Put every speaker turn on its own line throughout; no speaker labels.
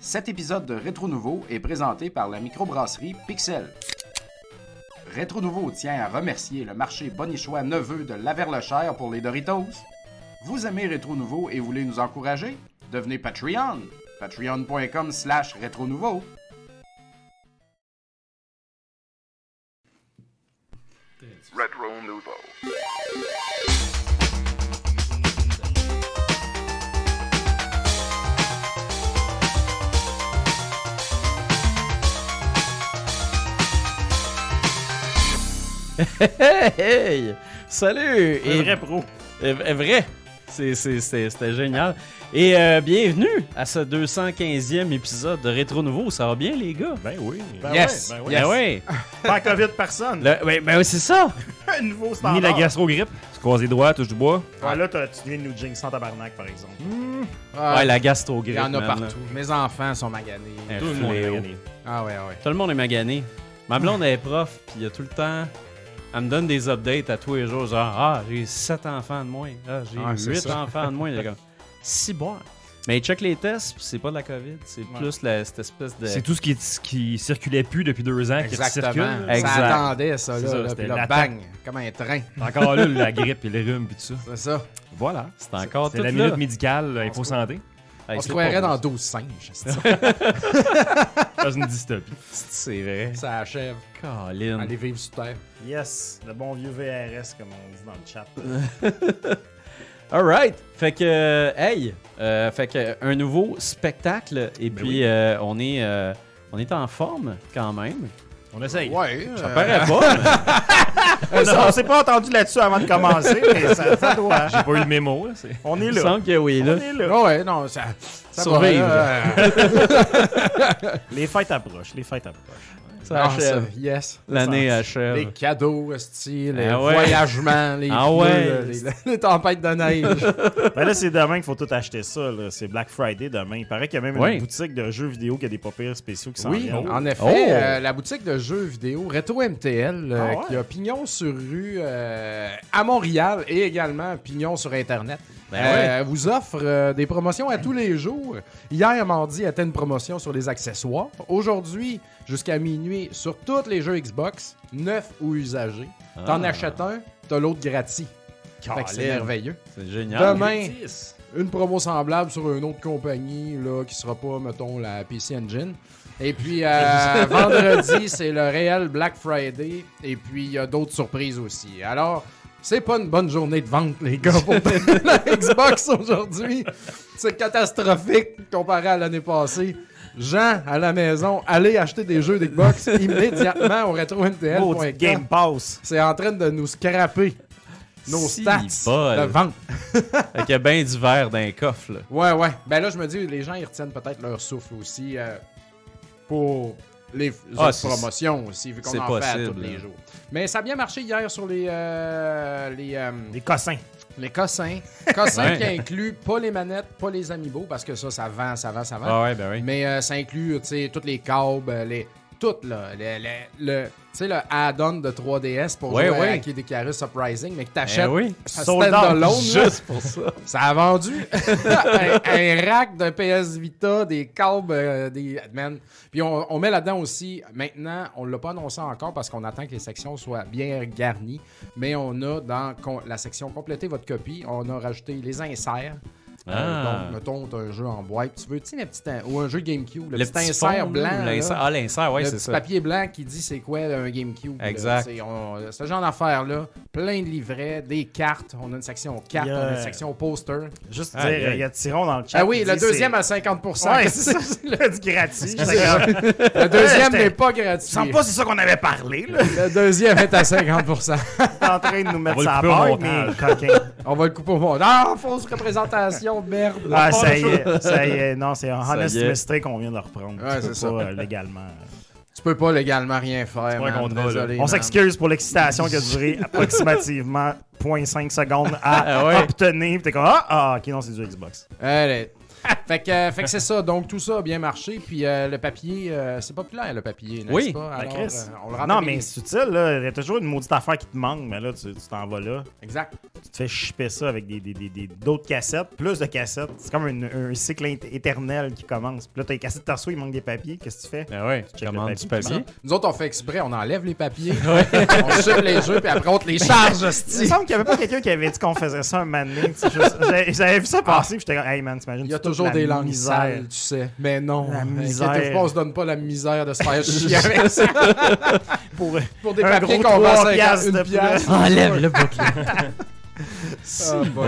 Cet épisode de Rétro Nouveau est présenté par la microbrasserie Pixel. Rétro Nouveau tient à remercier le marché Bonichois Neveu de Laverlechère pour les Doritos. Vous aimez Rétro Nouveau et voulez nous encourager? Devenez Patreon! Patreon.com slash Rétro Nouveau.
Retro Nouveau.
Hey, hey! Salut!
Un vrai pro.
et- et vrai. C'est- c'est- c'est- C'était génial. Et euh, bienvenue à ce 215e épisode de Rétro Nouveau. Ça va bien, les gars?
Ben oui.
yes!
Ben oui.
Ben oui.
Pas COVID personne.
Le- ouais, ben oui, c'est ça!
Un nouveau standard.
Ni la gastro-grippe. Tu croises les doigts, touche du bois.
Ah, là, t'as- tu viens de nous jinx sans tabarnak, par exemple.
Hmm.
Ouais, la gastro
Il y en a partout. Mes enfants sont maganés.
Tout le monde est magané.
Ah ouais, ouais.
Tout le monde est magané. Ma blonde, elle est prof, puis il y a tout le temps... Elle me donne des updates à tous les jours, genre « Ah, j'ai 7 enfants de moins. Ah, j'ai
Ah, c'est
8
ça.
enfants de moins. » Il est comme « Si bon! » Mais check les tests, puis c'est pas de la COVID, c'est plus la- cette espèce de...
C'est tout ce qui, ce qui circulait plus depuis deux ans qui circule.
Exactement.
là.
Exact.
Ça attendait ça,
C'est
là.
ça,
là,
c'était
puis là,
l'attente.
bang, comme un train.
Encore là, la grippe et les rhumes puis tout ça.
C'est ça.
Voilà.
C'est encore
C'est
tout
la
là.
minute médicale, euh, Info Santé.
Hey,
On
c'est
se croirait
pas
dans
bon.
12 singes. c'est ça.
Dans une dystopie.
C'est vrai.
ça achève.
Colin.
Allez vivre sur Terre.
Yes, le bon vieux VRS, comme on dit dans le chat.
Alright. Fait que, euh, hey, euh, fait que euh, un nouveau spectacle et
Ben
puis euh, on est, euh, on est en forme quand même.
On essaye.
Ouais.
Ça paraît pas. mais-
on s'est pas entendu là-dessus avant de commencer, mais ça, ça doit.
J'ai pas eu le mémo. là, c'est-
On est
Il me
là.
semble que oui
On
là.
est là.
Ouais, non, ça. ça
Survivre.
va, euh, là.
Les fêtes approchent, les fêtes approchent.
Ça
Non,
achève.
ah, ça, Yes.
L'année Ben
ça-
achève.
Les cadeaux, esti, les
Euh. Ah ouais.
voyagements, les,
Ah
pneus,
ouais.
là, les, les tempêtes de neige.
Ben là, c'est demain qu'il faut tout acheter ça. là. C'est Black Friday demain. Il paraît qu'il y a même
Oui.
une boutique de jeux vidéo qui a des pas pires spéciaux qui s'en
Oui,
viennent.
en effet,
Oh.
euh, la boutique de jeux vidéo Retro MTL euh,
Ah ouais?
qui a pignon sur rue euh, à Montréal et également pignon sur Internet.
Ben
euh, vous offre euh, des promotions à tous les jours. Hier, mardi, elle était une promotion sur les accessoires. Aujourd'hui, jusqu'à minuit, sur tous les jeux Xbox, neufs ou usagés. T'en
Ah.
achètes un, t'as l'autre gratis. Fait que c'est
Colin.
merveilleux.
C'est génial.
Demain, une promo semblable sur une autre compagnie là, qui sera pas, mettons, la PC Engine. Et puis, euh, vendredi, c'est le réel Black Friday. Et puis, il y a d'autres surprises aussi. Alors, c'est pas une bonne journée de vente, les gars, pour la Xbox aujourd'hui. C'est catastrophique comparé à l'année passée. Jean, à la maison, allez acheter des jeux d'Xbox immédiatement au
Maudit
retrontl.com.
Game Pass.
C'est en train de nous scraper nos
Si
stats
bol.
de vente.
Fait qu'il y a bien du verre dans les coffres là.
Ouais, ouais. Ben là, je me dis, les gens, ils retiennent peut-être leur souffle aussi euh, pour les f-
Ah,
autres
c'est-
promotions aussi, vu qu'on
c'est
en fait à tous
possible,
les
hein.
jours. Mais ça a bien marché hier sur les euh, les, euh,
Des cossins.
les cossins. Cossins
Ouais.
qui incluent pas les manettes, pas les amiibo, parce que ça, ça vend, ça vend, ça vend.
Ah ouais, ben oui.
Mais euh, ça inclut, tu sais, toutes les câbles, euh, les... Tout, là. Le, le- le- tu sais, le add-on de 3DS pour
Ouais,
jouer
ouais.
à Kid Icarus Surprising, mais que t'achètes
Eh oui.
à
Sold out,
stand-alone, là.
Juste pour ça.
Ça a vendu un, un rack de PS Vita, des câbles, euh, des. Man. Puis on, on met là-dedans aussi, maintenant, on ne l'a pas annoncé encore parce qu'on attend que les sections soient bien garnies, mais on a dans con- la section Complétez votre copie, on a rajouté les inserts. Euh,
Ah.
donc, mettons, t'as un jeu en boîte, tu veux, tu sais, le petit in- ou un jeu GameCube, le,
Le
petit
petit
insert
fond,
blanc.
là, ou
là,
l'insert- Ah l'insert, ouais,
le
c'est
petit
ça.
papier blanc qui dit c'est quoi un GameCube. là.
Exact.
C'est- on- euh, ce genre d'affaires-là, plein de livrets, des cartes. On a une section cartes,
Yeah.
on a une section poster.
Juste
Aïe,
dire,
aïe.
il y a Tiron dans le chat.
Ah oui,
qui
le
dit,
deuxième
c'est-
à 50%.
Ouais,
Qu'est-ce
c'est
que
ça.
c'est?
Là, du gratuit.
Le deuxième
J'étais-
n'est pas gratuit.
Je sens pas c'est ça qu'on avait parlé. Là.
Le deuxième est à 50%.
T'es en train de nous mettre
On va
ça à
le couper
part,
au
mais
montage.
coquin.
On va le couper au monde. Ah, fausse représentation, merde.
Ah, ça y est, ça y est. Non, c'est un honest
y est.
mistake qu'on vient de reprendre.
Ouais,
Tu peux
c'est ça.
pas, euh, légalement.
Tu peux pas légalement rien faire.
pas un
man.
contrat, là.
Désolé,
On
man.
s'excuse pour l'excitation qui a duré approximativement 0.5 secondes à
Ah ouais.
obtenir. Puis t'es comme, ah, ah, ok, non, c'est du Xbox.
Allez. fait que, euh, fait que c'est ça. Donc, tout ça a bien marché. Puis euh, le papier, euh, c'est populaire, le papier, n'est-ce
Oui,
pas? Alors,
Ben, Chris.
euh, on le rend
non,
papier.
mais c'est utile, là. Il y a toujours une maudite affaire qui te manque, mais là, tu tu t'en vas là.
Exact.
Tu te fais chipper ça avec des, des- des- des- d'autres cassettes, plus de cassettes. C'est comme une- un cycle int- éternel qui commence. Puis là, t'as les cassettes tasseaux, il manque des papiers. Qu'est-ce que tu fais?
Ben ouais,
le
commande
papier,
du
tout
papier.
Nous autres, on fait exprès, on enlève les papiers, on chiffre les jeux, puis après, on te les charge,
Il me
hostie.
semble qu'il n'y avait pas quelqu'un qui avait dit qu'on faisait ça un moment donné. tu sais, juste- j'avais- J'avais vu ça passer, puis j'étais comme, hey man, t'imagines.
Il y a
toute
toujours
la
des langues
misère.
sales, tu sais. Mais non,
La
euh,
misère.
inquiétez-vous pas, on se donne pas la misère de se faire chier avec ça.
Pour
Pour des
Un
papiers
gros
qu'on vend
trois
50
piastres de
une
plus.
pièce.
Enlève le bouclier.
Ah, bon.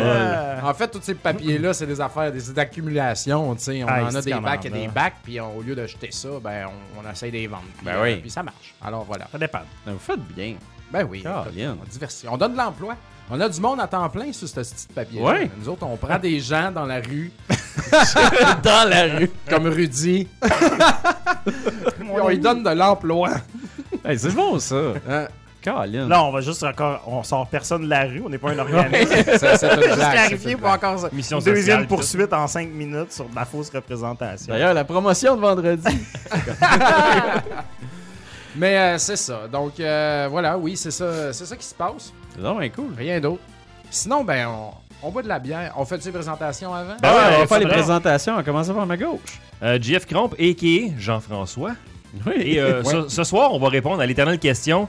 En fait, tous ces papiers-là, c'est des affaires des- d'accumulation. tu sais. On
Ah,
en a
c'est
des
qu'on en
bacs et
a.
des bacs, puis on- au lieu de jeter ça, ben, on, on essaie de les vendre. Puis,
Ben oui.
puis ça marche. Alors voilà.
ça dépend.
Vous faites bien.
Ben oui,
Caroline.
écoute, on diversifie. On donne de l'emploi. On a du monde à temps plein sur ce petit papier.
Ouais.
Nous autres, on prend des gens dans la rue,
Dans la rue.
comme Rudy, puis on lui donne de l'emploi.
Hey, c'est bon, ça.
Hein?
Caroline.
Là, on va juste encore. On sort personne de la rue, on n'est pas un organisme.
Ça, C'est une blague,
Juste
c'est
clarifier
une
pour
blague.
encore ça.
Mission sociale,
Deuxième
tout.
poursuite en 5 minutes sur de la fausse représentation.
D'ailleurs, la promotion de vendredi.
Mais euh, c'est ça. Donc euh, voilà, oui, c'est ça, c'est ça qui se passe.
non, mais cool.
Rien d'autre. Sinon, ben on, on boit de la bière. On fait des présentations avant.
Ben ouais,
on va
faudrait.
faire les présentations. On commence par ma gauche.
Euh, Jeff Cromp, a.k.a. Jean-François.
Oui.
Et euh, ce, ce soir, on va répondre à l'éternelle question.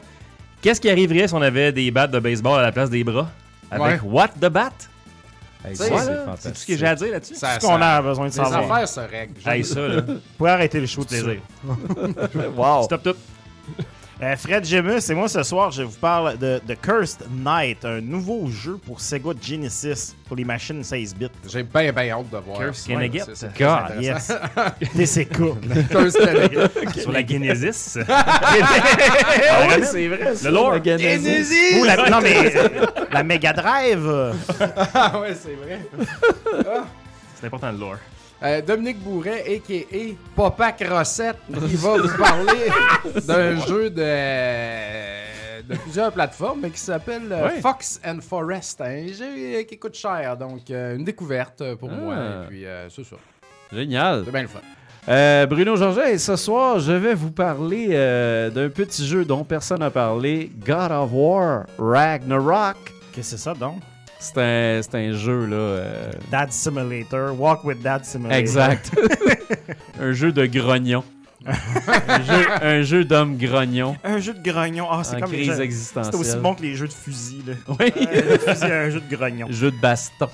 Qu'est-ce qui arriverait si on avait des battes de baseball à la place des bras? Avec what the bat?
Hey,
tu
ça,
sais,
c'est
Voilà, c'est tout ce que
fantastique.
j'ai à dire là-dessus.
Ça,
ce qu'on
ça-
a besoin de
les
savoir.
affaires se règlent.
Hey, ça, là.
Vous pouvez arrêter les shows de
Plaisir.
Wow.
Stop tout.
Euh, Fred Gemus et moi ce soir, je vous parle de The Cursed Knight, un nouveau jeu pour Sega Genesis pour les machines 16 bits.
J'ai bien, bien hâte de voir.
Curse can I get?
c'est- c'est-
God,
c'est
Yes. TCK.
intéressant. Curse can I get?
Sur la Genesis.
Ah ouais, c'est vrai. ça,
lore.
le Genesis.
Ou la, non mais euh, la Mega Drive. euh,
Ah ouais, c'est vrai.
C'est important le lore.
Euh, Dominique Bourret, a.k.a. Papa Crossette, qui va vous parler d'un jeu de, de plusieurs plateformes mais qui s'appelle euh,
Ouais.
Fox and Forest. Un jeu euh, qui coûte cher, donc euh, une découverte pour
Ah.
moi. Et puis, euh, c'est ça.
Génial.
C'est bien le fun.
Euh, Bruno Georget, et ce soir, je vais vous parler euh, d'un petit jeu dont personne n'a parlé, God of War Ragnarok.
Qu'est-ce que c'est ça donc?
C'est un, c'est un jeu, là... euh,
Dad Simulator, Walk with Dad Simulator.
exact. un jeu de grognon. un jeu, un jeu d'homme grognon
Un jeu de grognon. Ah, c'est
en
comme les
crise
jeux-
existentielle.
C'est aussi bon que les jeux de fusil là.
Oui,
Un jeu de fusil, un jeu de grognon.
jeu de baston.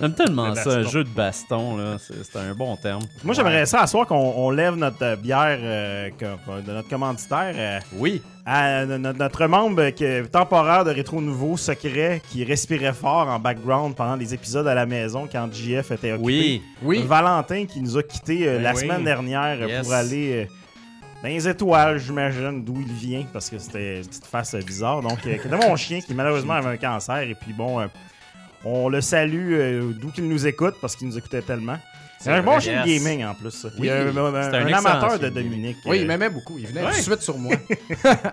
J'aime tellement
Le
ça, un
baston.
jeu de baston, là. C'est c'est un bon terme.
Moi, j'aimerais ça à soir qu'on on lève notre euh, bière euh, que- de notre commanditaire euh,
Oui.
à no- no- notre membre que- temporaire de Rétro Nouveau Secret qui respirait fort en background pendant les épisodes à la maison quand JF était occupé.
Oui.
Oui,
Valentin qui nous a quittés euh,
Ben
la
oui.
semaine dernière euh,
Yes.
pour aller euh, dans les étoiles, j'imagine, d'où il vient, parce que c'était une petite face euh, bizarre. Donc, euh, c'était mon chien qui malheureusement avait un cancer. Et puis bon, euh, on le salue euh, d'où qu'il nous écoute, parce qu'il nous écoutait tellement. C'est un bon
vrai.
chien de
Yes.
gaming en plus. ça.
Oui,
Il y a un, un-
c'est un
un
excellent chien
amateur de
de gaming.
Dominique.
oui,
euh,
il m'aimait beaucoup. Il venait
Ouais.
tout de suite sur moi.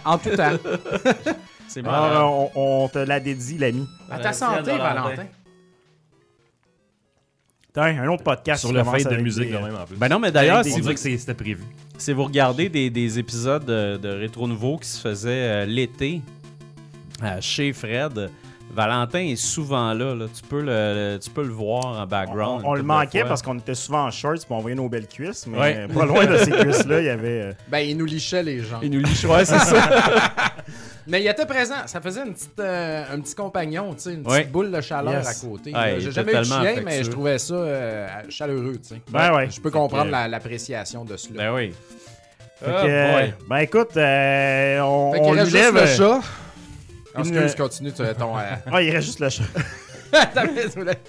en tout temps.
C'est
Ah,
marrant.
alors, Ah, on, on te l'a dédie, l'ami.
À ta santé, Valentin.
T'as Un un autre podcast
Sur
qui
le
commence
fait de
avec
musique,
des,
quand
euh,
même, en plus.
Ben non, mais d'ailleurs,
on
si vous-
dirait que c'est- c'était prévu.
Si vous regardez des, des épisodes euh, de, de Rétro Nouveau qui se faisaient euh, l'été euh, chez Fred, euh, Valentin est souvent là. là. Tu, peux le, le- tu peux le voir en
Ah,
background.
On, on le manquait parce qu'on était souvent en shorts puis on voyait nos belles cuisses, mais
Ouais.
euh, pas loin de ces cuisses-là, il y avait. euh,
Ben, il nous lichait les gens.
nous lit, ouais, c'est ça.
Mais il était présent. Ça faisait une petite, euh, un petit compagnon, tu sais, une petite
Ouais.
boule de chaleur
Yes.
à côté.
Ouais,
Euh,
il
J'ai
était
jamais eu de
tellement
chien, mais je
affectueux.
trouvais ça euh, chaleureux. tu sais.
Ben ouais.
Je peux comprendre
que-
la- l'appréciation de cela.
Ah
ben oui.
Fait que, euh, ben écoute, euh, on,
fait
on
qu'il
lui
reste juste
lève.
le chat. Ah,
une-
Excuse, continue tu- ton. euh,
Ah, il reste juste le chat.
ta mise, vous l'avez-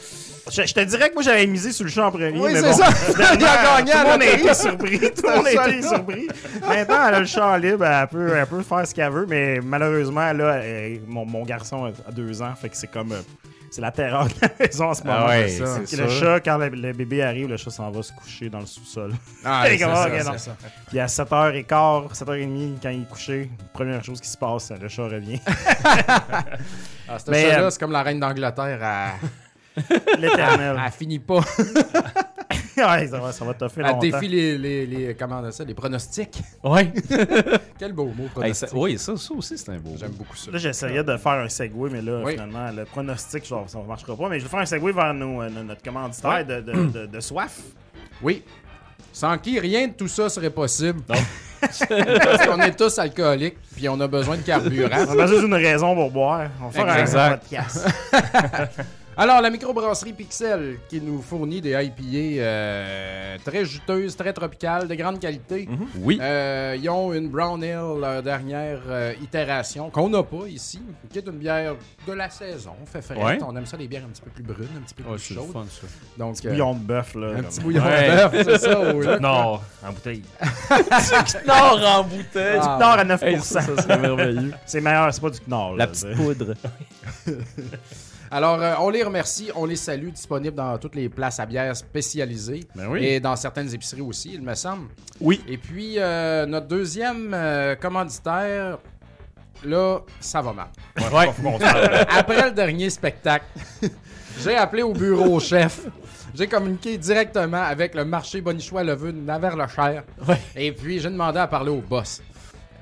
Je, je te dirais que moi j'avais misé sur le chat en premier.
oui,
mais
c'est
bon,
ça.
finalement,
Il a gagné à
Ah,
la
Tout le monde a
loterie.
été surpris. Tout le monde a été surpris. Maintenant, elle a le chat libre. Elle peut, elle peut faire ce qu'elle veut, mais malheureusement, là, euh, mon, mon garçon a- a deux ans. Fait que c'est comme. euh, c'est la terreur de la maison en ce
Ah
moment.
ouais,
C'est ça.
c'est
le
sûr.
chat, quand le, le bébé arrive, le chat s'en va se coucher dans le sous-sol.
Ah, c'est
Hey, comment-
ça,
ok,
c'est
non.
ça.
Puis à 7h15, 7h30, quand il est couché, première chose qui se passe, le chat revient.
Ah, ce
Mais,
chat-là,
euh,
c'est comme la reine d'Angleterre. Elle,
L'éternel.
elle finit pas.
ouais, ça va, ça va toffer
Elle
longtemps.
défie les, les, les- euh, comment on dit ça, les pronostics.
Ouais.
Quel beau mot,
Hey,
pronostic.
ça- oui, ça, ça aussi, c'est un beau.
J'aime beaucoup ça.
Là, j'essayais de faire un segway, mais là,
Oui.
finalement, le pronostic, genre, ça ne marchera pas. Mais je vais faire un segway vers nos, euh, notre commanditaire de, de, de- de soif.
Oui. Sans qui rien de tout ça serait possible. Parce qu'on est tous alcooliques, puis on a besoin de carburant.
On a juste une raison pour boire. On va faire un
Exact.
podcast.
Alors, la microbrasserie Pixel, qui nous fournit des IPA euh, très juteuses, très tropicales, de grande qualité.
Mhm. Oui.
Euh, ils ont une Brown Ale, leur dernière euh, itération, qu'on n'a pas ici, qui est une bière de la saison, fait frais.
Ouais.
On aime ça, les bières un petit peu plus brunes, un petit peu
Ouais,
plus
c'est le
chaudes.
fun, ça.
Donc, euh,
Bouillon de bœuf, là.
un
comme-
petit bouillon
Ouais.
d'œuf, c'est ça, au lac.
Non, en bouteille.
Nord en bouteille.
Ah,
Nord à 9
serait merveilleux.
C'est meilleur, c'est pas du Knorr.
La
là,
petite
c'est-
poudre.
Alors, euh, on les remercie, on les salue, disponibles dans toutes les places à bière spécialisées
Ben oui.
et dans certaines épiceries aussi, il me semble.
Oui.
Et puis, euh, notre deuxième euh, commanditaire, là, ça va mal.
Ouais.
Après le dernier spectacle, j'ai appelé au bureau au chef. J'ai communiqué directement avec le marché Bonichois Leveux de Navarre-le-Cher. Et puis, j'ai demandé à parler au boss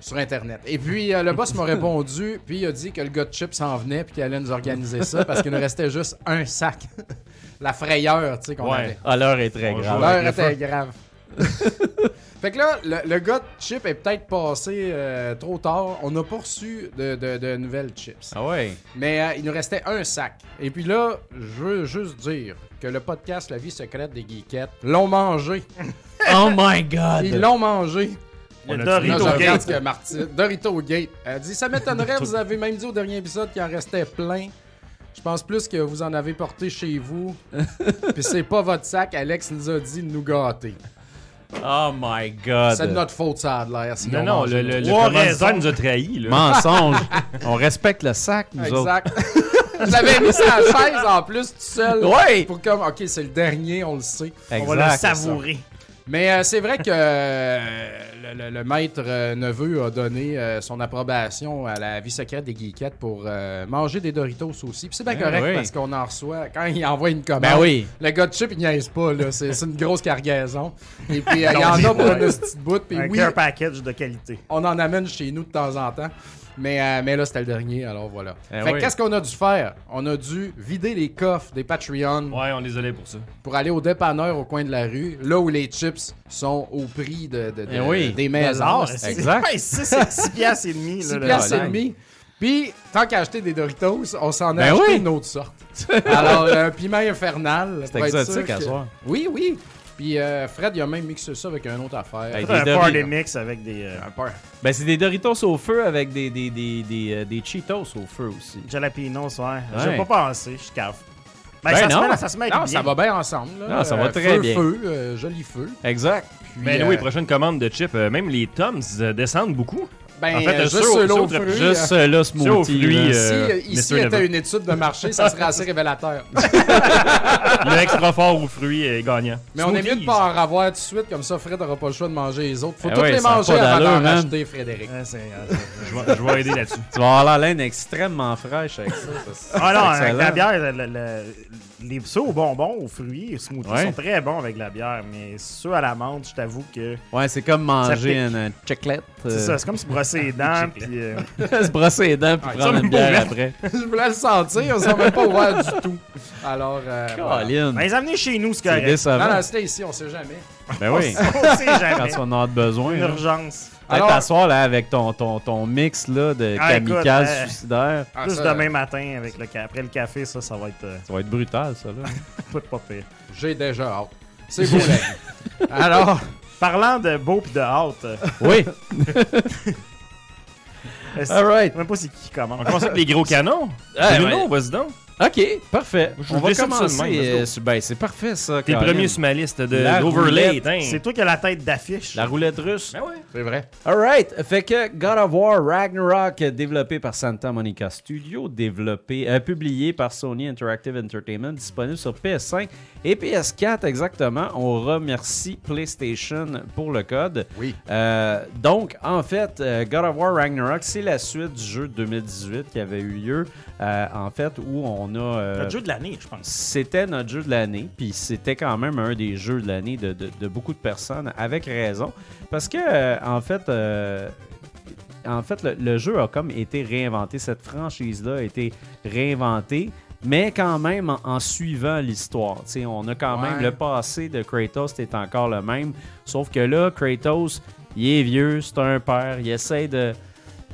sur Internet. Et puis, euh, le boss m'a répondu, puis il a dit que le gars de chips s'en venait, puis qu'il allait nous organiser ça parce qu'il nous restait juste un sac. La frayeur, tu sais, qu'on avait.
Ouais.
Ah, l'heure est très
Bonjour.
grave.
L'heure
le
était grave. fait que là, le, le gars de chip est peut-être passé euh, trop tard. On n'a pas reçu de, de- de nouvelles chips.
Ah ouais.
Mais euh, il nous restait un sac. Et puis là, je veux juste dire que le podcast La vie secrète des geekettes l'ont mangé.
Oh my god.
Ils l'ont mangé.
On
Le
Là,
a
je
Dorito
regarde
Gate.
ce que Martine- Dorito Gate. Elle dit Ça m'étonnerait, vous avez même dit au dernier épisode qu'il en restait plein. Je pense plus que vous en avez porté chez vous. Puis c'est pas votre sac. Alex nous a dit de nous gâter.
Oh my god.
C'est de notre faute, ça a de l'air. sinon
Non,
on
non,
mange
le,
une
le, le
Trois
commanditaire
raisons.
nous a trahis. Là.
Mensonge. On respecte le sac, nous autres.
Exact. Je l'avais mis sur la chaise en plus tout seul.
Ouais.
Pour comme, ok, c'est le dernier, on le sait.
On va le savourer.
Mais euh, c'est vrai que euh, le, le- le maître euh, neveu a donné euh, son approbation à la vie secrète des geekettes pour euh, manger des Doritos aussi. Puis c'est bien
Ben
correct
oui.
parce qu'on en reçoit quand il envoie une commande.
Ben oui.
Le gars de chip, il niaise pas, là. C'est c'est une grosse cargaison. Et puis, euh, il y en a pour une petite bout. Puis
Un
oui,
care package de qualité.
on en amène chez nous de temps en temps. Mais, euh, mais là, c'était le dernier, alors voilà.
Eh
fait que
oui.
qu'est-ce qu'on a dû faire? On a dû vider les coffres des Patreons
Ouais, on les allait pour ça.
pour aller au dépanneur au coin de la rue, là où les chips sont au prix de, de- de-
Eh oui,
des
De
maisons.
l'or,
C'est
c'est-
exact.
Ouais, six- c'est 6 piastres et demi.
six
là, le-
piastres et
dingue.
demi. Puis, tant qu'à acheter des Doritos, on s'en a
Ben
acheté
oui.
une autre sorte. Alors, un piment infernal.
C'est
pour être
exotique
sûr
à
que-
soir.
Oui, oui. Puis euh, Fred, il a même mixé ça avec une autre affaire.
Hey,
C'est un
Des
party
Doritos.
mix avec des. euh,
Un peu.
Ben, c'est des Doritos au feu avec des, des, des, des, euh, des Cheetos au feu aussi.
Jalapenos, ouais.
Ouais.
J'ai pas pensé, je suis cave. Ben,
Ben
ça,
non.
Se met, ça se met
Non,
bien.
ça va bien ensemble. là.
Non, ça va
Euh,
très
feu,
bien.
Feu, euh, joli feu.
Exact.
Puis,
Mais Ben oui,
euh,
prochaine commande de chips, euh, même les Toms euh, descendent beaucoup.
ben,
en fait,
euh,
euh,
juste
ceux au-
ceux-là
ceux
aux
au fruit,
fruits, euh,
Juste euh, là, ce
C'est au
motif,
fruit,
là.
euh,
si euh,
Mr.
ici
Neveu.
était une étude de marché, ça serait assez révélateur.
Le extra fort aux fruits est gagnant.
Mais on est mieux de
Smoothies.
pas en revoir tout de suite, comme ça Fred n'aura pas le choix de manger les autres. Faut
Eh
toutes
ouais,
les
ça a
manger
pas
avant
d'allure,
d'en
man.
acheter, Frédéric.
Ouais, c'est- euh,
Je vais, je vais aider là-dessus.
Tu vas avoir la laine extrêmement fraîche avec ça. parce que
Ah non,
c'est
avec la
excellent.
bière, le- le- le- les ceux aux bonbons, aux fruits, aux smoothies
Ouais.
sont très bons avec la bière, mais ceux à la menthe, je t'avoue que
Ouais, c'est comme
Ça
manger
pique.
une, une chiclette.
c'est
euh,
ça, c'est comme se brosser les dents, puis euh,
se brosser les dents puis prendre
Ah, ça,
une
mais
bière
bon,
après.
Je voulais le sentir, on s'en même pas voir du tout. Alors, euh, voilà.
Caroline,
ben, les amener chez nous, c'est
c'est
correct.
décevant.
non, non, c'était ici, on sait jamais.
ben oui,
On sait
quand
jamais.
tu en as besoin.
Une
là.
urgence.
Peut-être
Alors-
t'asseoir là, avec ton, ton, ton mix là, de
Ah, écoute,
kamikaze
euh,
suicidaire.
Ah,
Juste
ça,
demain matin, avec le ca- après le café, ça, ça va être euh,
Ça va être brutal, ça. Là.
pas- pas pire.
J'ai déjà hâte. C'est beau, là. Alors,
Parlant de beau pis de hâte, euh,
oui,
est-ce-
all right.
je sais même pas c'est qui qui commence.
On commence avec les gros canons.
Ah,
Bruno,
ouais.
vas-y donc.
OK, parfait.
Je
On va
laisse ça de
commencer.
même, let's go.
euh, sur- ben, c'est parfait, ça.
T'es le
Caroline.
premier sur ma liste
La
de hein. l'overlay.
roulette,
tain.
C'est toi qui as la tête d'affiche.
La roulette russe.
Ben ouais.
c'est vrai.
Alright, fait que God of War Ragnarok, euh, développé par Santa Monica Studio, développé, euh, publié par Sony Interactive Entertainment, disponible sur PS5 et PS4 exactement. On remercie PlayStation pour le code.
Oui.
Euh, donc, en fait, euh, God of War Ragnarok, c'est la suite du jeu de 2018 qui avait eu lieu, euh, en fait, où on on a. euh,
Le jeu de l'année, je pense.
c'était notre jeu de l'année, puis c'était quand même un des jeux de l'année de, de- de beaucoup de personnes, avec raison, parce que euh, en fait, euh, en fait, le, le jeu a comme été réinventé, cette franchise-là a été réinventée, mais quand même en, en suivant l'histoire. Tu sais, on a quand
Ouais.
même le passé de Kratos est encore le même, sauf que là, Kratos, il est vieux, c'est un père, il essaie de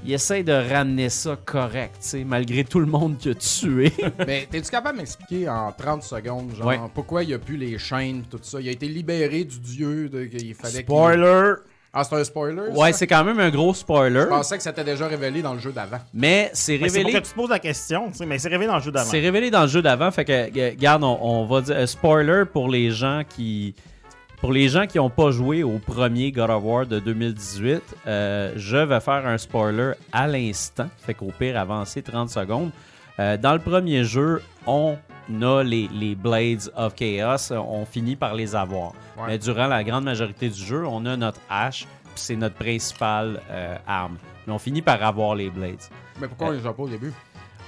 il essaie de ramener ça correct, tu sais, malgré tout le monde qu'il a tué.
Mais t'es-tu capable de m'expliquer en 30 secondes, genre,
Ouais.
pourquoi il n'y a plus les chaînes pis tout ça? Il a été libéré du dieu, de, qu'il fallait qu'il-
Spoiler!
Ah, c'est un spoiler?
Ouais,
ça?
c'est quand même un gros spoiler,
Je pensais que ça t'était déjà révélé dans le jeu d'avant.
mais c'est
Mais Ben, C'est pour que
révélé.
tu te poses la question, tu sais, mais c'est révélé dans le jeu d'avant.
C'est révélé dans le jeu d'avant, fait que g- garde, on, on va dire euh, spoiler pour les gens qui pour les gens qui n'ont pas joué au premier God of War de 2018. euh, je vais faire un spoiler à l'instant, fait qu'au pire avancez 30 secondes. Euh, dans le premier jeu, on a les, les Blades of Chaos, euh, on finit par les avoir.
Ouais.
Mais durant la grande majorité du jeu, on a notre hache, puis c'est notre principale euh, arme. Mais on finit par avoir les Blades.
Mais
Euh.
pourquoi on les a pas au début?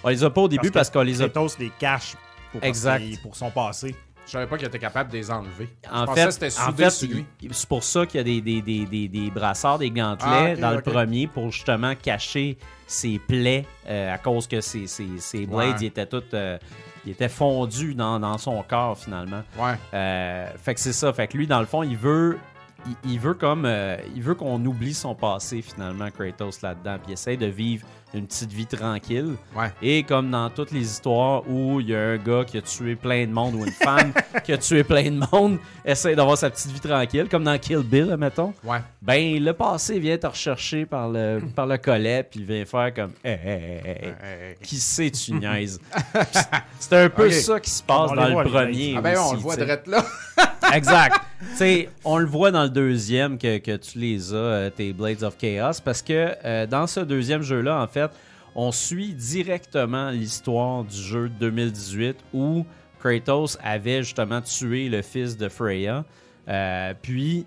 On les a pas au début parce, qu'on les a
Kratos les cache pour,
Exact.
pour son passé.
Je savais pas qu'il était capable de les enlever.
En
je
fait,
pensais que c'était
en
soudé
fait,
sur lui.
il- c'est pour ça qu'il y a des, des, des, des, des brassards, des gantelets
Ah, ok,
dans le
ok.
premier pour justement cacher ses plaies euh, à cause que ses, ses, ses blades
Ouais.
ils étaient toutes, euh, ils étaient fondus dans, dans son corps finalement.
Ouais.
Euh, fait que c'est ça. Fait que lui, dans le fond, il veut, il, il veut comme, euh, il veut qu'on oublie son passé finalement, Kratos là-dedans, puis il essaie de vivre une petite vie tranquille.
Ouais.
Et comme dans toutes les histoires où il y a un gars qui a tué plein de monde ou une femme qui a tué plein de monde, essaie d'avoir sa petite vie tranquille, comme dans Kill Bill, mettons.
Ouais.
Ben, le passé vient te rechercher par le, par le collet, puis vient faire comme Hey, hey, hey, hey, hey,
Euh,
Qui sait, tu niaises. C'est un peu
Ok.
ça qui se passe
On les
dans
voit,
le
les
premier.
Ah ben on
aussi,
le voit
tu sais.
direct là.
Exact. tu sais, on le voit dans le deuxième que, que tu les as, euh, tes Blades of Chaos, parce que euh, dans ce deuxième jeu-là, en fait, on suit directement l'histoire du jeu de 2018 où Kratos avait justement tué le fils de Freya. Euh, puis,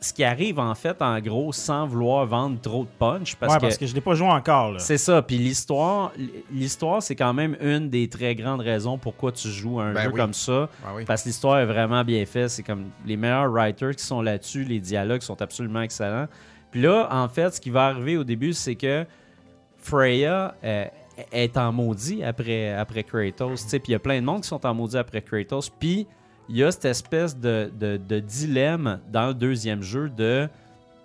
ce qui arrive en fait, en gros, sans vouloir vendre trop de punch, parce
ouais,
que
parce que je l'ai pas joué encore. Là.
c'est ça. Puis l'histoire, l'histoire, c'est quand même une des très grandes raisons pourquoi tu joues à un
Ben
jeu
oui.
comme ça.
Ah oui.
Parce que l'histoire est vraiment bien faite. C'est comme les meilleurs writers qui sont là-dessus. Les dialogues sont absolument excellents. Puis là, en fait, ce qui va arriver au début, c'est que Freya euh, est en maudit après, après Kratos. tu sais. Puis il y a plein de monde qui sont en maudit après Kratos. Puis il y a cette espèce de, de- de dilemme dans le deuxième jeu de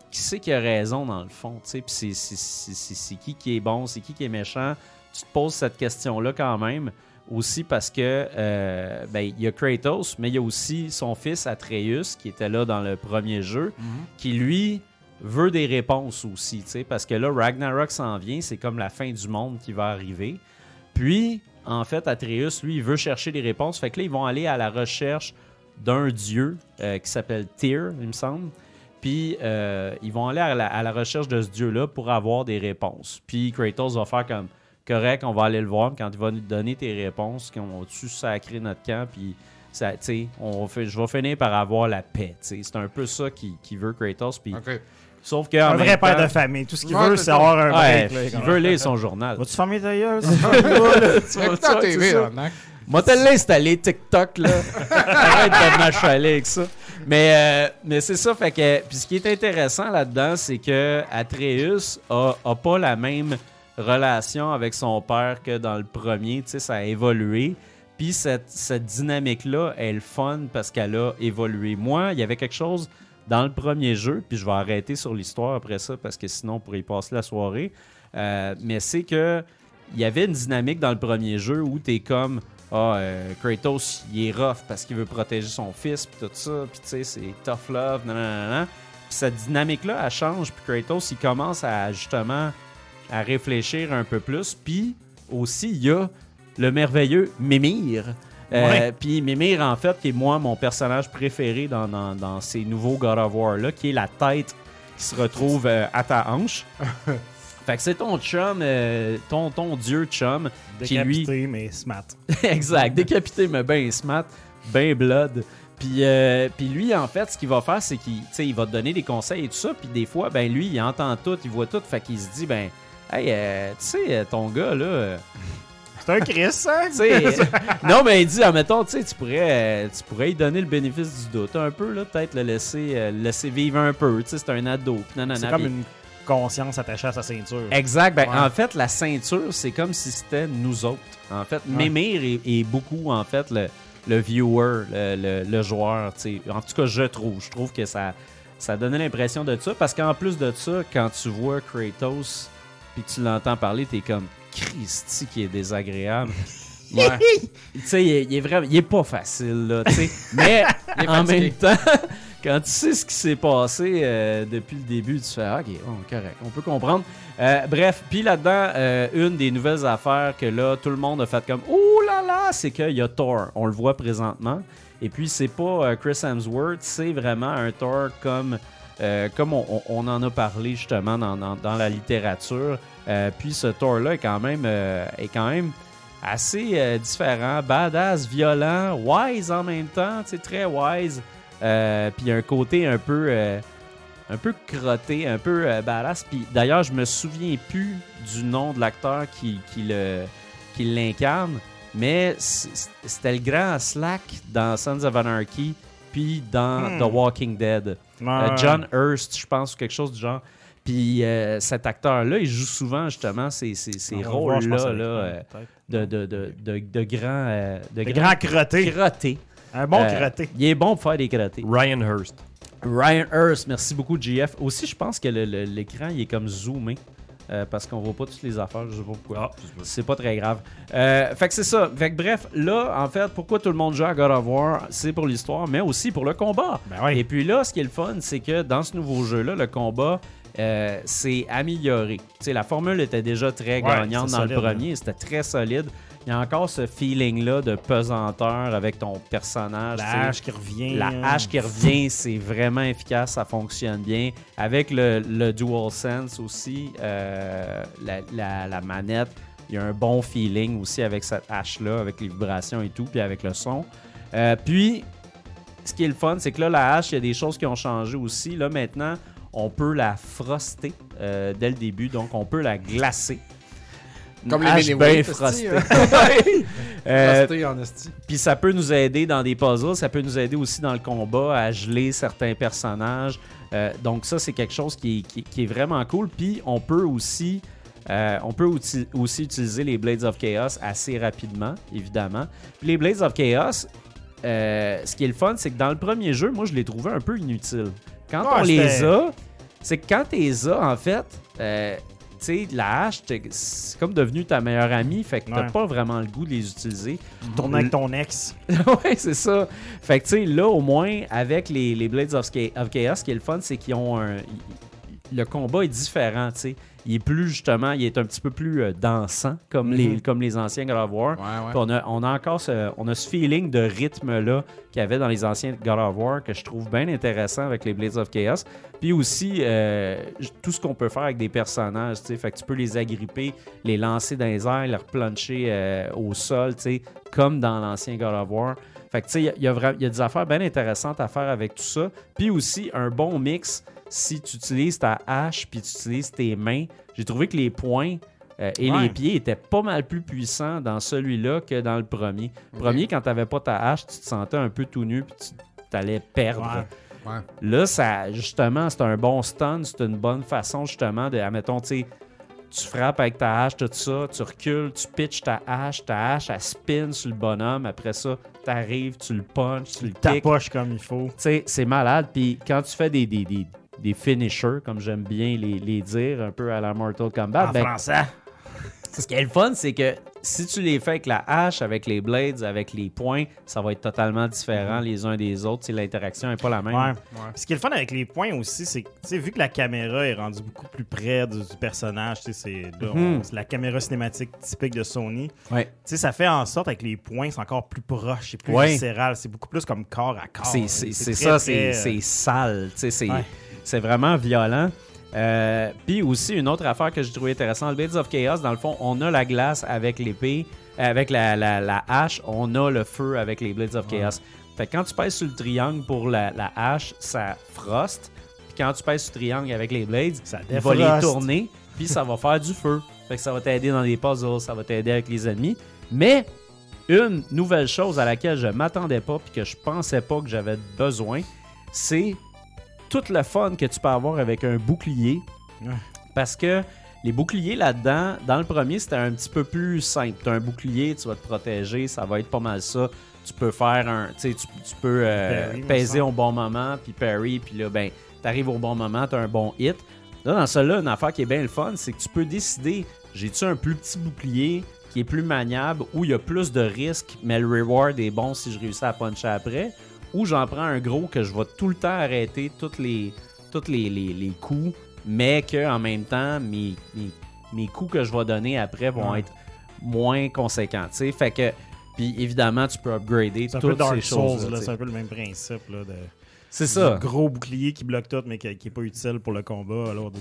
qui c'est qui a raison dans le fond. tu sais. Puis c'est- c'est- c'est c'est- c'est qui qui est bon, c'est qui qui est méchant. Tu te poses cette question-là quand même. Aussi parce que euh, ben, il y a Kratos, mais il y a aussi son fils Atreus qui était là dans le premier jeu, qui lui veut des réponses aussi, tu sais, parce que là, Ragnarok s'en vient, c'est comme la fin du monde qui va arriver. Puis, en fait, Atreus, lui, il veut chercher des réponses. Fait que là, ils vont aller à la recherche d'un dieu euh, qui s'appelle Tyr, il me semble. Puis, euh, ils vont aller à la, à la recherche de ce dieu-là pour avoir des réponses. Puis, Kratos va faire comme correct, on va aller le voir. Puis Quand il va nous donner tes réponses, qu'on va tu sacrer notre camp, puis ça, tu sais, on fait, je vais finir par avoir la paix. tu sais. C'est un peu ça qu'il qui veut Kratos. Puis,
OK.
Sauf que en
un
même
vrai père
temps-
de famille. Tout ce qu'il
Ouais,
veut,
c'est
c'est
ça.
avoir un
Ouais,
break. là,
il
quand
veut
même.
lire son journal.
Vas-tu fermer ta gueule?
Mais putain, t'es
c'est ça.
vide, mec.
Moi, t'as l'installé, TikTok, là. Arrête de m'achaler avec ça. Mais, euh, mais c'est ça, fait que. Puis ce qui est intéressant là-dedans, c'est que Atreus a, a pas la même relation avec son père que dans le premier. Tu sais, ça a évolué. Puis cette, cette dynamique-là, elle est le fun parce qu'elle a évolué. Moi, il y avait quelque chose dans le premier jeu, puis je vais arrêter sur l'histoire après ça parce que sinon on pourrait y passer la soirée. Euh, mais c'est que il y avait une dynamique dans le premier jeu où t'es comme ah euh, Kratos il est rough parce qu'il veut protéger son fils puis tout ça puis tu sais c'est tough love nan, nan, nan, nan. Puis cette dynamique là elle change puis Kratos il commence à justement à réfléchir un peu plus puis aussi il y a le merveilleux Mimir Euh,
Ouais.
puis Mimir en fait qui est moi mon personnage préféré dans, dans- dans ces nouveaux God of War là qui est la tête qui se retrouve euh, à ta hanche fait que c'est ton chum euh, ton ton dieu chum qui lui
Décapité, mais smart.
exact. Décapité, mais ben smart, ben blood. Puis, euh, puis lui, en fait, ce qu'il va faire, c'est qu'il tu sais, il va te donner des conseils et tout ça. Puis des fois, ben lui, il entend tout, il voit tout. Fait qu'il se dit, ben, hey, euh, tu sais, euh, ton gars, là, euh,
C'est un Chris, hein?
Tu sais, euh, non, mais il dit, admettons, tu sais, tu pourrais, euh, tu pourrais lui donner le bénéfice du doute un peu, là, peut-être le laisser, euh, le laisser vivre un peu. Tu sais, c'est un ado. puis nanana,
C'est comme
puis-
une conscience attachée à sa ceinture.
Exact. Ben,
Ouais.
En fait, la ceinture, c'est comme si c'était nous autres. En fait, Mémir est, est beaucoup, en fait, le, le viewer, le, le- le joueur. tu sais. En tout cas, je trouve. Je trouve que ça, ça donnait l'impression de ça. Parce qu'en plus de ça, quand tu vois Kratos puis que tu l'entends parler, t'es comme Christy qui est désagréable. Ouais. tu sais, il, est- il est vraiment, il est pas facile là. tu sais. Mais en même temps, quand tu sais ce qui s'est passé euh, depuis le début, tu fais Ah, ok, bon, correct, on peut comprendre. Euh, bref, puis là-dedans, euh, une des nouvelles affaires que là tout le monde a fait comme oh là là, c'est qu'il y a Thor. On le voit présentement. Et puis c'est pas euh, Chris Hemsworth, c'est vraiment un Thor comme euh, comme on, on- on en a parlé justement dans, dans- dans la littérature. Euh, puis ce Thor-là est quand même euh, est quand même assez euh, différent, badass, violent, wise en même temps, tu sais, très wise. Euh, puis il y a un côté un peu euh, un peu crotté, un peu euh, badass. Puis d'ailleurs, je me souviens plus du nom de l'acteur qui, qui le qui l'incarne, mais c- c'était le grand Slack dans Sons of Anarchy, puis dans
Hmm.
The Walking Dead. Euh,
Ouais.
John Hurst, je pense, ou quelque chose du genre. Puis euh, cet acteur-là, il joue souvent justement ces, ces- ces
On va voir, je pense,
rôles-là
avec
là,
lui,
euh,
peut-être.
de, de, de, de, de grands euh, de
Des
grands
grands crottés.
crottés.
Un bon
Euh,
crotté.
Il est bon pour faire des crottés.
Ryan Hurst.
Ah, Ryan Hurst, merci beaucoup, GF. Aussi, je pense que le- le- l'écran, il est comme zoomé. euh, parce qu'on voit pas toutes les affaires, je sais pas pourquoi.
Ah,
c'est pas très grave. Euh, fait que c'est ça. Fait que bref, là, en fait, pourquoi tout le monde joue à God of War, c'est pour l'histoire, mais aussi pour le combat.
Ben oui.
Et puis là, ce qui est le fun, c'est que dans ce nouveau jeu-là, le combat euh, s'est amélioré. Tu sais, la formule était déjà très gagnante
c'est
dans
solide,
le
hein.
premier, c'était très solide. Il y a encore ce feeling-là de pesanteur avec ton personnage. tu sais.
La hache qui revient. hein.
La hache qui revient, c'est vraiment efficace, ça fonctionne bien. Avec le, le DualSense aussi, euh, la, la- la manette, il y a un bon feeling aussi avec cette hache-là, avec les vibrations et tout, puis avec le son. Euh, puis, ce qui est le fun, c'est que là, la hache, il y a des choses qui ont changé aussi. Là, maintenant, on peut la froster euh, dès le début, donc on peut la glacer. Une
Comme les
hache
Miniwheels,
bien
esti,
frostée.
hein.
Euh,
Resté en esti.
puis ça peut nous aider dans des puzzles, ça peut nous aider aussi dans le combat à geler certains personnages. Euh, donc ça, c'est quelque chose qui, est- qui- qui est vraiment cool. Puis on peut aussi, euh, on peut outil- aussi utiliser les Blades of Chaos assez rapidement, évidemment. Puis les Blades of Chaos, euh, ce qui est le fun, c'est que dans le premier jeu, moi, je les trouvais un peu inutiles. Quand
Ouais,
on les
c'était-
a, c'est que quand t'es les as, en fait, euh, tu sais, la hache, t'es- c'est comme devenu ta meilleure amie, fait que t'as
Ouais.
pas vraiment le goût de les utiliser.
Tourne avec ton ex.
ouais, c'est ça. Fait que, tu sais, là, au moins, avec les, les Blades of, Cha- of Chaos, ce qui est le fun, c'est qu'ils ont un. il- Le combat est différent, tu sais. Il est plus, justement, il est un petit peu plus euh, dansant, comme, les, comme les anciens God of War.
Ouais, ouais.
Puis on a, on a encore ce, on a ce feeling de rythme-là qu'il y avait dans les anciens God of War que je trouve bien intéressant avec les Blades of Chaos. Puis aussi, euh, j- tout ce qu'on peut faire avec des personnages, tu sais. Fait que tu peux les agripper, les lancer dans les airs, les replancher euh, au sol, tu sais, comme dans l'ancien God of War. Fait que tu sais, il y a- il y, a vra- il y a des affaires bien intéressantes à faire avec tout ça. Puis aussi, un bon mix si tu utilises ta hache puis tu utilises tes mains. J'ai trouvé que les poings euh, et
Ouais.
les pieds étaient pas mal plus puissants dans celui-là que dans le premier. Premier, quand t'avais pas ta hache, tu te sentais un peu tout nu puis tu t'allais perdre.
Ouais.
Ouais.
Là, ça, justement, c'est un bon stun, c'est une bonne façon, justement, de, admettons, tu sais, tu frappes avec ta hache, tout ça, tu recules, tu pitches ta hache, ta hache, elle spin sur le bonhomme, après ça, t'arrives, tu le punches, tu le
Ta
kicks. Tu
poche comme il faut.
sais, c'est malade, puis quand tu fais des, des, des, des finishers, comme j'aime bien les, les dire, un peu à la Mortal Kombat,
En
ben,
français.
ce qui est le fun, c'est que si tu les fais avec la hache, avec les blades, avec les poings, ça va être totalement différent
Mhm.
les uns des autres, tu sais, l'interaction n'est pas la même.
Ouais. Puis Ce qui est le fun avec les points aussi, c'est que tu sais, vu que la caméra est rendue beaucoup plus près du, du personnage, tu sais, c'est là, on-
Mhm.
c'est la caméra cinématique typique de Sony.
Ouais.
Tu sais, ça fait en sorte avec les points, c'est encore plus proche, c'est plus
Ouais.
viscéral, c'est beaucoup plus comme corps à corps.
C'est- C'est c'est
Ah, très,
ça,
très,
c'est
euh,
c'est sale. tu sais, C'est
Ouais.
c'est vraiment violent. Euh, Puis aussi, une autre affaire que j'ai trouvé intéressante, le Blades of Chaos, dans le fond, on a la glace avec l'épée, euh, avec la, la- la hache, on a le feu avec les Blades of Chaos. Fait que quand tu pèses sur le triangle pour la, la hache, ça froste. Puis quand tu pèses sur le triangle avec les Blades,
Ça
il va les
défroste.
tourner, puis ça va faire du feu. Fait que ça va t'aider dans les puzzles, ça va t'aider avec les ennemis. Mais une nouvelle chose à laquelle je m'attendais pas puis que je pensais pas que j'avais besoin, c'est tout le fun que tu peux avoir avec un bouclier.
Ouais.
Parce que les boucliers là-dedans, dans le premier, c'était un petit peu plus simple. Tu as un bouclier, tu vas te protéger, ça va être pas mal ça. Tu peux faire un. Tu, sais, tu tu peux euh,
Parry, me
peser au bon moment, puis parry, puis là, ben, t'arrives au bon moment, t'as un bon hit. Là, dans celui-là, une affaire qui est bien le fun, c'est que tu peux décider j'ai-tu un plus petit bouclier qui est plus maniable, où il y a plus de risques, mais le reward est bon si je réussis à puncher après, ou j'en prends un gros que je vais tout le temps arrêter toutes les, toutes les, les- les coups, mais que en même temps, mes, mes, mes coups que je vais donner après vont être moins conséquents. tu sais. Fait que, puis évidemment, tu peux upgrader
C'est un
toutes
peu Dark
ces
Souls,
choses.
là, c'est un peu le même principe. Là, de...
C'est ça.
Du gros bouclier qui bloque tout, mais qui, qui est pas utile pour le combat. Alors, de-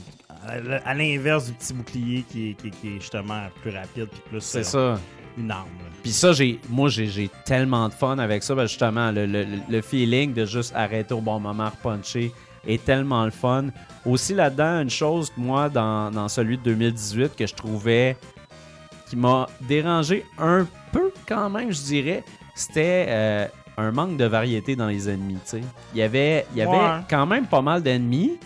à, à l'inverse du petit bouclier qui, est- qui est- qui est justement plus rapide puis plus euh,
C'est ça.
une arme. là.
Puis ça, j'ai, moi, j'ai, j'ai tellement de fun avec ça. parce que justement, le, le- le feeling de juste arrêter au bon moment, puncher est tellement le fun. Aussi là-dedans, une chose, moi, dans, dans celui de 2018, que je trouvais qui m'a dérangé un peu quand même, je dirais, c'était euh, un manque de variété dans les ennemis. tu sais. Il y avait, il y avait
Ouais.
quand même pas mal d'ennemis,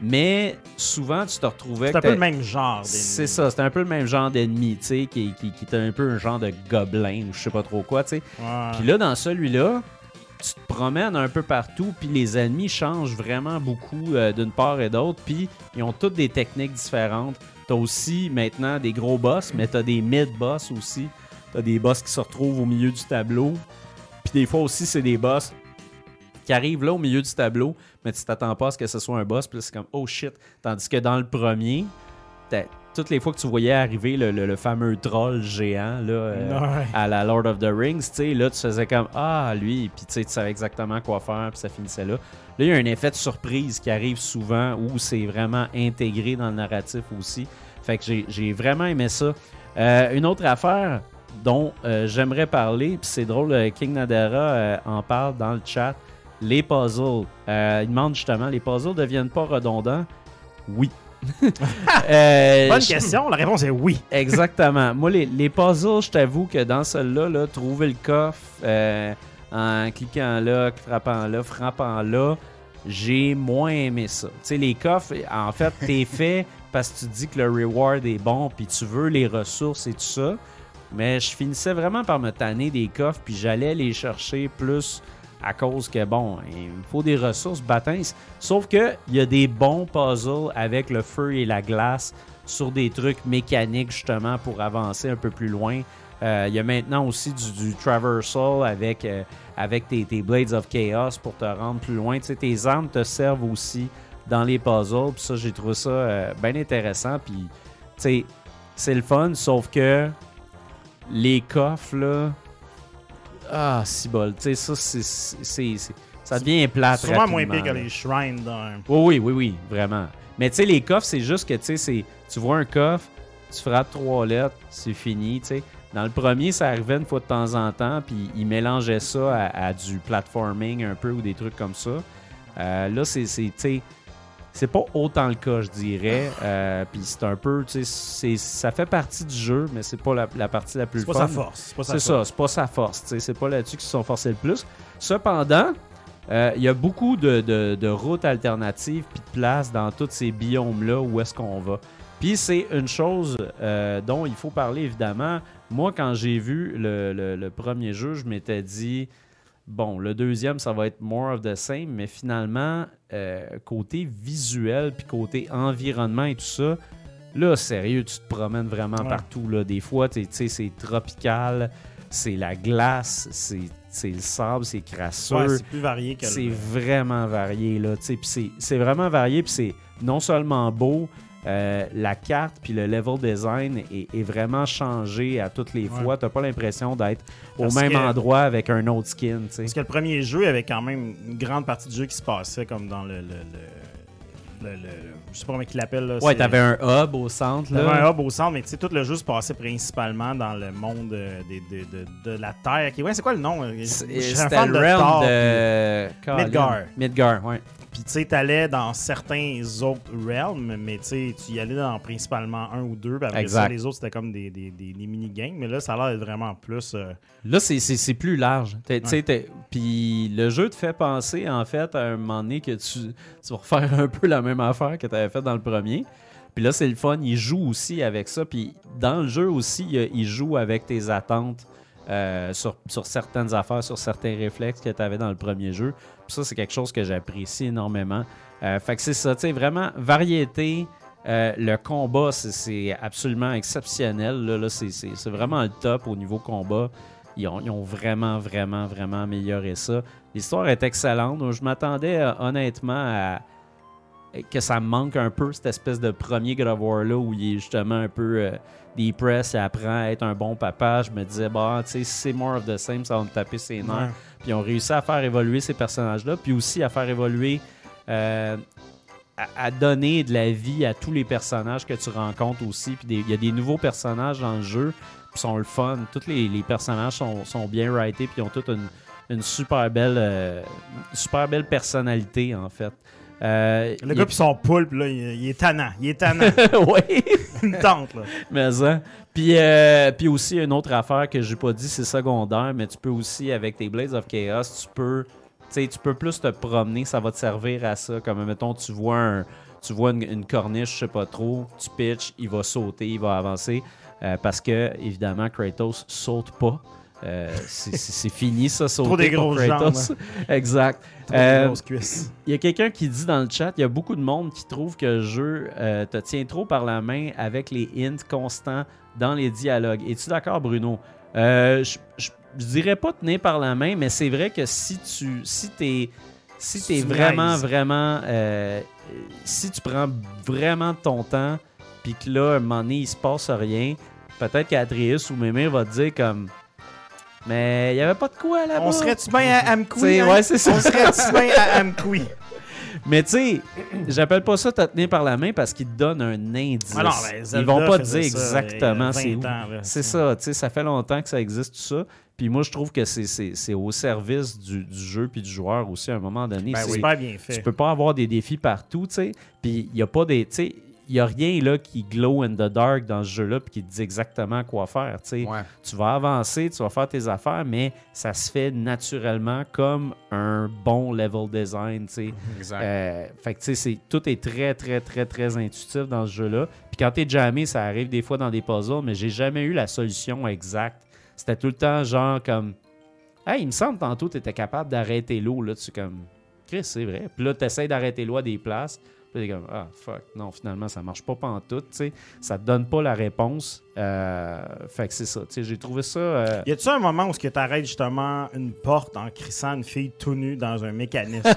mais souvent, tu te retrouvais...
C'est un
que
peu le
t'a-
même genre. d'ennemi.
c'est ça, c'était un peu le même genre d'ennemi, tu sais, qui, qui, qui était un peu un genre de gobelin ou je sais pas trop quoi, tu sais.
Ouais.
Puis là, dans celui-là, tu te promènes un peu partout, puis les ennemis changent vraiment beaucoup euh, d'une part et d'autre, puis ils ont toutes des techniques différentes. T'as aussi maintenant des gros boss, mais t'as des mid-boss aussi. T'as des boss qui se retrouvent au milieu du tableau. Puis des fois aussi, c'est des boss qui arrivent là au milieu du tableau, mais tu t'attends pas à ce que ce soit un boss, puis là, c'est comme oh shit. Tandis que dans le premier, t'as- toutes les fois que tu voyais arriver le, le- le fameux troll géant là, euh,
Ouais.
à la Lord of the Rings, tu sais, là, tu faisais comme Ah, lui, puis tu sais, tu savais exactement quoi faire, puis ça finissait là. Là, il y a un effet de surprise qui arrive souvent où c'est vraiment intégré dans le narratif aussi. Fait que j'ai- j'ai vraiment aimé ça. Euh, une autre affaire dont euh, j'aimerais parler, puis c'est drôle, euh, King Nadera euh, en parle dans le chat, les puzzles. Euh, il demande justement, les puzzles deviennent pas redondants? Oui. Euh,
Bonne
je-
question, la réponse est oui.
Exactement. Moi, les, les puzzles, je t'avoue que dans celle-là, là, trouver le coffre euh, en cliquant là, frappant là, frappant là, j'ai moins aimé ça. Tu sais, les coffres, en fait, t'es fait parce que tu dis que le reward est bon, puis tu veux les ressources et tout ça. Mais je finissais vraiment par me tanner des coffres, puis j'allais les chercher plus à cause que, bon, il me faut des ressources batins. Sauf que il y a des bons puzzles avec le feu et la glace sur des trucs mécaniques, justement, pour avancer un peu plus loin. Euh, Il y a maintenant aussi du, du traversal avec, euh, avec tes, tes Blades of Chaos pour te rendre plus loin. Tu sais, tes armes te servent aussi dans les puzzles. Puis ça, j'ai trouvé ça euh, bien intéressant. Puis, tu sais, c'est le fun, sauf que les coffres, là. Ah, si bol. Tu sais, ça, c'est- c'est. c'est- Ça devient plate.
Sûrement moins pire
rapidement,
que
là.
les shrines dans
Oui, oui, oui, oui, vraiment. Mais tu sais, les coffres, c'est juste que tu sais, c'est- tu vois un coffre, tu frappes trois lettres, c'est fini, tu sais. Dans le premier, ça arrivait une fois de temps en temps, puis ils mélangeaient ça à, à du platforming un peu ou des trucs comme ça. Euh, là, c'est, c'est, tu sais, c'est pas autant le cas, je dirais. Euh, puis c'est un peu, tu sais, c'est- ça fait partie du jeu, mais c'est pas la, la partie la plus
C'est pas
fun.
sa force. C'est pas sa
C'est ça, c'est pas sa force. tu sais, C'est pas là-dessus qu'ils se sont forcés le plus. Cependant, euh, il y a beaucoup de, de- de routes alternatives puis de places dans tous ces biomes-là où est-ce qu'on va. Puis c'est une chose euh, dont il faut parler évidemment. Moi, quand j'ai vu le, le- le premier jeu, je m'étais dit bon, le deuxième, ça va être more of the same, mais finalement, euh, côté visuel puis côté environnement et tout ça, là, sérieux, tu te promènes vraiment
Ouais.
partout. Là. Des fois, t'es- tu sais, c'est tropical, c'est la glace, c'est c'est le sable, c'est crasseux.
Ouais, c'est plus varié que
C'est
le...
vraiment varié, là. tu sais, Puis c'est- c'est vraiment varié, puis c'est non seulement beau, euh, la carte, puis le level design est, est vraiment changé à toutes les
Ouais.
fois. T'as pas l'impression d'être au
Parce
même
que-
endroit avec un autre skin, tu sais.
Parce que le premier jeu, il y avait quand même une grande partie du jeu qui se passait comme dans le... le, le, le- le- je sais pas comment il l'appelle. là,
Ouais,
c'est-
t'avais un hub au centre, là.
T'avais un hub au centre, mais tu sais, tout le jeu se passait principalement dans le monde euh, des- de, de- de la Terre. Qui, ouais, c'est quoi le nom? euh,
C'est-
je suis un
C'était
fan
le realm
Thor,
de... Colin.
Midgar.
Midgar, ouais.
puis- Puis tu sais, t'allais dans certains autres realms, mais tu sais, tu y allais dans principalement un ou deux. Puis après ça,
Exact.
les autres, c'était comme des, des, des, des mini-games. Mais là, ça a l'air d'être vraiment plus. euh,
Là, c'est- c'est c'est plus large. T'es- tu sais, t'es- Puis le jeu te fait penser, en fait, à un moment donné que tu, tu vas refaire un peu la même affaire que tu avais fait dans le premier. Puis là, c'est le fun. Il joue aussi avec ça. Puis dans le jeu aussi, il, y a- il joue avec tes attentes euh, sur, sur certaines affaires, sur certains réflexes que tu avais dans le premier jeu. Puis ça, c'est quelque chose que j'apprécie énormément. Euh, fait que c'est ça, tu sais, vraiment, variété. Euh, le combat, c'est- c'est absolument exceptionnel. Là, Là, c'est- c'est c'est vraiment le top au niveau combat. Ils ont, ils ont vraiment, vraiment, vraiment amélioré ça. L'histoire est excellente. Donc, Je m'attendais euh, honnêtement à que ça me manque un peu, cette espèce de premier God of War là où il est justement un peu euh, depressed, il apprend à être un bon papa. Je me disais, bah, tu sais, c'est more of the same, ça va me taper ses nerfs.
Ouais.
Puis ils ont réussi à faire évoluer ces personnages-là, puis aussi à faire évoluer, euh, à, à donner de la vie à tous les personnages que tu rencontres aussi. Puis des- il y a des nouveaux personnages dans le jeu, puis sont le fun. Tous les, les personnages sont, sont bien writés, puis ils ont toute une, une super belle, euh, super belle personnalité en fait. Euh, il
Le gars, puis son poulpe, là, il, il est tannant. Il est tannant.
est- Ouais.
une tente, là.
Mais ça. Puis, euh, puis aussi, une autre affaire que j'ai pas dit, c'est secondaire, mais tu peux aussi, avec tes Blades of Chaos, tu peux, tu sais, tu peux plus te promener, ça va te servir à ça. Comme, mettons, tu vois, un- tu vois une, une corniche, je sais pas trop, tu pitches, il va sauter, il va avancer. euh, parce que, évidemment, Kratos saute pas. Euh, c'est- c'est c'est fini, ça, sauter
des
pour
grosses
Kratos.
jambes. hein.
exact.
Trop
Euh,
grosse cuisse.
il y a quelqu'un qui dit dans le chat, il y a beaucoup de monde qui trouve que le jeu euh, te tient trop par la main avec les hints constants dans les dialogues. Es-tu d'accord, Bruno? Euh, je, je- je dirais pas tenir par la main, mais c'est vrai que si tu si t'es si t'es
Tu
vraiment
niaises.
vraiment euh, si tu prends vraiment ton temps puis que là un moment donné il se passe rien, peut-être qu'Adrius ou Mémé va te dire comme mais il y avait pas de quoi là-bas.
On serait-tu bien à Amkoui?
T'sais,
hein?
ouais, c'est ça.
On serait-tu bien à Amkoui?
Mais tu sais, j'appelle pas ça te tenir par la main parce qu'ils te donnent un indice.
Ah non, ben, Zelda
Ils vont pas te dire
faisait ça,
exactement
il y
c'est
a
où.
20 ans, là.
C'est ça, tu sais, ça fait longtemps que ça existe tout ça. Puis moi, je trouve que c'est- c'est c'est au service du, du jeu puis du joueur aussi à un moment donné.
Ben,
C'est-
oui. Super bien fait.
Tu peux pas avoir des défis partout, tu sais. Puis il y a pas des, tu sais, il y a rien là qui glow in the dark dans ce jeu-là puis qui te dit exactement quoi faire, tu sais
Ouais.
tu vas avancer, tu vas faire tes affaires, mais ça se fait naturellement comme un bon level design, tu sais.
Exact.
Euh, fait que, tu sais, c'est- tout est très, très, très, très intuitif dans ce jeu-là. Puis quand t'es jamais, ça arrive des fois dans des puzzles, mais j'ai jamais eu la solution exacte. C'était tout le temps genre comme... Hey, il me semble tantôt t'étais capable d'arrêter l'eau, là. Tu comme... Chris, c'est vrai. Puis là, t'essayes d'arrêter l'eau à des places. Puis là, t'es comme... Ah, fuck. Non, finalement, ça marche pas pantoute, tu sais. Ça te donne pas la réponse. Euh, fait que c'est ça. Tu sais, j'ai trouvé ça... euh,
Y a-tu un moment où tu arrêtes justement une porte en crissant une fille tout nue dans un mécanisme?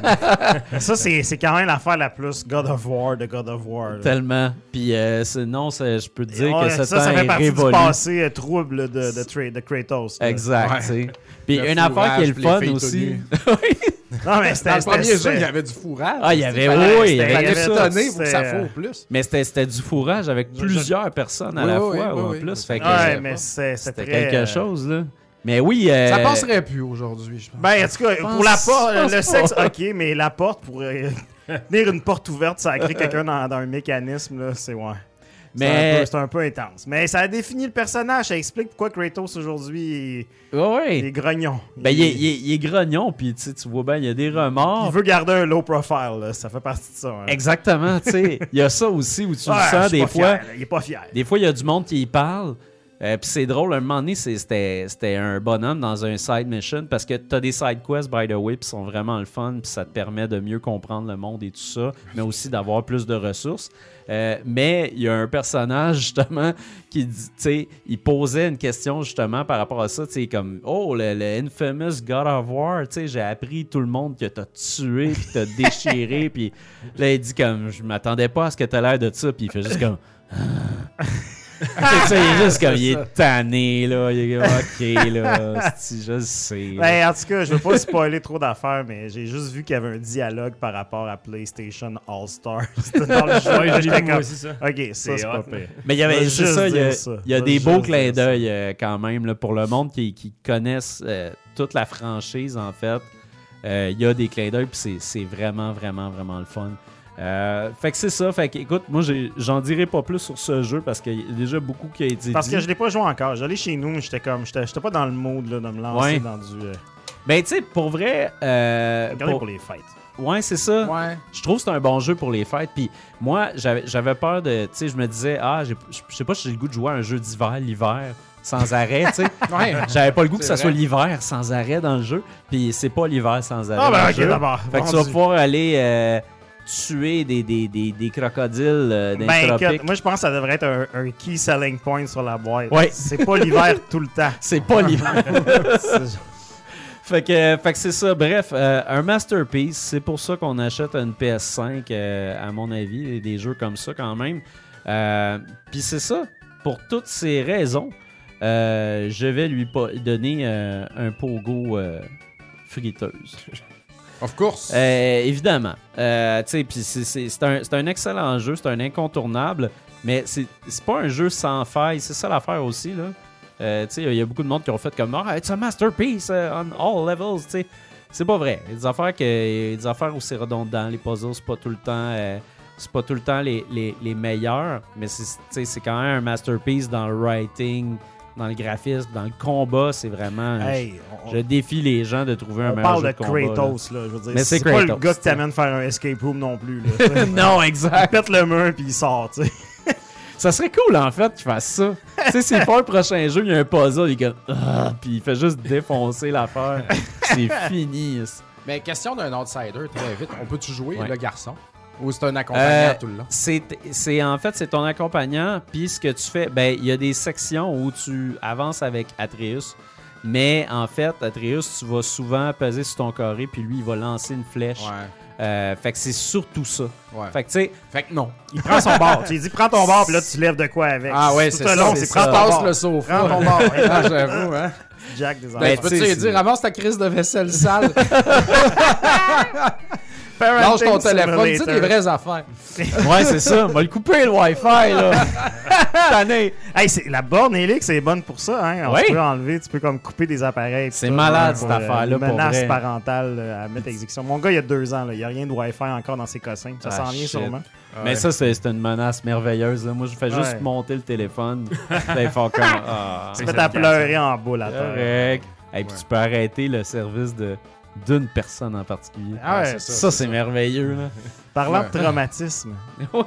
ça, c'est c'est quand même l'affaire la plus God of War de God of War. là.
Tellement. Puis euh, c'est- non, c'est- je peux te dire
Ouais,
que ce
ça, ça
temps
fait
est
partie
révolu.
du passé euh, trouble de, de, Tra- de Kratos. là.
Exact,
Ouais.
tu sais. Puis
Le
une affaire qui est le fun
fourrage, puis les filles
aussi.
tenues.
Oui.
Non, mais
Dans
c'était.
le premier
c'était-
jeu, il y avait du fourrage.
ah, il y avait,
fallait-
oui, il y
c'était-
avait
Fallait
tout
avait
ça.
s'étonner pour que ça
C'était-
fourre plus.
Mais c'était euh, c'était du fourrage avec
Je-
plusieurs personnes à
Oui,
la
oui,
fois
oui,
en
oui.
plus. Fait que
Ouais,
je-
mais c'est- c'était
c'était
très,
quelque
euh,
chose, là. Mais oui. euh,
Ça passerait plus aujourd'hui, je pense.
Ben, en tout cas,
pense-
pour la porte,
je pense
le
pas.
sexe, ok, mais la porte, pour euh, tenir une porte ouverte, ça crée quelqu'un dans, dans un mécanisme, là, c'est ouais. C'est un
Mais
peu- C'est un, peu intense. Mais ça a défini le personnage, ça explique pourquoi Kratos aujourd'hui
ouais,
il, il est
ouais.
grognon.
Ben, il, est- il est- il est grognon, puis tu sais, tu vois bien, il y a des remords.
il veut garder un low profile, là, ça fait partie de ça. hein.
Exactement, tu sais. Il y a ça aussi où tu le
Ouais, je
sens
suis
des
pas
fois.
fier, là, il est pas fier.
Des fois, il y a du monde qui y parle. Euh, Puis c'est drôle, un moment donné, c'est- c'était c'était un bonhomme dans un side mission parce que t'as des side quests, by the way, qui sont vraiment le fun, puis ça te permet de mieux comprendre le monde et tout ça, mais aussi d'avoir plus de ressources. Euh, mais il y a un personnage, justement, qui dit, tu sais, il posait une question, justement, par rapport à ça, tu sais, comme, oh, le, le infamous God of War, tu sais, j'ai appris tout le monde que t'as tué, puis t'as déchiré, puis là, il dit, comme, je m'attendais pas à ce que t'as l'air de ça, puis il fait juste comme. Tu sais, il est juste comme, il est tanné, là. Il est comme, OK, là. c'ti, Je le sais. là.
Ben, en tout cas, je veux pas spoiler trop d'affaires, mais j'ai juste vu qu'il y avait un dialogue par rapport à PlayStation All Stars dans le jeu.
Ouais, je
J'étais
l'ai vu,
comme,
moi aussi, ça.
Ok, ça c'est
hot,
pas
mais-
pire.
Mais il y avait
Faut
c'est
juste
ça, il y a,
dire ça.
il y a
Faut
des
juste
beaux
dire
clins
ça.
d'œil euh, quand même là, pour le monde qui, qui connaissent euh, toute la franchise en fait. Euh, Il y a des clins d'œil, puis c'est- c'est vraiment, vraiment, vraiment le fun. Euh, fait que c'est ça. Fait que, écoute, moi, j'ai- j'en dirai pas plus sur ce jeu parce qu'il y a déjà beaucoup qui a été
Parce
dit.
que je l'ai pas joué encore. J'allais chez nous, mais j'étais comme. J'étais j'étais pas dans le mood là, de me lancer
Ouais.
dans du. euh,
Ben, tu sais, pour vrai. euh,
regardez
pour-
pour les fêtes.
Ouais, c'est ça.
Ouais.
Je trouve que c'est un bon jeu pour les fêtes. Puis moi, j'avais j'avais peur de. Tu sais, je me disais, ah, j'ai- je je sais pas si j'ai le goût de jouer à un jeu d'hiver, l'hiver, sans arrêt, tu sais.
Ouais.
J'avais pas le goût que ça
C'est
soit
vrai.
l'hiver sans arrêt dans le jeu. Puis c'est pas l'hiver sans arrêt.
Ah,
dans
ben
le
ok,
jeu.
d'abord.
Fait que tu vas
Vendu.
pouvoir aller euh, tuer des, des, des, des crocodiles euh, dans les
Ben, écoute,
tropiques.
moi je pense que ça devrait être un, un key selling point sur la boîte.
Ouais.
C'est pas l'hiver tout le temps.
C'est pas l'hiver.
C'est-
fait que, euh, fait que c'est ça. Bref, euh, un masterpiece. C'est pour ça qu'on achète une PS5, euh, à mon avis, des, des jeux comme ça quand même. Euh, Puis c'est ça. Pour toutes ces raisons, euh, je vais lui po- donner euh, un pogo euh, friteuse.
Of course.
Euh, évidemment. Euh, tu sais, puis c'est- c'est c'est un, c'est un excellent jeu, c'est un incontournable, mais c'est c'est pas un jeu sans faille. C'est ça l'affaire aussi, là. Euh, tu sais, il y a beaucoup de monde qui ont fait comme Ah, it's a masterpiece euh, on all levels, tu sais. C'est pas vrai. Il y a des affaires, que, il y a des affaires où c'est redondant, les puzzles, c'est pas tout le temps. euh, c'est pas tout le temps les, les, les meilleurs, mais c'est tu sais, c'est quand même un masterpiece dans le writing, dans le graphisme, dans le combat. C'est vraiment.
hey, on,
je, je défie les gens de trouver un
on
meilleur
parle
jeu de
de
combat, là.
Kratos, là. je veux dire.
Mais
c'est
c'est
pas le
Kratos,
gars que
t'sais.
t'amènes faire un escape room non plus. Là, t'sais.
non, exact.
Il pète le mur puis il sort, tu sais.
Ça serait cool en fait qu'il fasse ça. tu sais, c'est pas le prochain jeu, il y a un puzzle, il est comme Ah puis il fait juste défoncer l'affaire. C'est fini.
Mais question d'un outsider, très vite. On peut-tu jouer
Ouais.
le garçon? Ou c'est un accompagnant
Euh,
tout le long?
C'est, c'est en fait c'est ton accompagnant, puis ce que tu fais, ben il y a des sections où tu avances avec Atreus, mais en fait Atreus tu vas souvent peser sur ton carré puis lui il va lancer une flèche.
Ouais.
Euh, fait que c'est surtout ça.
ouais. Fait,
Fait que tu sais,
que non.
Il prend son bord. tu lui dis, prends ton bord puis là, tu lèves de quoi avec.
Ah ouais,
Tout
c'est
le
ça.
long,
c'est
c'est
ça.
prends ton
Passe
bord.
le sofa.
Prends ton bord. ouais.
Ah, j'avoue, hein.
Jack des
Ben,
enfants.
tu peux-tu lui
c'est-
dire, ramasse ta crise de vaisselle sale,
Parenting
lâche ton téléphone, dis
simulator.
des vraies affaires.
ouais c'est ça. On va le couper le Wi-Fi là. Tanné.
Hey, c'est- la borne Helix est bonne pour ça, hein. On
Oui.
peut enlever, tu peux comme couper des appareils.
C'est
tout ça,
malade,
hein,
cette
pour, euh,
affaire-là, pour
Menace
vrai.
parentale euh, à mettre à exécution. Mon gars, il y a deux ans, là, il n'y a rien de Wi-Fi encore dans ses cossins. Ça
Ah,
s'en vient
shit.
sûrement.
Mais ça, c'est c'est une menace merveilleuse. là. Moi, je fais juste
Ouais.
monter le téléphone. T'es fort comme. Ah,
Tu peux à pleurer en boule à terre.
correct. Et puis, tu peux arrêter le service de d'une personne en particulier.
Ah ouais,
Ouais, c'est
ça, c'est merveilleux. Là.
Parlant de
Ouais.
traumatisme,
oui.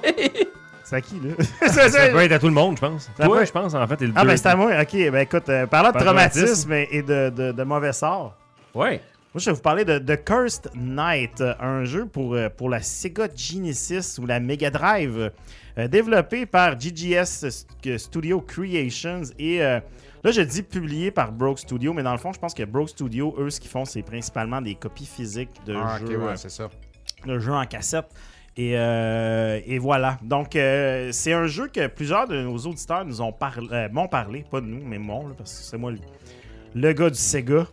c'est à qui, là?
Ça peut être à tout le monde, je pense.
Ça
Toi,
peut-
je pense, en fait, Oh. t'es le
ah, ben
deux-
c'est à moi. Ok, ben écoute, euh, parlant de
Par traumatisme.
traumatisme et et de, de- de mauvais sort,
Ouais.
moi, je vais vous parler de The Cursed Knight, euh, un jeu pour, euh, pour la Sega Genesis ou la Mega Drive, euh, développé par GGS St- euh, Studio Creations et euh, là, je dis publié par Broke Studio, mais dans le fond, je pense que Broke Studio, eux, ce qu'ils font, c'est principalement des copies physiques de
Ah, ok,
jeux euh,
ouais, c'est ça.
le jeu en cassette. Et, euh, et voilà. Donc, euh, c'est un jeu que plusieurs de nos auditeurs nous ont parlé, euh, m'ont parlé, pas de nous, mais m'ont, là, parce que c'est moi le, le gars du Sega. euh,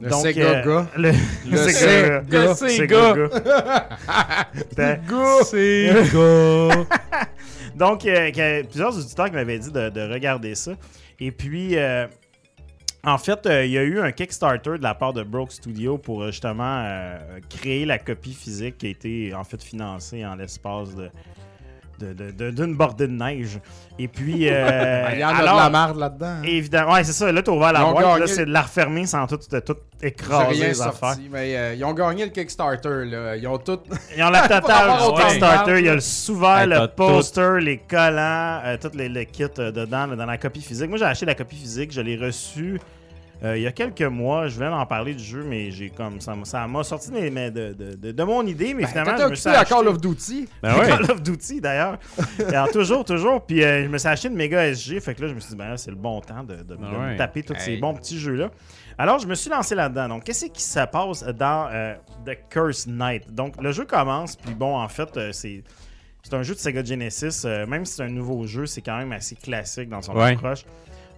Le Sega gars.
Le,
Le
Sega
Sega.
gars.
Le
Sega gars. Donc, euh, que- plusieurs auditeurs qui m'avaient dit de, de regarder ça. Et puis, euh, en fait, euh, il y a eu un Kickstarter de la part de Broke Studio pour euh, justement euh, créer la copie physique qui a été en fait financée en l'espace de de- de- de- d'une bordée de neige. Et puis, euh,
Ah, Il y en a
alors,
de la marde là-dedans. hein.
évidemment, ouais, c'est ça. Là, t'as ouvert la
Ils ont
boîte, là,
gagné-
c'est de la refermer sans tout, de tout
J'ai
écraser
rien
les
sorti,
affaires.
mais euh, ils ont gagné le Kickstarter, là. Ils ont tout... Ben,
Ils ont la totale
avoir
du
autant de
Kickstarter.
marge,
Il y a
là.
le souverain,
Hey,
le
t'as tout.
poster, les collants, euh, tout les- le kit euh, dedans, là, dans la copie physique. Moi, j'ai acheté la copie physique, je l'ai reçue euh, il y a quelques mois. Je venais d'en parler du jeu, mais j'ai comme ça m'a- ça m'a sorti des- mais de, de- de- de mon idée, mais finalement,
T'étais
je me suis
occupé à
acheté...
Call of Duty.
Ben ouais.
Call of Duty, d'ailleurs. Alors, toujours, toujours. Puis euh, je me suis acheté une méga SG. Fait que là, je me suis dit, ben là, c'est le bon temps de, de- de
Ah ouais.
me taper tous ces
Hey.
bons petits jeux-là. Alors, je me suis lancé là-dedans. Donc, qu'est-ce qui se passe dans euh, The Curse Night? Donc, le jeu commence, puis bon, en fait, euh, c'est. C'est un jeu de Sega Genesis, euh, même si c'est un nouveau jeu, c'est quand même assez classique dans son
Ouais.
approche.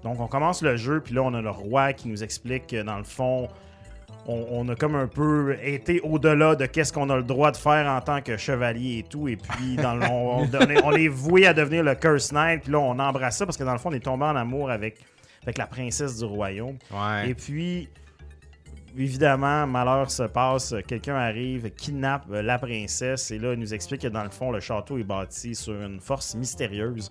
Donc on commence le jeu, puis là on a le roi qui nous explique que dans le fond, on, on a comme un peu été au-delà de qu'est-ce qu'on a le droit de faire en tant que chevalier et tout. Et puis, dans le- on, on donnait- on est voué à devenir le Curse Knight. Puis là, on embrasse ça parce que dans le fond, on est tombé en amour avec, avec la princesse du royaume.
Ouais.
Et puis, Évidemment, malheur se passe, quelqu'un arrive, kidnappe euh, la princesse et là, il nous explique que dans le fond, le château est bâti sur une force mystérieuse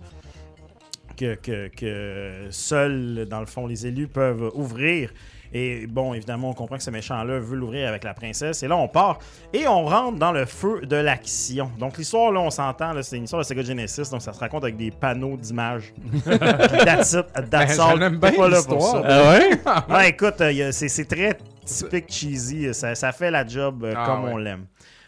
que, que, que seuls, dans le fond, les élus peuvent ouvrir. Et bon, évidemment, on comprend que ce méchant-là veut l'ouvrir avec la princesse. Et là, on part et on rentre dans le feu de l'action. Donc, l'histoire, là, on s'entend, là, c'est une histoire de Sega Genesis, donc ça se raconte avec des panneaux d'images. That's it, that's
Ben,
all.
je l'aime
T'es
bien,
pas là pour
l'histoire.
ça.
Ah ouais?
Ouais, écoute, euh, y a- c'est c'est très typique cheesy. Ça, ça fait la job euh,
Ah,
comme on
ouais.
l'aime.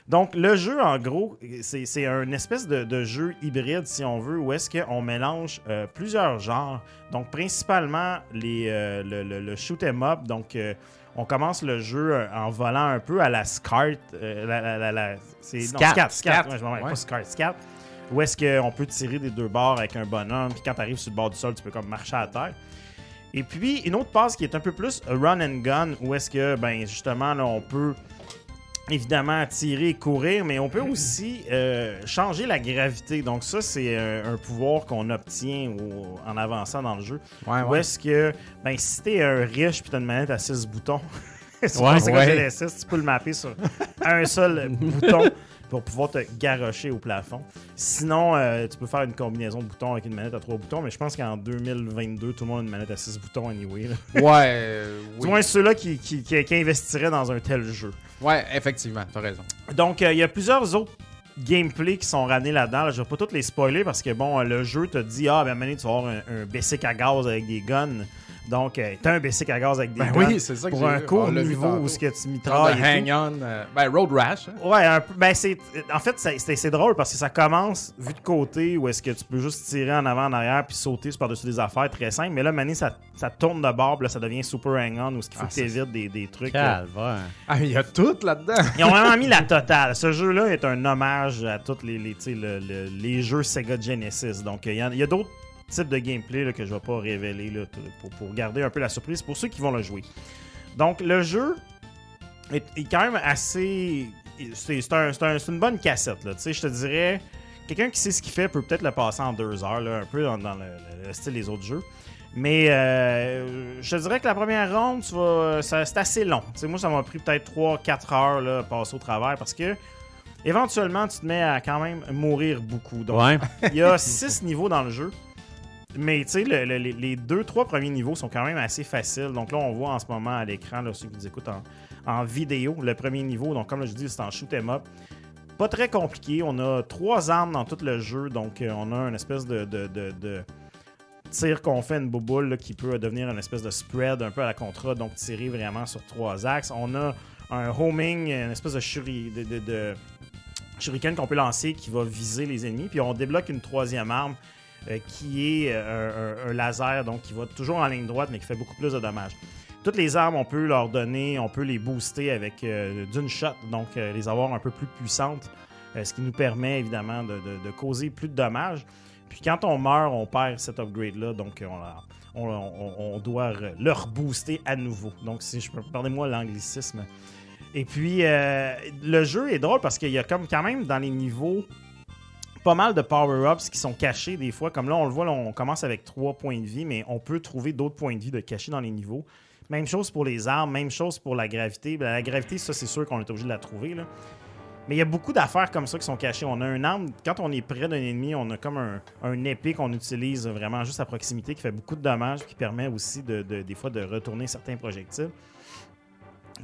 Donc, le jeu, en gros, c'est c'est un espèce de, de jeu hybride, si on veut, où est-ce qu'on mélange euh, plusieurs genres. Donc, principalement, les, euh, le, le, le shoot 'em up. Donc, euh, on commence le jeu euh, en volant un peu à la SCART. euh, la, la, la, la- c'est- non,
Scat.
SCAT. SCAT.
Scat.
ouais, je m'en rappelle
Ouais.
pas, SCART, SCAT. Où est-ce qu'on peut tirer des deux bords avec un bonhomme. Puis quand tu arrives sur le bord du sol, tu peux comme marcher à terre. Et puis, une autre passe qui est un peu plus euh, run and gun, où est-ce que, ben, justement, là, on peut évidemment tirer et courir, mais on peut
Mm-hmm.
aussi euh, changer la gravité. Donc, ça, c'est euh, un, un pouvoir qu'on obtient au- en avançant dans le jeu.
Ouais,
Où
ouais.
est-ce que, ben, si t'es un riche puis t'as une manette à 6 boutons, sur
Ouais,
ouais, Sega
ouais.
Genesis, tu peux le mapper sur un seul bouton pour pouvoir te garrocher au plafond. Sinon, euh, tu peux faire une combinaison de boutons avec une manette à 3 boutons, mais je pense qu'en 2022, tout le monde a une manette à 6 boutons anyway. là.
Ouais, euh,
Du
oui.
moins ceux-là qui, qui, qui- qui investiraient dans un tel jeu.
ouais, effectivement, t'as raison.
Donc, euh, il y a plusieurs autres gameplays qui sont ramenés là-dedans. Là, je vais pas toutes les spoiler parce que, bon, euh, le jeu te dit Ah, ben, maintenant, tu vas avoir un, un basic à gaz avec des guns. Donc, euh, t'as un basic à gaz avec des
Ben
guns.
oui, c'est ça que
Pour
j'ai
un
vu.
court
On l'a vu
niveau où
tantôt.
ce que tu
Genre
mitrailles.
de
et tout.
hang-on, euh, ben Road Rash. hein.
Ouais, un peu. Ben, c'est. En fait, c'est- c'est c'est drôle parce que ça commence vu de côté où est-ce que tu peux juste tirer en avant, en arrière, puis sauter sur par-dessus des affaires, très simple. Mais là, Mané, ça, ça tourne de bord, puis là, ça devient super hang-on où ce qu'il faut que tu évites des, des trucs. euh,
Calvaire.
Ah, il y a tout là-dedans.
Ils ont vraiment mis la totale. Ce jeu-là est un hommage à tous les, les, tu sais, le- le- les jeux Sega Genesis. Donc, euh, il y en- il y a, d'autres types de gameplay là, que je ne vais pas révéler là, t- pour, pour garder un peu la surprise pour ceux qui vont le jouer. Donc, le jeu est, est quand même assez. C'est c'est un- c'est un- c'est une bonne cassette. là. Tu sais, Je te dirais, quelqu'un qui sait ce qu'il fait peut peut-être le passer en deux heures, là, un peu dans, dans le- le- le style des autres jeux. Mais euh, je te dirais que la première ronde, tu vas, ça- c'est assez long. Tu sais, moi, ça m'a pris peut-être 3-4 heures là, à passer au travers parce que éventuellement, tu te mets à quand même mourir beaucoup. Donc,
Ouais.
il y a 6 niveaux dans le jeu. Mais tu sais, le- le- les- les 2-3 premiers niveaux sont quand même assez faciles. Donc là, on voit en ce moment à l'écran, là, ceux qui nous écoutent en, en vidéo, le premier niveau. Donc, comme je dis, c'est en shoot 'em up. Pas très compliqué. On a trois armes dans tout le jeu. Donc, euh, on a une espèce de, de- de- de tir qu'on fait, une bouboule là, qui peut devenir une espèce de spread un peu à la contra. Donc, tirer vraiment sur trois axes. On a un homing, une espèce de, shuri- de- de- de shuriken qu'on peut lancer qui va viser les ennemis. Puis, on débloque une troisième arme. euh, qui est euh, un, un- un laser, donc qui va toujours en ligne droite, mais qui fait beaucoup plus de dommages. Toutes les armes, on peut leur donner, on peut les booster avec euh, d'une shot, donc euh, les avoir un peu plus puissantes, euh, ce qui nous permet évidemment de, de- de causer plus de dommages. Puis quand on meurt, on perd cet upgrade-là, donc euh, on, la- on- on- on doit re- le rebooster à nouveau. Donc si je peux, pardonnez-moi l'anglicisme. Et puis euh, le jeu est drôle parce qu'il y a comme quand même dans les niveaux pas mal de power-ups qui sont cachés des fois. Comme là, on le voit, là, on commence avec trois points de vie, mais on peut trouver d'autres points de vie de cachés dans les niveaux. Même chose pour les armes, même chose pour la gravité. Ben, La gravité, ça, c'est sûr qu'on est obligé de la trouver. Là. Mais il y a beaucoup d'affaires comme ça qui sont cachées. On a une arme, quand on est près d'un ennemi, on a comme un, un épée qu'on utilise vraiment juste à proximité qui fait beaucoup de dommages, qui permet aussi de, de- des fois de retourner certains projectiles.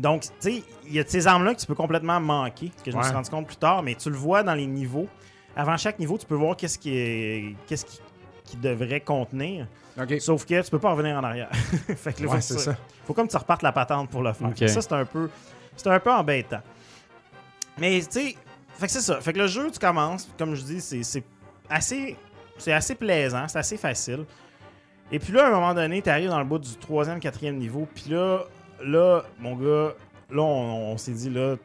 Donc, tu sais, il y a de ces armes-là que tu peux complètement manquer, que je me suis
Ouais.
rendu compte plus tard, mais tu le vois dans les niveaux. Avant chaque niveau, tu peux voir qu'est-ce qui, est- qu'est-ce qui, qui devrait contenir.
Ok.
Sauf que tu peux pas revenir en arrière. fait que là,
Ouais,
faut,
c'est
que tu-
ça.
faut comme tu repartes la patente pour le faire.
Ok.
Fait que Ça, c'est un peu. C'est un peu embêtant. Mais tu sais. Fait que c'est ça. Fait que le jeu, tu commences, comme je dis, c'est c'est assez. C'est assez plaisant, c'est assez facile. Et puis là, à un moment donné, tu arrives dans le bout du troisième, quatrième niveau. Puis là, là, mon gars, là, on, on s'est dit, là,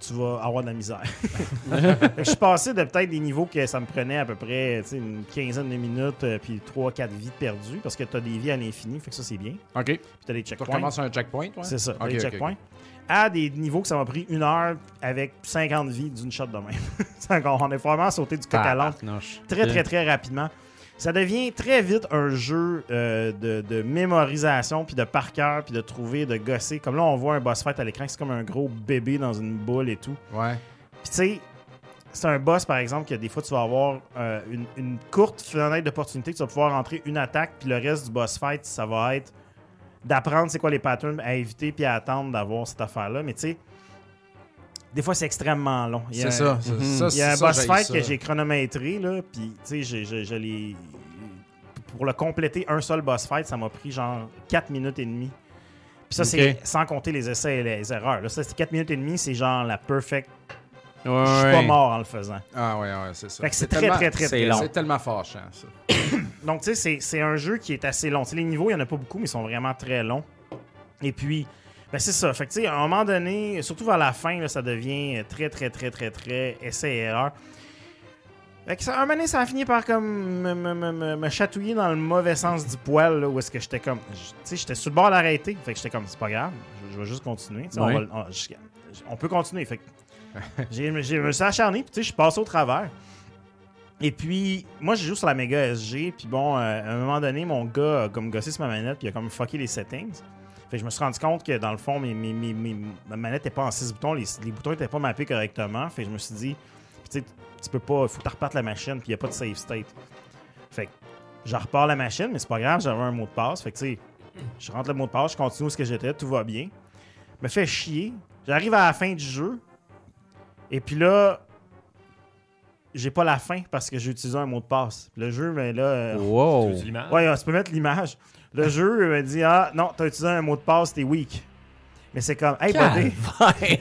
tu vas avoir de la misère. Fait que Je suis passé de peut-être des niveaux que ça me prenait à peu près tu sais, une quinzaine de minutes, euh, puis 3-4 vies perdues, parce que tu as des vies à l'infini, fait que ça c'est bien. Puis
Ok.
tu as des
Tu
checkpoints.
recommences sur un checkpoint, ouais?
C'est ça, t'as
Ok,
des
ok,
checkpoints. À des niveaux que ça m'a pris une heure avec 50 vies d'une shot de même. C'est encore- on est vraiment sauté du coq à l'âne
Tabarnouche.
très, très, très rapidement. ça devient très vite un jeu euh, de, de mémorisation, puis de par cœur, puis de trouver, de gosser. Comme là, on voit un boss fight à l'écran, c'est comme un gros bébé dans une boule et tout.
Ouais.
Puis tu sais, c'est un boss, par exemple, que des fois, tu vas avoir euh, une, une courte fenêtre d'opportunité, que tu vas pouvoir entrer une attaque, puis le reste du boss fight, ça va être d'apprendre c'est quoi les patterns à éviter, puis à attendre d'avoir cette affaire-là. Mais tu sais, des fois, c'est extrêmement long. Il y a
C'est
un-
ça. c'est- ça,
il y a un
ça,
boss
j'haïs
fight
ça.
que j'ai chronométré, là, puis tu sais, j'ai- je- je l'ai- Pour le compléter, un seul boss fight, ça m'a pris genre 4 minutes et demie. Puis ça,
Ok.
c'est sans compter les essais et les erreurs. Là, ça, c'est 4 minutes et demie, c'est genre la perfect.
Ouais,
Je suis pas
ouais.
mort en le faisant.
Ah ouais, ouais, c'est ça.
Fait que c'est très,
tellement- Ah,
très, très,
c'est
très long.
C'est tellement fâchant, ça.
Donc, tu sais, c'est- c'est un jeu qui est assez long. Tu sais, les niveaux, il n'y en a pas beaucoup, mais ils sont vraiment très longs. Et puis, ben c'est ça. Fait que, tu sais, à un moment donné, surtout vers la fin, là, ça devient très, très, très, très, très essai-erreur. Fait que ça, à un moment donné, ça a fini par comme me, me- me- me- me chatouiller dans le mauvais sens du poil, là, où est-ce que j'étais comme. j- Tu sais, j'étais sur le bord d'arrêter. Fait que j'étais comme, c'est pas grave, je, je vais juste continuer. Tu sais,
Ouais.
On, va le- on- jusqu'à- on peut continuer. Fait que j'ai, j'ai- je me suis acharné, puis tu sais, je suis passé au travers. Et puis, moi, je joue sur la Mega SG, puis bon, euh, à un moment donné, mon gars a comme gossé sur ma manette, puis il a comme fucké les settings. Fait que je me suis rendu compte que dans le fond, mes, mes- mes- mes- ma manette n'était pas en 6 boutons, les, les boutons n'étaient pas mappés correctement. Fait que je me suis dit, puis tu sais, tu peux pas, faut que tu repartes la machine, puis il n'y a pas de save state. Fait que je repars la machine, mais c'est pas grave, j'avais un mot de passe. Fait que tu sais, je rentre le mot de passe, je continue où ce que j'étais, tout va bien. Me fait chier. J'arrive à la fin du jeu, et puis là, j'ai pas la fin parce que j'ai utilisé un mot de passe. Le jeu, mais là. euh,
Wow.
Tu l'image?
Ouais, tu peux mettre l'image. Le jeu il me dit Ah, non, t'as utilisé un mot de passe, t'es weak. Mais c'est comme Hey, buddy.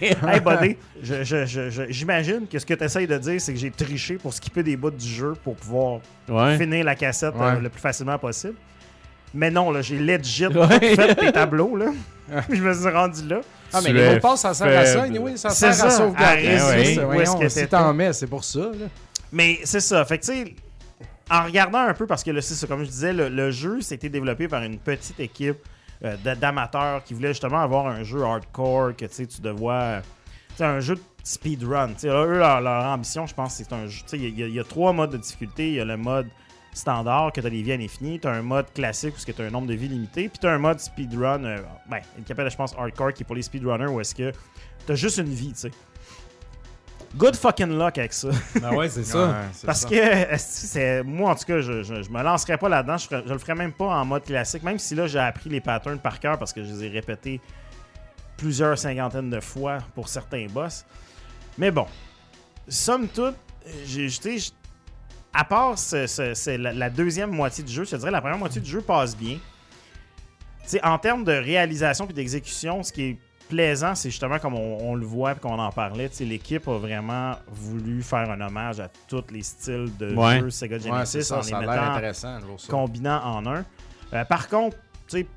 hey, buddy. je- je- je- je- J'imagine que ce que t'essayes de dire, c'est que j'ai triché pour skipper des bouts du jeu pour pouvoir
Ouais.
finir la cassette
Ouais.
euh, le plus facilement possible. Mais non, là, j'ai legit
Ouais.
fait tes tableaux, là. je me suis rendu là.
Ah, mais
Tu
les
es
mots de passe, ça sert à ça.
faible.
Anyway, ça
C'est
sert à
ça,
sauvegarder.
à
ça,
résumer
ça,
où est-ce
voyons,
que
Si
t'étais.
t'en mets, c'est pour ça. Là.
Mais c'est ça. Fait que, tu sais, en regardant un peu, parce que là, c'est ça, comme je disais, le, le jeu, c'était développé par une petite équipe euh, d'a- d'amateurs qui voulaient justement avoir un jeu hardcore, que tu sais, tu devois. Tu sais, un jeu de speedrun. Tu sais, là, eux, leur, leur ambition, je pense, c'est un jeu. Tu sais, il y a- il y, a- il y a trois modes de difficulté. Il y a le mode standard, que tu as des vies à l'infini. Tu as un mode classique, où tu as un nombre de vies limité. Puis tu as un mode speedrun, euh, ben, qui appelle, je pense, hardcore, qui est pour les speedrunners, où est-ce que tu as juste une vie, tu sais. Good fucking luck avec ça.
Ah ouais, c'est ça.
Ouais, c'est
Parce
ça.
que esti, c'est moi en tout cas, je, je, je me lancerais pas là-dedans. Je, ferais- je le ferais même pas en mode classique, même si là j'ai appris les patterns par cœur parce que je les ai répétés plusieurs cinquantaines de fois pour certains boss. Mais bon, somme toute, j'ai tu sais, je- à part ce- ce- c'est la, la deuxième moitié du jeu, je te dirais la première moitié du jeu passe bien. Tu sais, en termes de réalisation puis d'exécution, ce qui est plaisant, c'est justement comme on, on le voit et qu'on en parlait, tu sais, l'équipe a vraiment voulu faire un hommage à tous les styles de
Ouais.
jeux Sega
Ouais, c'est
Genesis
ça,
en
ça a
les
l'air
mettant
intéressant. je vois ça.
combinant en un. Euh, par contre, tu sais,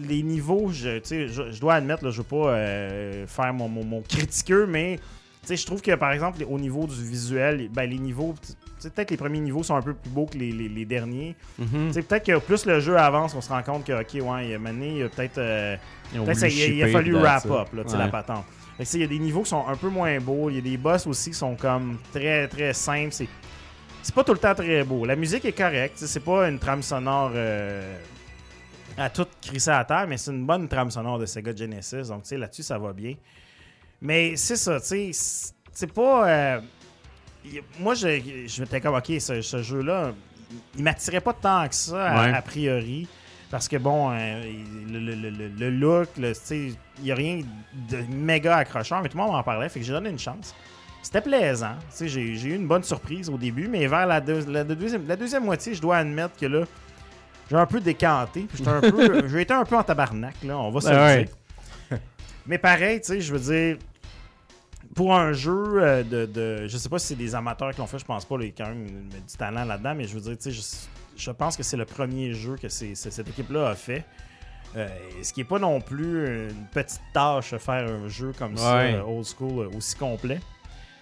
les niveaux, je, tu sais, je, je dois admettre, là, je veux pas euh, faire mon, mon, mon critiqueux, mais tu sais, je trouve que par exemple, les- au niveau du visuel, ben, les niveaux, tu sais, peut-être les premiers niveaux sont un peu plus beaux que les, les- les derniers.
Mhm.
Tu sais, Peut-être que plus le jeu avance, on se rend compte que, ok, ouais, il y a mené, il y a peut-être. euh,
Ils ont
Peut-être ça,
voulu
il, a- il a
shipper,
fallu
puis
wrap
that's it.
up, là, tu sais, la
Ouais.
patente. Fait que, tu sais, Il y a des niveaux qui sont un peu moins beaux. Il y a des boss aussi qui sont comme très, très simples. C'est, c'est pas tout le temps très beau. La musique est correcte. tu sais, C'est pas une trame sonore euh, à toute crissée à terre, mais c'est une bonne trame sonore de Sega Genesis. Donc, tu sais, là-dessus, ça va bien. Mais c'est ça, tu sais, c'est- c'est pas... euh, y- moi, je, je m'étais comme, OK, ce, ce jeu-là, il m'attirait pas tant que ça, a-
Ouais.
a, priori. Parce que, bon, hein, il- le, le- le- le- le look, le- tu sais, il y a rien de méga accrocheur, mais tout le monde m'en parlait, fait que j'ai donné une chance. C'était plaisant. tu sais, J'ai j'ai eu une bonne surprise au début, mais vers la, deux- la deux- deuxième, la deuxième moitié, je dois admettre que là, j'ai un peu décanté. puis j'étais un peu- J'ai été un peu en tabarnak, là, on va se
Ben
le
ouais.
dire. Mais pareil, tu sais, je veux dire, pour un jeu euh, de, de- Je sais pas si c'est des amateurs qui l'ont fait, je pense pas, là, il y a quand même euh, du talent là-dedans, mais je veux dire, tu sais, je, je pense que c'est le premier jeu que c'est- c'est- cette équipe-là a fait. Euh, ce qui est pas non plus une petite tâche de faire un jeu comme ça,
Ouais.
euh, old school, euh, aussi complet.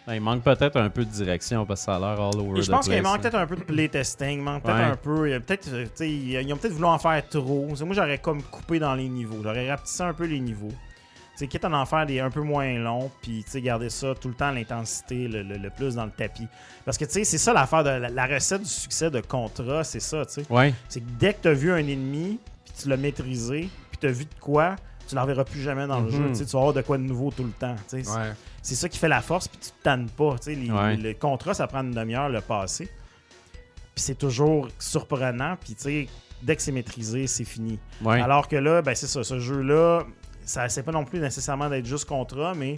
Ouais, Il manque peut-être un peu de direction parce que ça a l'air all over
Et
the
je pense qu'il
place,
manque
hein.
peut-être un peu de playtesting, manque peut-être
Ouais.
un peu. il y a peut-être, euh, tu sais, ils ils ont peut-être voulu en faire trop. Moi, j'aurais comme coupé dans les niveaux. J'aurais rapetissé un peu les niveaux. Tu sais, sais, quitte à en faire des un peu moins longs, puis tu sais, garder ça tout le temps, l'intensité, le, le- le plus dans le tapis. Parce que tu sais, c'est ça l'affaire de la, la recette du succès de Contra, c'est ça, tu sais.
Ouais.
C'est que dès que tu as vu un ennemi, puis tu l'as maîtrisé, puis tu as vu de quoi, tu ne reverras plus jamais
Mhm.
dans le jeu. Tu sais, tu vas avoir de quoi de nouveau tout le temps. tu sais. C'est-
Ouais.
C'est ça qui fait la force, puis tu ne tannes pas. tu sais. Les-
Ouais.
Le contrat, ça prend une demi-heure le passé. Puis c'est toujours surprenant, puis tu sais, dès que c'est maîtrisé, c'est fini.
Ouais.
Alors que là, ben c'est ça, ce jeu-là, ça c'est pas non plus nécessairement d'être juste contrat, mais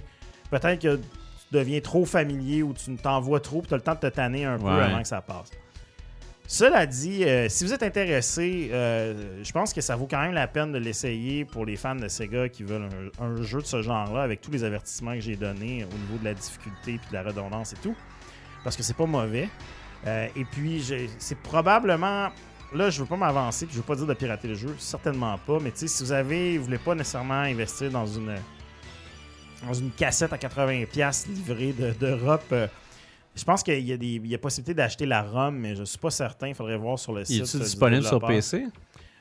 peut-être que tu deviens trop familier ou tu t'envoies trop, tu as le temps de te tanner un peu
Ouais.
avant que ça passe. Cela dit, euh, si vous êtes intéressé, euh, je pense que ça vaut quand même la peine de l'essayer pour les fans de Sega qui veulent un, un jeu de ce genre-là avec tous les avertissements que j'ai donnés au niveau de la difficulté puis de la redondance et tout. Parce que c'est pas mauvais. Euh, et puis, je- c'est probablement. Là, je veux pas m'avancer, puis je veux pas dire de pirater le jeu, certainement pas. Mais tu sais, si vous avez, vous voulez pas nécessairement investir dans une dans une cassette à 80 pièces livrée de- d'Europe, euh, je pense qu'il y a des il y a possibilité d'acheter la ROM, mais je suis pas certain. Il faudrait voir sur le
Il
site.
est
euh, du
disponible sur
développeur.
PC?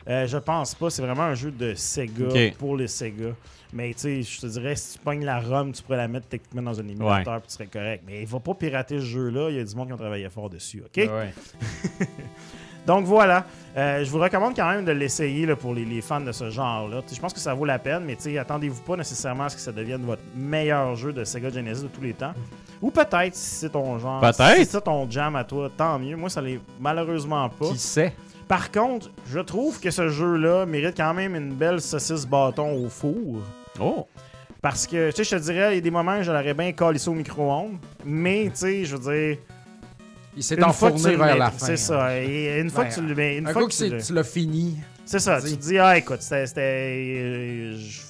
Euh, je pense pas. C'est vraiment un jeu de Sega
Ok.
pour les Sega. Mais tu sais, je te dirais, si tu pognes la ROM, tu pourrais la mettre techniquement dans un émulateur puis tu serais correct. Mais il va pas pirater ce jeu-là. Il y a du monde qui ont travaillé fort dessus, OK?
Ouais.
Donc voilà. Euh, je vous recommande quand même de l'essayer là, pour les, les fans de ce genre-là. Tu sais, Je pense que ça vaut la peine, mais tu sais, attendez-vous pas nécessairement à ce que ça devienne votre meilleur jeu de Sega Genesis de tous les temps. Ou peut-être, si c'est ton genre.
Peut-être.
Si c'est ton jam à toi, tant mieux. Moi, ça l'est malheureusement pas.
Qui sait?
Par contre, je trouve que ce jeu-là mérite quand même une belle saucisse bâton au four.
Oh!
Parce que, tu sais, je te dirais, il y a des moments où je l'aurais bien collé au micro-ondes. Mais, tu sais, je veux dire.
Il s'est
une fois que tu
enfourné
le
vers
mets-
la fin.
C'est ça. Et une fois
Ben,
que tu le mets. Une
Un
fois
coup
que
que
tu le-
c'est- tu l'as fini.
c'est ça, tu
Dis.
te dis, ah écoute, c'était. c'était, euh, j-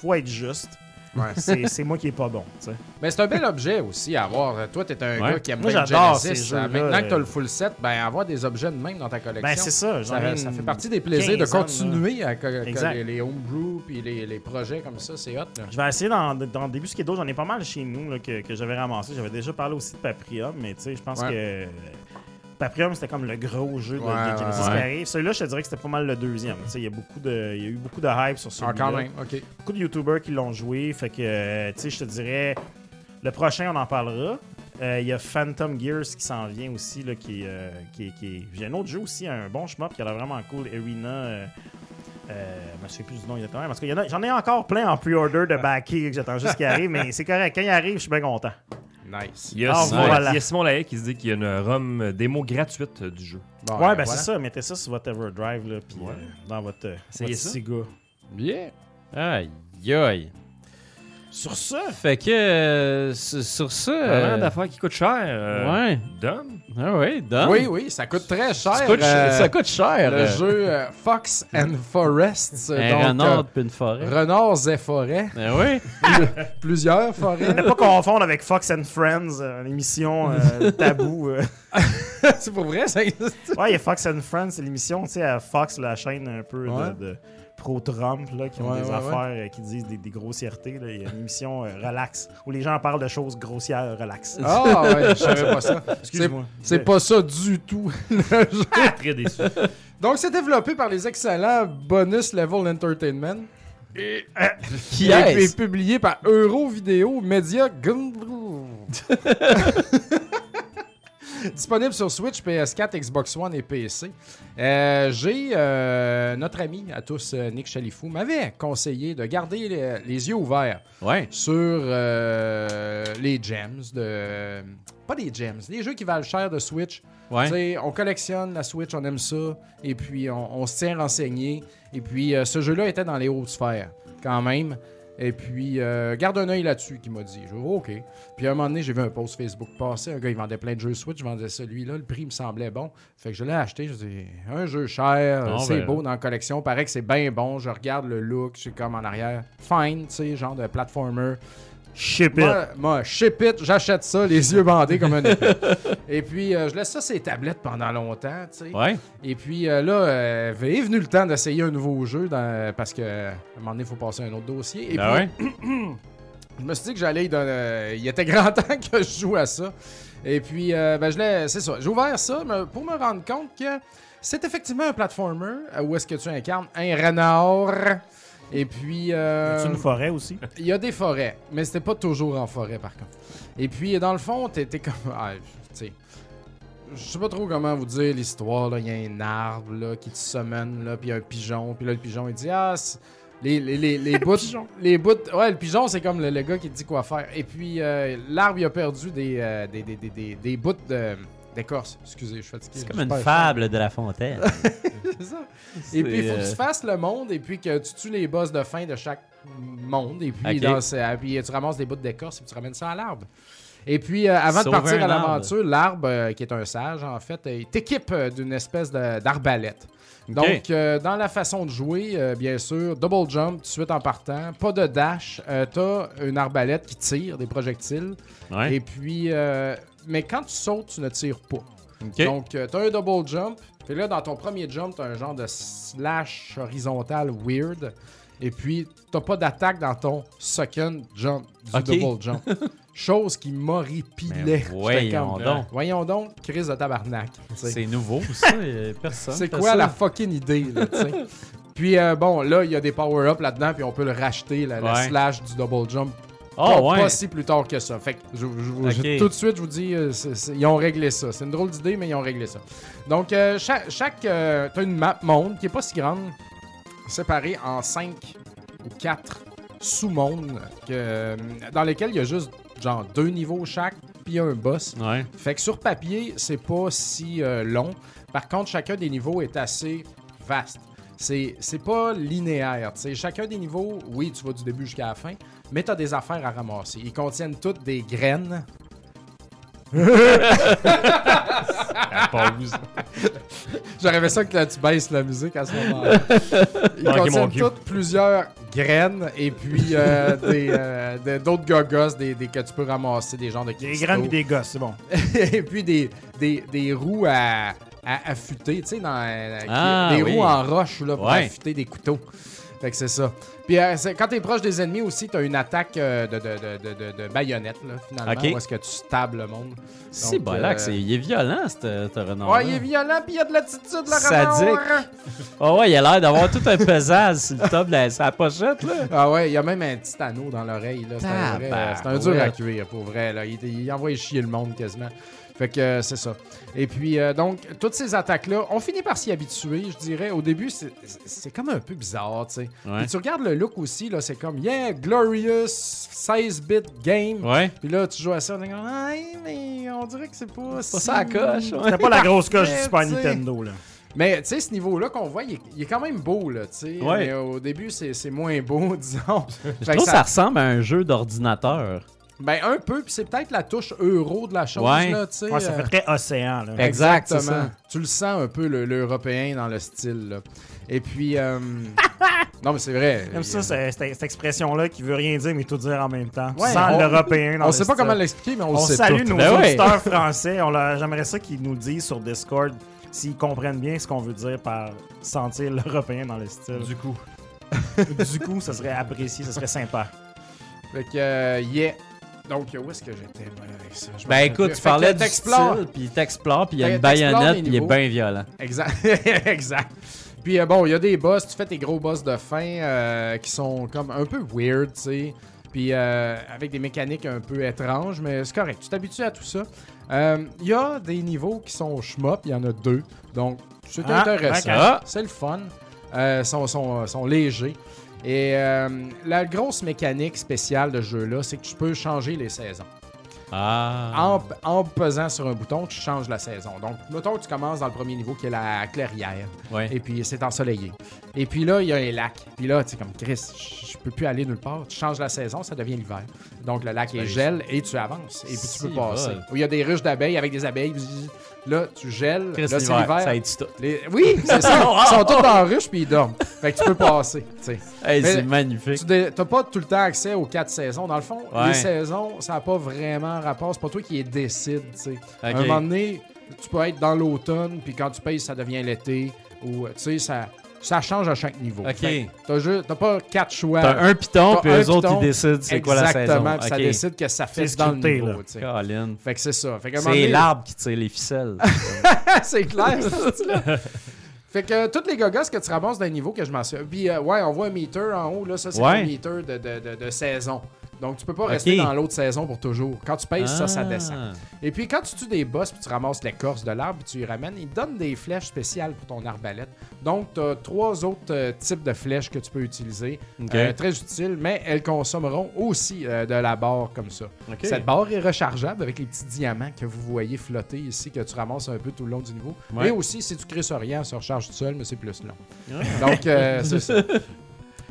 faut être juste.
Ouais.
C'est c'est moi qui est pas bon. tu sais.
Mais c'est un bel objet aussi à avoir. Toi, t'es un
Ouais.
gars qui aime
Moi,
bien le
j'adore
Genesis.
ces
Euh,
jeux-là,
Maintenant que t'as
euh.
le full set, ben avoir des objets de même dans ta collection.
Ben c'est ça, j'en ai
ça, ça
une
fait partie des plaisirs de
quinzaine, là.
continuer à co- co-
Exact.
les, les homebrew puis les, les projets comme ça, c'est hot. là.
Je vais essayer d'en d'en débusquer d'autres. J'en ai pas mal chez nous là, que, que j'avais ramassé. J'avais déjà parlé aussi de Paprium, mais tu sais, je pense
Ouais.
que. euh, Paprium, c'était comme le gros jeu de,
Ouais,
de Genesis
ouais,
qui
ouais.
arrive. Celui-là, je te dirais que c'était pas mal le deuxième. Tu sais, Il y, a beaucoup de- il y a eu beaucoup de hype sur
Ah,
celui-là.
quand même, ok.
beaucoup de YouTubers qui l'ont joué. Fait que, euh, tu sais, je te dirais, le prochain, on en parlera. Euh, Il y a Phantom Gears qui s'en vient aussi, là, qui, est, euh, qui, est- qui est- J'ai un autre jeu aussi, un bon shmup qui a l'air vraiment cool, Arena. Euh, euh, je ne sais plus du nom exactement. Parce que y en a- j'en ai encore plein en pre-order de backé que j'attends juste qu'il arrive, mais c'est correct. Quand il arrive, je suis bien content.
Nice.
Il y a,
Ah,
Simon,
voilà.
il y a Simon Lahaye qui se dit qu'il y a une ROM euh, démo gratuite euh, du jeu.
Bon,
ouais, ben
voilà.
c'est ça. Mettez ça sur votre Everdrive, là, puis
Ouais.
euh, dans votre, euh,
Essayez
votre
ça.
Sega.
Bien.
Aïe, aïe.
Sur ça,
Fait que euh, sur sur ça.
Vraiment
euh,
d'affaires qui coûtent cher. euh,
ouais.
Dom?
Ah ouais,
hein?
Dom.
Oui, oui, ça coûte très cher.
Ça coûte,
euh,
ça coûte cher.
le
euh,
jeu euh, Fox
Hein?
and Forests. euh,
Un
donc,
renard puis une forêt.
euh, renards et forêts.
Ben oui.
Plusieurs forêts.
ne pas confondre avec Fox and Friends, euh, l'émission euh, tabou. euh.
c'est pour vrai, ça existe.
Ouais, il y a Fox and Friends, c'est l'émission, tu sais, à Fox, la chaîne un peu de-
Ouais.
de, pro-Trump, là, qui ont
Ouais,
des
ouais,
affaires, euh, qui disent des, des grossièretés. là. Il y a une émission euh, relax, où les gens parlent de choses grossières, relax.
Ah ouais, je savais pas ça.
Excuse-moi.
C'est pas ça du tout. le jeu.
Très déçu.
Donc, c'est développé par les excellents Bonus Level Entertainment.
Qui
Il a été
est-ce?
publié par Eurovideo Media Gun. Disponible sur Switch, PS4, Xbox One et PC. Euh, J'ai euh, notre ami à tous, euh, Nick Chalifou, m'avait conseillé de garder les, les yeux ouverts
Ouais.
sur euh, les gems de. Pas des gems, les jeux qui valent cher de Switch.
Ouais.
Tu sais, On collectionne la Switch, on aime ça, et puis on, on se tient renseigné. Et puis euh, ce jeu-là était dans les hautes sphères, quand même. Et puis, euh, garde un œil là-dessus, qui m'a dit. Je vois, OK. Puis à un moment donné, j'ai vu un post Facebook passer. Un gars, il vendait plein de jeux Switch. Je vendais celui-là. Le prix me semblait bon. Fait que je l'ai acheté. Je dis, un jeu cher,
Non,
c'est
ben-
beau dans la collection. Paraît que c'est bien bon. Je regarde le look. C'est comme en arrière. Fine, tu sais, genre de platformer.
Ship it.
Moi, moi, ship it, j'achète ça, les yeux bandés comme un épée. Et puis, euh, je laisse ça ces tablettes pendant longtemps, tu sais.
Ouais.
Et puis, euh, là, euh, est venu le temps d'essayer un nouveau jeu dans- parce que, à un moment donné, il faut passer à un autre dossier. Et
Ben
puis,
ouais.
je me suis dit que j'allais. y donner- euh, il était grand temps que je joue à ça. Et puis, euh, ben, je l'ai- c'est ça. J'ai ouvert ça mais pour me rendre compte que c'est effectivement un platformer euh, où est-ce que tu incarnes un renard Et puis. euh,
C'est une forêt aussi.
il y a des forêts, mais c'était pas toujours en forêt par contre. Et puis dans le fond, t'étais comme. Ah, tu sais. Je sais pas trop comment vous dire l'histoire. là. Il y a un arbre là, qui te summon, là, puis il y a un pigeon. Puis là, le pigeon, il dit Ah, c'est- les, les, les, les bouts. Les bouts. Ouais, le pigeon, c'est comme le, le gars qui te dit quoi faire. Et puis euh, l'arbre, il a perdu des, euh, des, des, des, des, des bouts de- d'écorce. Excusez, je suis fatigué.
C'est comme une
J'espère.
fable de la fontaine.
C'est ça. Et puis, il faut que
euh,
tu fasses le monde et puis que tu tues les boss de fin de chaque monde. Et puis,
Ok.
dans ce- et puis tu ramasses des bouts d'écorce et puis tu ramènes ça à l'arbre. Et puis, euh, avant
Sauver
de
un
partir à
arbre.
l'aventure, l'arbre, euh, qui est un sage, en fait, euh, il t'équipe euh, d'une espèce de- d'arbalète. Donc, euh, dans la façon de jouer, euh, bien sûr, double jump, tout de suite en partant, pas de dash, euh, t'as une arbalète qui tire des projectiles.
Ouais.
Et puis, euh, mais quand tu sautes, tu ne tires pas.
Ok.
Donc, euh, t'as un double jump. Puis là, dans ton premier jump, t'as un genre de slash horizontal weird. Et puis, t'as pas d'attaque dans ton second jump du
Ok.
double jump. Chose qui m'horripilait. J'étais
voyons
comme, euh,
donc.
Voyons donc, crise de tabarnak. tu sais.
C'est nouveau, ça. euh, Personne.
C'est
fait
quoi
ça.
la fucking idée, là, tu sais? Puis euh, bon, là, il y a des power-up là-dedans, puis on peut le racheter, la, la
Ouais.
slash du double jump.
Ah,
pas,
ouais.
pas si plus tard que ça. Fait que je- je vous- je-
Ok.
tout de suite, je vous dis, euh, c'est- c'est- ils ont réglé ça. C'est une drôle d'idée, mais ils ont réglé ça. Donc, euh, chaque. chaque euh, T'as une map monde qui est pas si grande, séparée en 5 ou 4 sous-mondes, que, euh, dans lesquels il y a juste genre deux niveaux chaque, puis un boss.
Ouais.
Fait que sur papier, c'est pas si euh, long. Par contre, chacun des niveaux est assez vaste. C'est c'est pas linéaire. tu sais. Chacun des niveaux, oui, tu vas du début jusqu'à la fin, mais t'as des affaires à ramasser. Ils contiennent toutes des graines. J'aurais ça que là, tu baisses la musique à ce moment-là. Ils
Manquez mon
contiennent
cue.
toutes plusieurs graines et puis euh, des, euh, de- d'autres gogos des, des, que tu peux ramasser, des genres de
Des
cristaux.
grandes pis des gosses, c'est bon.
et puis des, des, des roues à, à affûter, tu sais, dans, euh, qui-
Ah,
des
oui.
roues en roche là, pour
Ouais.
affûter des couteaux. Fait que c'est ça. Puis euh, c'est- quand t'es proche des ennemis aussi, t'as une attaque euh, de, de, de, de, de- de baïonnette, là, finalement,
Ok.
où est-ce que tu stables le monde.
C'est
Donc,
bolac,
euh,
c'est- il est violent, ce ce renard.
ouais, il est violent, puis il y a de l'attitude, là,
Sadique.
renard.
Ah ouais, il a l'air d'avoir tout un pesage sur le top de la, sur la pochette, là.
Ah ouais, il y a même un petit anneau dans l'oreille. là. C'est un, vrai- euh,
Tabarouette.
c'est un dur à cuire, pour vrai. Là. Il, il envoie chier le monde quasiment. Fait que euh, c'est ça. Et puis, euh, donc, toutes ces attaques-là, on finit par s'y habituer, je dirais. Au début, c'est- c'est c'est comme un peu bizarre, tu sais. Puis tu regardes le look aussi, là, c'est comme, yeah, glorious 16-bit game.
Ouais.
Puis là, tu joues à ça, on est comme, Ouais, mais on dirait que c'est pas
Pas
si-
ça à coche, ouais.
C'était pas la grosse coche du
Parfait,
Super
tu sais.
Nintendo, là.
Mais tu sais, ce niveau-là qu'on voit, il est, il est quand même beau, là, tu sais.
Ouais.
Mais au début, c'est c'est moins beau, disons.
Je
Fait que
trouve que ça ressemble à un jeu d'ordinateur.
Ben, un peu, puis c'est peut-être la touche euro de la chose,
Ouais.
là, tu sais.
Ouais, ça
euh,
fait très océan, là.
Exact, c'est
Exactement.
ça.
Tu le sens un peu, le- l'européen, dans le style, là. Et puis... euh, non, mais c'est vrai.
J'aime ça, c'est- c'est- cette expression-là qui veut rien dire, mais tout dire en même temps.
Ouais,
Sans
on-
l'européen dans
On
le
sait pas
style.
comment l'expliquer, mais on,
On
le sait
salue
tout.
nos
Ben ouais.
auditeurs français. On leur- J'aimerais ça qu'ils nous disent sur Discord s'ils comprennent bien ce qu'on veut dire par sentir l'européen dans le style. Du coup. du coup, ça serait apprécié, ça serait sympa.
Fait que, euh, yeah. Donc, où est-ce que j'étais ben, avec ça? Je me
Ben
rappelle
écoute,
plus.
tu
Fait que
parlais du
t'explores.
style, puis il t'explore, puis il y a
Fait
une
que t'explores
baïonnette,
les
puis il est
niveaux.
bien violent.
Exact. exact. Puis euh, bon, il y a des boss, tu fais tes gros boss de fin euh, qui sont comme un peu weird, tu sais. Puis euh, avec des mécaniques un peu étranges, mais c'est correct, tu t'habitues à tout ça. Euh, Il y a des niveaux qui sont schmop, il y en a deux. Donc, c'est
Ah,
intéressant.
d'accord.
C'est le fun. Euh, sont, sont, sont légers. Et euh, la grosse mécanique spéciale de ce jeu-là, c'est que tu peux changer les saisons
Ah.
en, en pesant sur un bouton, tu changes la saison. Donc, mettons que tu commences dans le premier niveau qui est la clairière.
Ouais.
Ah. Et puis, c'est ensoleillé. Et puis là, il y a un lac. Puis là, tu sais, comme Chris, je je peux plus aller nulle part. Tu changes la saison, ça devient l'hiver. Donc, le lac est gel et tu avances. Et puis, tu
Si
peux passer.
bol.
Ou il y a des ruches d'abeilles avec des abeilles. Bzzz. Là, tu gèles.
Chris,
là, c'est
l'hiver, ça
l'hiver.
aide tout.
Les- Oui, c'est ça. Ils sont tous dans la ruche puis ils dorment. Fait que tu peux passer. tu sais.
Hey,
Mais-
c'est magnifique.
Tu n'as pas tout le temps accès aux quatre saisons. Dans le fond,
Ouais.
les saisons, ça n'a pas vraiment rapport. C'est pas toi qui les décide. tu sais. À un
Ok.
moment donné, tu peux être dans l'automne, puis quand tu payes, ça devient l'été. Ou, euh, tu sais, ça, ça change à chaque niveau.
Ok.
Fait que T'as juste- t'as pas quatre choix.
T'as un piton,
Euh, T'as
puis
un
eux autres,
piton.
ils décident c'est quoi la saison.
Exactement, puis ça
Ok.
décide que ça fait
C'est
dans le
scripté,
niveau.
là.
tu sais.
Colin.
Fait que c'est ça. Fait qu'à un moment
C'est
donné-
l'arbre qui tire les ficelles.
c'est clair, ce style-là. Fait que euh, toutes les gogosses que tu ramasses d'un niveau que je mentionne. Puis, euh, ouais, on voit un meter en haut, là. Ça, c'est
Ouais.
un meter de, de- de- de saison. Donc, tu peux pas rester dans l'autre saison pour toujours. Quand tu pèses, ça,
Ah.
Ah.
ça descend. Et puis, quand tu tues des boss, puis tu ramasses l'écorce de l'arbre, puis tu y ramènes, ils te donnent des flèches spéciales pour ton arbalète. Donc, tu as trois autres euh, types de flèches que tu peux utiliser. Euh, très utiles, mais elles consommeront aussi euh, de la barre comme ça. Cette barre est rechargeable avec les petits diamants que vous voyez flotter ici, que tu ramasses un peu tout le long du niveau.
Ouais.
Et aussi, si tu crées sur rien, elle se recharge tout seul, mais c'est plus long. Donc, euh, c'est ça.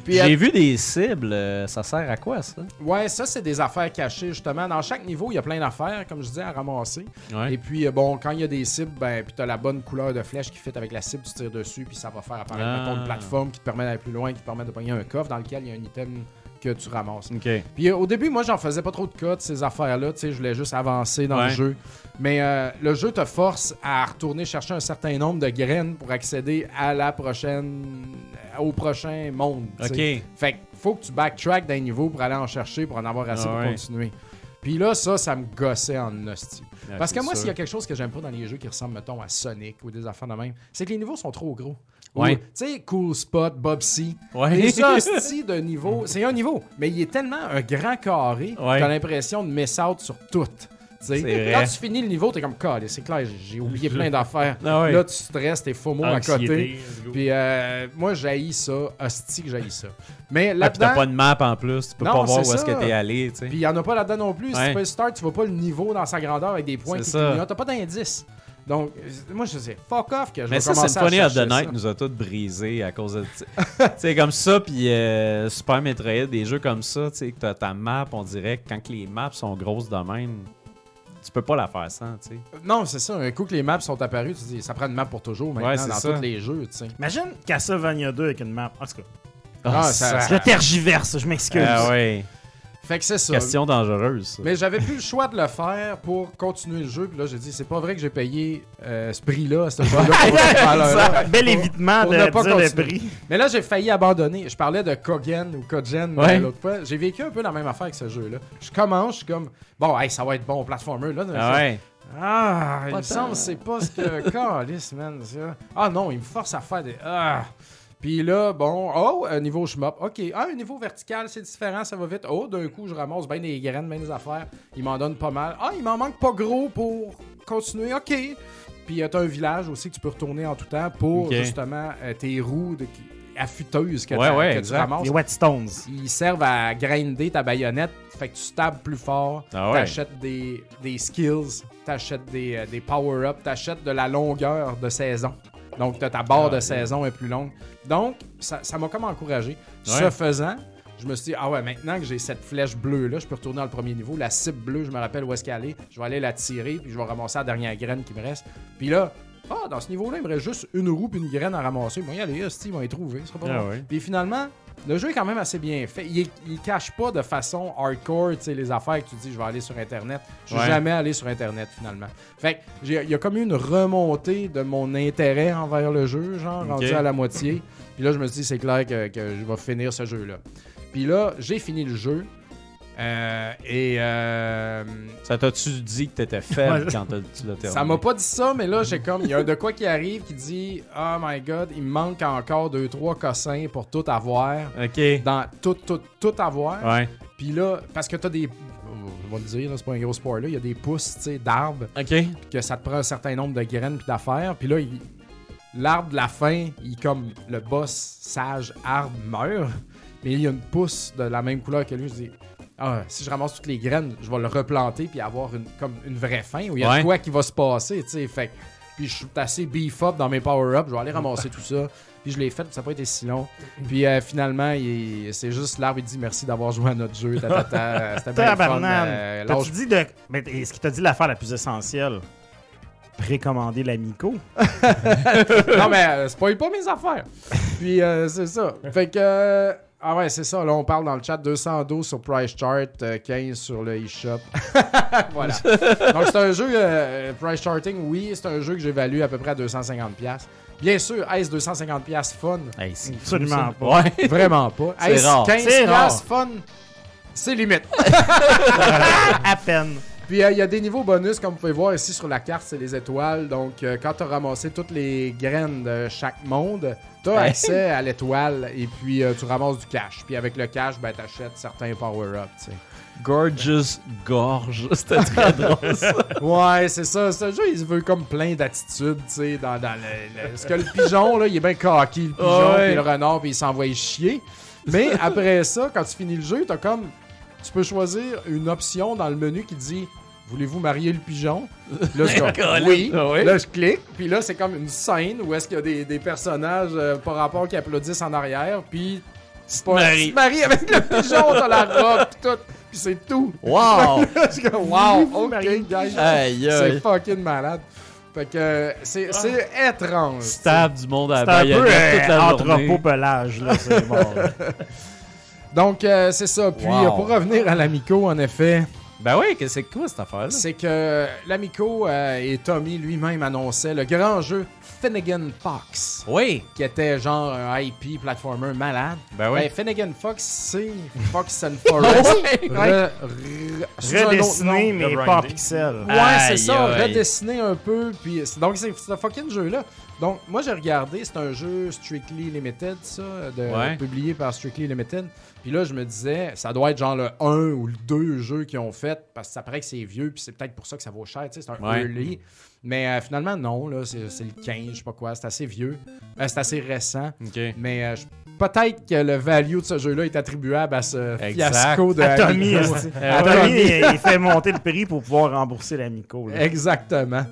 Puis,
Ah. J'ai vu des cibles, euh, ça sert à quoi ça?
Ouais, ça, c'est des affaires cachées, justement. Dans chaque niveau, il y a plein d'affaires, comme je dis, à ramasser.
Ouais.
Et puis, euh, bon, quand il y a des cibles, ben, puis t'as la bonne couleur de flèche qui fit avec la cible, tu tires dessus, puis ça va faire apparaître,
Ah.
mettons, une plateforme qui te permet d'aller plus loin, qui te permet de pogner un coffre dans lequel il y a un item que tu ramasses.
Ok.
Puis euh, au début, moi, j'en faisais pas trop de cas de ces affaires-là. Tu sais, je voulais juste avancer dans
Ouais.
le jeu. Mais euh, le jeu te force à retourner chercher un certain nombre de graines pour accéder à la prochaine, euh, au prochain monde. tu sais.
Ok.
Fait que faut que tu backtrack d'un niveau pour aller en chercher, pour en avoir assez
Ah
pour
ouais.
continuer. Puis là, ça, ça me gossait en hostie. Parce que
Ah, c'est
moi,
sûr.
s'il y a quelque chose que j'aime pas dans les jeux qui ressemblent, mettons, à Sonic ou des affaires de même, c'est que les niveaux sont trop gros. Ou,
Ouais.
Tu sais, Cool Spot, Bobsy.
Ouais.
Les hosties de niveau, c'est un niveau, mais il est tellement un grand carré que
Ouais.
t'as l'impression de miss out sur tout. Tu sais,
C'est
Quand
vrai.
tu finis le niveau, t'es comme, calé, c'est clair, j'ai oublié plein d'affaires.
Ah ouais.
Là, tu stresses, t'es faux mots à côté.
Anxiété, let's go.
Puis euh, moi, j'haïs ça. Hostie que j'haïs ça. Mais
Ah, puis t'as pas
là-dedans...
de map en plus, tu peux
Non,
pas voir
c'est
où est-ce
ça.
que t'es allé, tu sais.
Puis il n'y en a pas là-dedans non plus. Si
Ouais.
tu fais le start, tu vois pas le niveau dans sa grandeur avec des points
C'est
qui
ça.
clignotent. T'as pas d'indice. Donc, euh, moi, je sais, fuck off que je
Mais
vais
ça,
commencer à
Symphony of
chercher
the Night
ça.
nous a tous brisés à cause de. tu sais, comme ça, puis euh, Super Metroid, des jeux comme ça, tu sais, que t'as ta map, on dirait que quand que les maps sont grosses de même, tu peux pas la faire sans, tu sais.
Non, c'est ça. Un coup que les maps sont apparues, tu te dis, ça prend une map pour toujours maintenant
Ouais, c'est
dans
ça.
tous les jeux, tu sais.
Imagine Castlevania 2 avec une map. En tout cas,
Ah, ça-
je tergiverse, je m'excuse.
Ah ouais.
Fait que c'est ça.
Question dangereuse, ça.
Mais j'avais plus le choix de le faire pour continuer le jeu. Puis là, j'ai dit, c'est pas vrai que j'ai payé euh, ce prix-là, ce prix-là. pour cette valeur-là.
Ça, bel évitement
pour
de
ne pas
dire le
continuer.
prix.
Mais là, j'ai failli abandonner. Je parlais de Kogen ou Kogen euh,
Ouais.
l'autre fois. J'ai vécu un peu la même affaire avec ce jeu-là. Je commence, je suis comme, bon, hey, ça va être bon, platformer. Là,
Ah ouais.
Ah, il me semble, c'est pas ce que. Calice, man. ça. Ah non, il me force à faire des. Ah! Puis là, bon, oh, un niveau shmup. OK. Ah, un niveau vertical, c'est différent, ça va vite. Oh, d'un coup, je ramasse bien des graines, bien des affaires. Il m'en donne pas mal. Ah, il m'en manque pas gros pour continuer. OK. Puis euh, t'as un village aussi que tu peux retourner en tout temps pour
Ok.
justement euh, tes roues de- qui- affûteuses que,
Ouais,
t'as-
ouais,
que tu
exact.
ramasses.
Les Whetstones.
Ils servent à grinder ta baïonnette, fait que tu stabs plus fort,
Ah ouais.
t'achètes des, des skills, t'achètes des, euh, des power-ups, t'achètes de la longueur de saison. Donc t'as- ta
Ah,
barre de saison est plus longue. Donc, ça ça m'a comme encouragé. Ce faisant, je me suis dit, ah ouais, maintenant que j'ai cette flèche bleue-là, je peux retourner dans le premier niveau. La cible bleue, je me rappelle où est-ce qu'elle est. Je vais aller la tirer, puis je vais ramasser la dernière graine qui me reste. Puis là, ah, dans ce niveau-là, il me reste juste une roue puis une graine à ramasser. Moi, allez, hostie, ils vont les trouver. Ce sera pas
Ah
long.
ouais.
Puis finalement, le jeu est quand même assez bien fait. Il, est- il cache pas de façon hardcore, tu sais, les affaires que tu dis, je vais aller sur Internet. Je suis
Ouais.
jamais allé sur Internet, finalement. Fait que, j'ai- il y a comme eu une remontée de mon intérêt envers le jeu, genre, rendu à la moitié. Puis là, je me suis dit, c'est clair que, que je vais finir ce jeu-là. Puis là, j'ai fini le jeu. Euh, et euh,
Ça t'a-tu dit que t'étais faible quand t'as- tu l'as terminé?
ça m'a pas dit ça, mais là, j'ai comme. Il y a un de quoi qui arrive qui dit Oh my god, il me manque encore deux, trois cossins pour tout avoir.
Ok.
Dans tout, tout, tout avoir.
Ouais.
Puis là, parce que t'as des. On va le dire, là, c'est pas un gros spoiler. Il y a des pousses tu sais, d'arbres
Ok.
puis que ça te prend un certain nombre de graines puis d'affaires. Puis là, il- l'arbre de la fin, il comme le boss sage arbre meurt, mais il y a une pousse de la même couleur que lui. Je dis, ah, si je ramasse toutes les graines, je vais le replanter puis avoir une, comme une vraie fin où il y a de
Ouais.
quoi qui va se passer, tu sais. Fait que- puis je suis assez beef up dans mes power up, je vais aller ramasser tout ça. Puis je l'ai fait, puis ça n'a pas été si long. Puis euh, finalement, il- c'est juste l'arbre, il dit merci d'avoir joué à notre jeu. ta, ta, ta. C'était bien le fun. euh,
Tabarnane.
lâche-
T'as-tu dit de. Mais est-ce qu'il t'a dit l'affaire la plus essentielle? Précommander l'amico.
non, mais euh, spoil pas mes affaires. Puis, euh, c'est ça. Fait que. euh, ah ouais, c'est ça. Là, on parle dans le chat 212 sur Price Chart, euh, 15 sur le eShop. voilà. Donc, c'est un jeu. euh, price Charting, oui, c'est un jeu que j'évalue à peu près à 250$. piastres. Bien sûr, est-ce 250$ fun
Hey, c'est
Absolument pas.
Ouais.
Vraiment pas.
C'est
Est-ce
rare.
15$
C'est rare.
piastres fun C'est limite.
à peine.
Puis euh, il y a des niveaux bonus, comme vous pouvez voir ici sur la carte, c'est les étoiles. Donc, euh, quand tu as ramassé toutes les graines de chaque monde, tu as accès à l'étoile et puis euh, tu ramasses du cash. Puis avec le cash, ben, tu achètes certains power-ups. tu sais.
Gorgeous Gorge. C'était très drôle. ça.
Ouais, c'est ça. Ce jeu, il veut comme plein d'attitudes, tu sais, dans, dans le, le- Parce que le pigeon, là, il est bien coquille, le pigeon,
Ouais.
puis le renard, puis il s'envoie chier. Mais après ça, quand tu finis le jeu, t'as comme... Tu peux choisir une option dans le menu qui dit « Voulez-vous marier le pigeon? » Là, je comme, Oui.
Ah ouais?
Là, je clique. Puis là, c'est comme une scène où est-ce qu'il y a des, des personnages euh, par rapport qui applaudissent en arrière, puis... Tu te
maries.
maries avec le pigeon dans la robe, puis tout. Puis c'est tout.
Wow!
Je suis comme, wow, ok, guys.
Aïe,
C'est
aïe.
fucking malade. Fait que euh, c'est c'est étrange.
Stab du monde à
C'est
la
un peu
baïonnette toute
euh,
la journée.
entrepôt-pelage, là, c'est bon. là.
Donc, euh, c'est ça. Puis,
Wow.
euh, pour revenir à l'Amico, en effet,
Ben oui, que c'est quoi cette affaire-là?
c'est que l'Amico euh, et Tommy lui-même annonçaient le grand jeu Finnegan Fox,
Oui!
qui était genre un IP platformer malade.
Ben oui.
Ben, Finnegan Fox, c'est Fox and Forest. Re- re- sous un autre
Redessiné,
nom.
mais pas en pixel.
Ouais, c'est
Aïe,
ça,
aïe.
redessiner un peu. Puis, c'est- donc, c'est ce fucking jeu-là. Donc, moi, j'ai regardé, c'est un jeu Strictly Limited, ça, de,
Ouais.
publié par Strictly Limited. Puis là, je me disais, ça doit être genre le 1 ou le 2 jeu qu'ils ont fait, parce que ça paraît que c'est vieux, puis c'est peut-être pour ça que ça vaut cher, tu sais, c'est un
Ouais.
early. Mais euh, finalement, non, là, c'est c'est le 15, je sais pas quoi, c'est assez vieux, Euh, c'est assez récent.
OK.
Mais euh, je- peut-être que le value de ce jeu-là est attribuable à ce
Exact.
fiasco de
À Tommy,
Amigo.
Ah,
est-ce-
À
Tommy,
Tommy.
il il fait monter le prix pour pouvoir rembourser l'amico.
Eh,
là.
Exactement.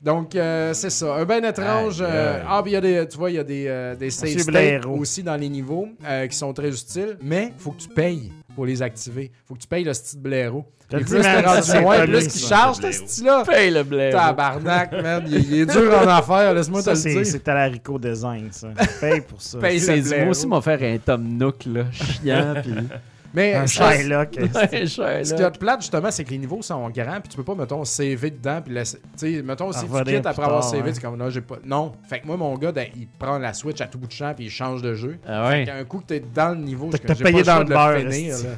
Donc, euh, c'est ça. Un ben étrange.
Aïe,
euh,
aïe.
ah, puis il y a des, tu vois, il y a des, euh, des save
Monsieur
states
Blaireau.
aussi dans les niveaux euh, qui sont très utiles, mais faut que tu payes pour les activer. faut que tu payes le style blaireau.
Je
Et
le
plus
dis, man,
t'es rendu
c'est
loin,
pas
plus
lui,
qu'il
ça,
charge,
le
ce
blaireau.
style-là.
Paye le blé.
Tabarnak, man. Il, il est dur en affaire, laisse-moi te
Ça,
le
c'est
dire.
c'est à la Rico Design, ça. Paye pour ça.
Paye
C'est
le
du
blaireau.
moi aussi m'a faire un Tom Nook, là, chiant, puis...
Mais
Un
je pense-
Shylock.
Ouais, cher,
Ce
là.
qu'il y a de plate, justement, c'est que les niveaux sont grands, puis tu peux pas, mettons, saver dedans, puis laisser. Tu sais, mettons, si tu
revenir
quittes
plus
après avoir
tard,
savé,
ouais.
tu es comme, non, j'ai pas. Non. Fait que moi, mon gars, ben, il prend la Switch à tout bout de champ, puis il change de jeu.
Ah
Fait
ouais.
qu'un coup que t'es dans le niveau,
Fait
je
que t'as
j'ai pas
payé
le choix
dans
de
le beurre,
le finir,
esti.
là.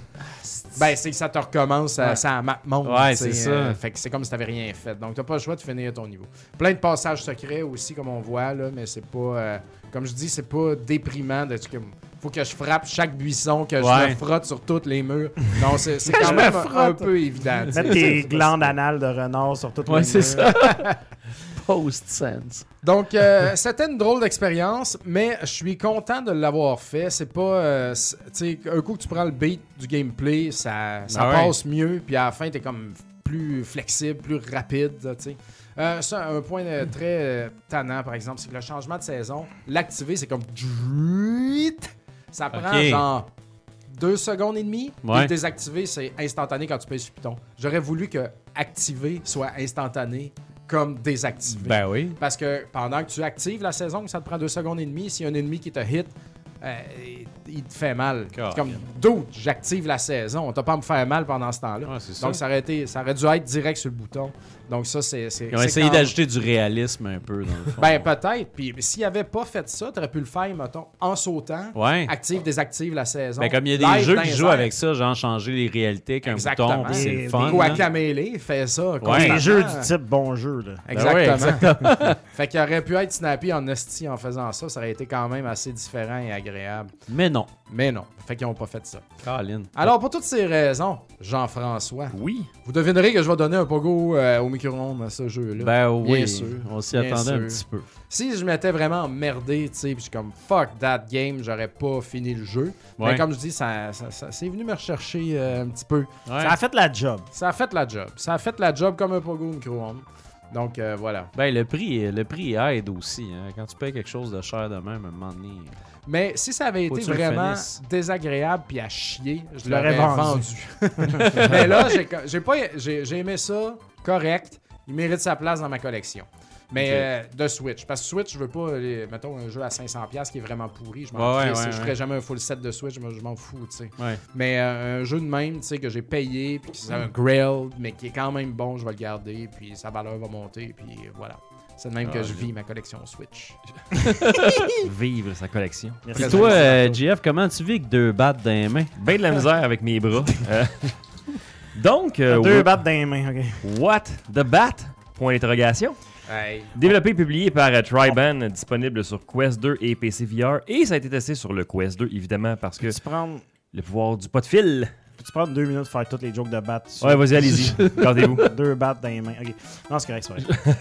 Ben, c'est que ça te recommence, à-
Ouais.
ça map monde.
Ouais,
tu sais, euh,
c'est ça.
fait que c'est comme si t'avais rien fait. Donc, t'as pas le choix de finir ton niveau. Plein de passages secrets aussi, comme on voit, là, mais c'est pas. euh, comme je dis, c'est pas déprimant de. que Faut que je frappe chaque buisson, que je
Ouais.
me frotte sur tous les murs. Non, c'est c'est quand même un- un peu évident. tu sais.
Mettre tes glandes anales de renard sur toute
Ouais, c'est ça. Post-sense.
Donc, euh, c'était une drôle d'expérience, mais je suis content de l'avoir fait. C'est pas. euh, c'est- tu sais, un coup que tu prends le beat du gameplay, ça, ça
Ah ouais.
passe mieux, puis à la fin, t'es comme plus flexible, plus rapide, tu sais. Euh, ça, un point euh, très euh, tannant, par exemple, c'est que le changement de saison, l'activer, c'est comme. Ça prend
Ok.
genre deux secondes et demie.
Ouais.
Puis le désactiver, c'est instantané quand tu payes sur Python. J'aurais voulu que activer soit instantané comme désactiver.
Ben oui.
Parce que pendant que tu actives la saison, ça te prend deux secondes et demie. S'il y a un ennemi qui te hit, euh, il- il te fait mal.
God.
C'est comme d'autres, j'active la saison. On t'a pas à me faire mal pendant ce temps-là.
Ouais, c'est ça.
Donc ça aurait, été, ça aurait dû être direct sur le bouton. Donc ça, c'est. c'est-
Ils ont
c'est
essayé
quand-
d'ajouter du réalisme un peu, dans le fond.
Ben peut-être. Puis s'il avait pas fait ça, t'aurais pu le faire, mettons, en sautant.
Ouais.
Active, désactive la saison.
Ben, comme il y a des
Live
jeux
dans
qui
les
jouent
airs.
avec ça, hein. genre changer les réalités avec un
Exactement.
bouton, puis c'est
Et
le fun. là.
Guacamele fait ça.
Les
constamment.
jeux du type bon jeu, là.
Exactement.
Ben ouais,
fait qu'il aurait pu être snappy en esti en faisant ça. Ça aurait été quand même assez différent et agréable.
Mais non.
Mais non. Fait qu'ils n'ont pas fait ça.
Colin.
Alors, pour toutes ces raisons, Jean-François,
oui.
vous devinerez que je vais donner un pogo euh, au micro-ondes à ce jeu-là.
Ben
Bien
oui,
sûr.
on s'y
Bien
attendait
sûr.
un petit peu.
Si je m'étais vraiment emmerdé, tu sais, puis je suis comme fuck that game, j'aurais pas fini le jeu.
Ouais.
Mais comme je dis, ça, ça- ça- c'est venu me rechercher euh, un petit peu.
Ça a fait la job.
Ça a fait la job. Ça a fait la job comme un pogo au micro-ondes. Donc, euh, voilà.
Ben, le prix, le prix aide aussi. hein. Quand tu payes quelque chose de cher de même, à un moment donné. euh,
Mais si ça avait
Faut
été
que tu le
vraiment
finisses.
désagréable puis à chier, je
l'aurais
l'aurais vendu. Mais là, j'ai- j'ai pas, j'ai j'ai aimé ça correct. Il mérite sa place dans ma collection. Mais euh, de Switch. Parce que Switch, je veux pas, les- mettons, un jeu à 500$ qui est vraiment pourri. Je m'en
Ouais,
crisse.
ouais,
Je
ouais.
ferais jamais un full set de Switch. Je m'en- je m'en fous, tu sais.
Ouais.
Mais euh, un jeu de même, tu sais, que j'ai payé, puis c'est un grill, mais qui est quand même bon, je vais le garder, puis sa valeur va monter, puis voilà. C'est de même
Ah,
que je vis ma collection Switch.
Vivre sa collection.
Merci.
Puis toi, euh, JF, comment tu vis avec deux battes dans les mains?
Ben de la misère avec mes bras. Euh, Donc, euh,
Deux
wh-
battes dans les mains, ok.
What the Bat Point d'interrogation. Développé et publié par euh, Triban, disponible sur Quest 2 et PC VR. Et ça a été testé sur le Quest 2, évidemment, parce que
Peux-tu prendre,
le pouvoir du pas de fil.
peux-tu prendre deux minutes pour faire toutes les jokes de battes? sur-
Ouais, vas-y, allez-y. Gardez-vous.
Deux battes dans les mains. Ok. Non, c'est correct, c'est vrai.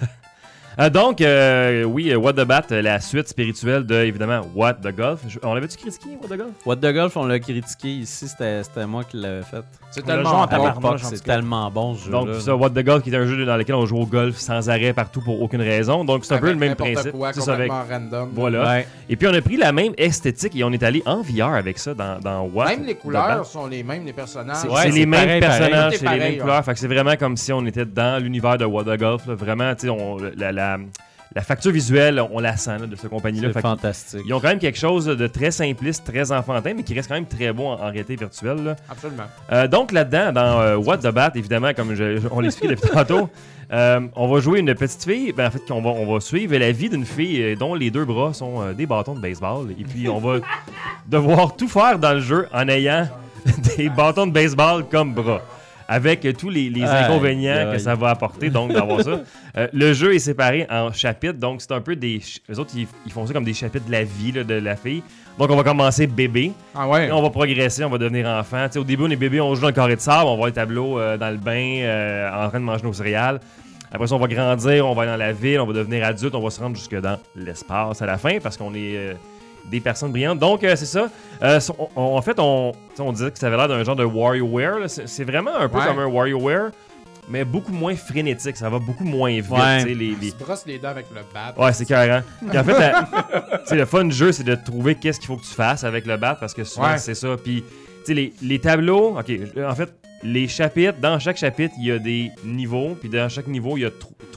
Euh, donc, euh, oui, euh, What the Bat, euh, la suite spirituelle de, évidemment, What the Golf. Je- on l'avait-tu critiqué, What the Golf?
What the Golf, on l'a critiqué ici, c'était c'était moi qui l'avais fait.
C'est
le
tellement
genre,
À
bon.
tabarnak.
l'époque,
j'en
c'est
tout cas.
tellement bon ce jeu.
Donc, ça, What the Golf, qui est un jeu dans lequel on joue au golf sans arrêt partout pour aucune raison. Donc, c'est un peu
Avec
le même
n'importe
principe.
quoi,
C'est ça, avec-
complètement random.
Voilà. Et puis, on a pris la même esthétique et on est allé en VR avec ça dans, dans What
Même les
the Bat.
couleurs sont les mêmes, les personnages.
C'est
Ouais,
c'est
c'est
les mêmes
pareil, pareil.
personnages,
Tout est
c'est les
pareil,
mêmes
ouais.
couleurs. Fait que c'est vraiment comme si on était dans l'univers de What the Golf. là. Vraiment, tu sais, on- la, la- la facture visuelle, on la sent là, de cette compagnie-là.
C'est
Fait
fantastique.
qu'ils ont quand même quelque chose de très simpliste, très enfantin, mais qui reste quand même très beau en, en réalité virtuelle. là.
Absolument.
Euh, donc là-dedans, dans euh, What the Bat, évidemment, comme je- je- on l'expliquait depuis tantôt, euh, on va jouer une petite fille, ben, en fait, qu'on va, on va suivre la vie d'une fille euh, dont les deux bras sont euh, des bâtons de baseball. Et puis, on va devoir tout faire dans le jeu en ayant des bâtons de baseball comme bras. Avec euh, tous les, les
Aïe,
inconvénients que
aïe.
ça va apporter, donc d'avoir ça. Euh, le jeu est séparé en chapitres, donc c'est un peu des. ch- Les autres, ils, ils font ça comme des chapitres de la vie là, de la fille. Donc on va commencer bébé.
Ah ouais.
Et on va progresser, on va devenir enfant. Tu sais, au début, on est bébé, on joue dans le carré de sable, on voit le tableau euh, dans le bain, euh, en train de manger nos céréales. Après ça, on va grandir, on va aller dans la ville, on va devenir adulte, on va se rendre jusque dans l'espace à la fin parce qu'on est euh, des personnes brillantes. Donc, euh, c'est ça. Euh, so- on- on- en fait, on, tu sais, on disait que ça avait l'air d'un genre de WarioWare. là. C'est c'est vraiment un peu
Ouais.
comme un WarioWare, mais beaucoup moins frénétique. Ça va beaucoup moins vite.
Ouais.
tu sais, les- les-
Tu brosses les dents avec le bat.
Ouais, c'est carré. hein. Puis en fait, la- tu sais, le fun du jeu, c'est de trouver qu'est-ce qu'il faut que tu fasses avec le bat parce que souvent,
Ouais.
c'est ça. Puis, tu sais, les, les tableaux, ok, euh, en fait, les chapitres, dans chaque chapitre, il y a des niveaux. Puis dans chaque niveau, il y a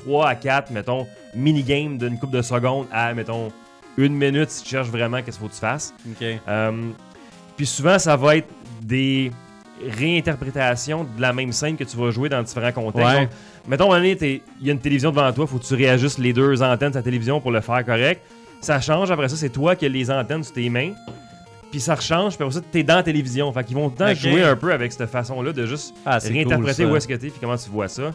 3 à 4, mettons, mini-games d'une coupe de secondes à, mettons, une minute si tu cherches vraiment qu'est-ce qu'il faut que tu fasses.
Ok.
Euh, puis souvent, ça va être des réinterprétations de la même scène que tu vas jouer dans différents contextes.
Ouais.
Donc, mettons, à un moment donné, t'es- il y a une télévision devant toi, faut que tu réajustes les deux antennes de ta télévision pour le faire correct. Ça change, après ça, c'est toi qui as les antennes sur tes mains. Puis ça rechange, puis après ça, t'es dans la télévision. Fait qu'ils vont tout le temps
Ok.
jouer un peu avec cette façon-là de juste
Ah, c'est
réinterpréter
cool, ça.
où est-ce que t'es puis comment tu vois ça.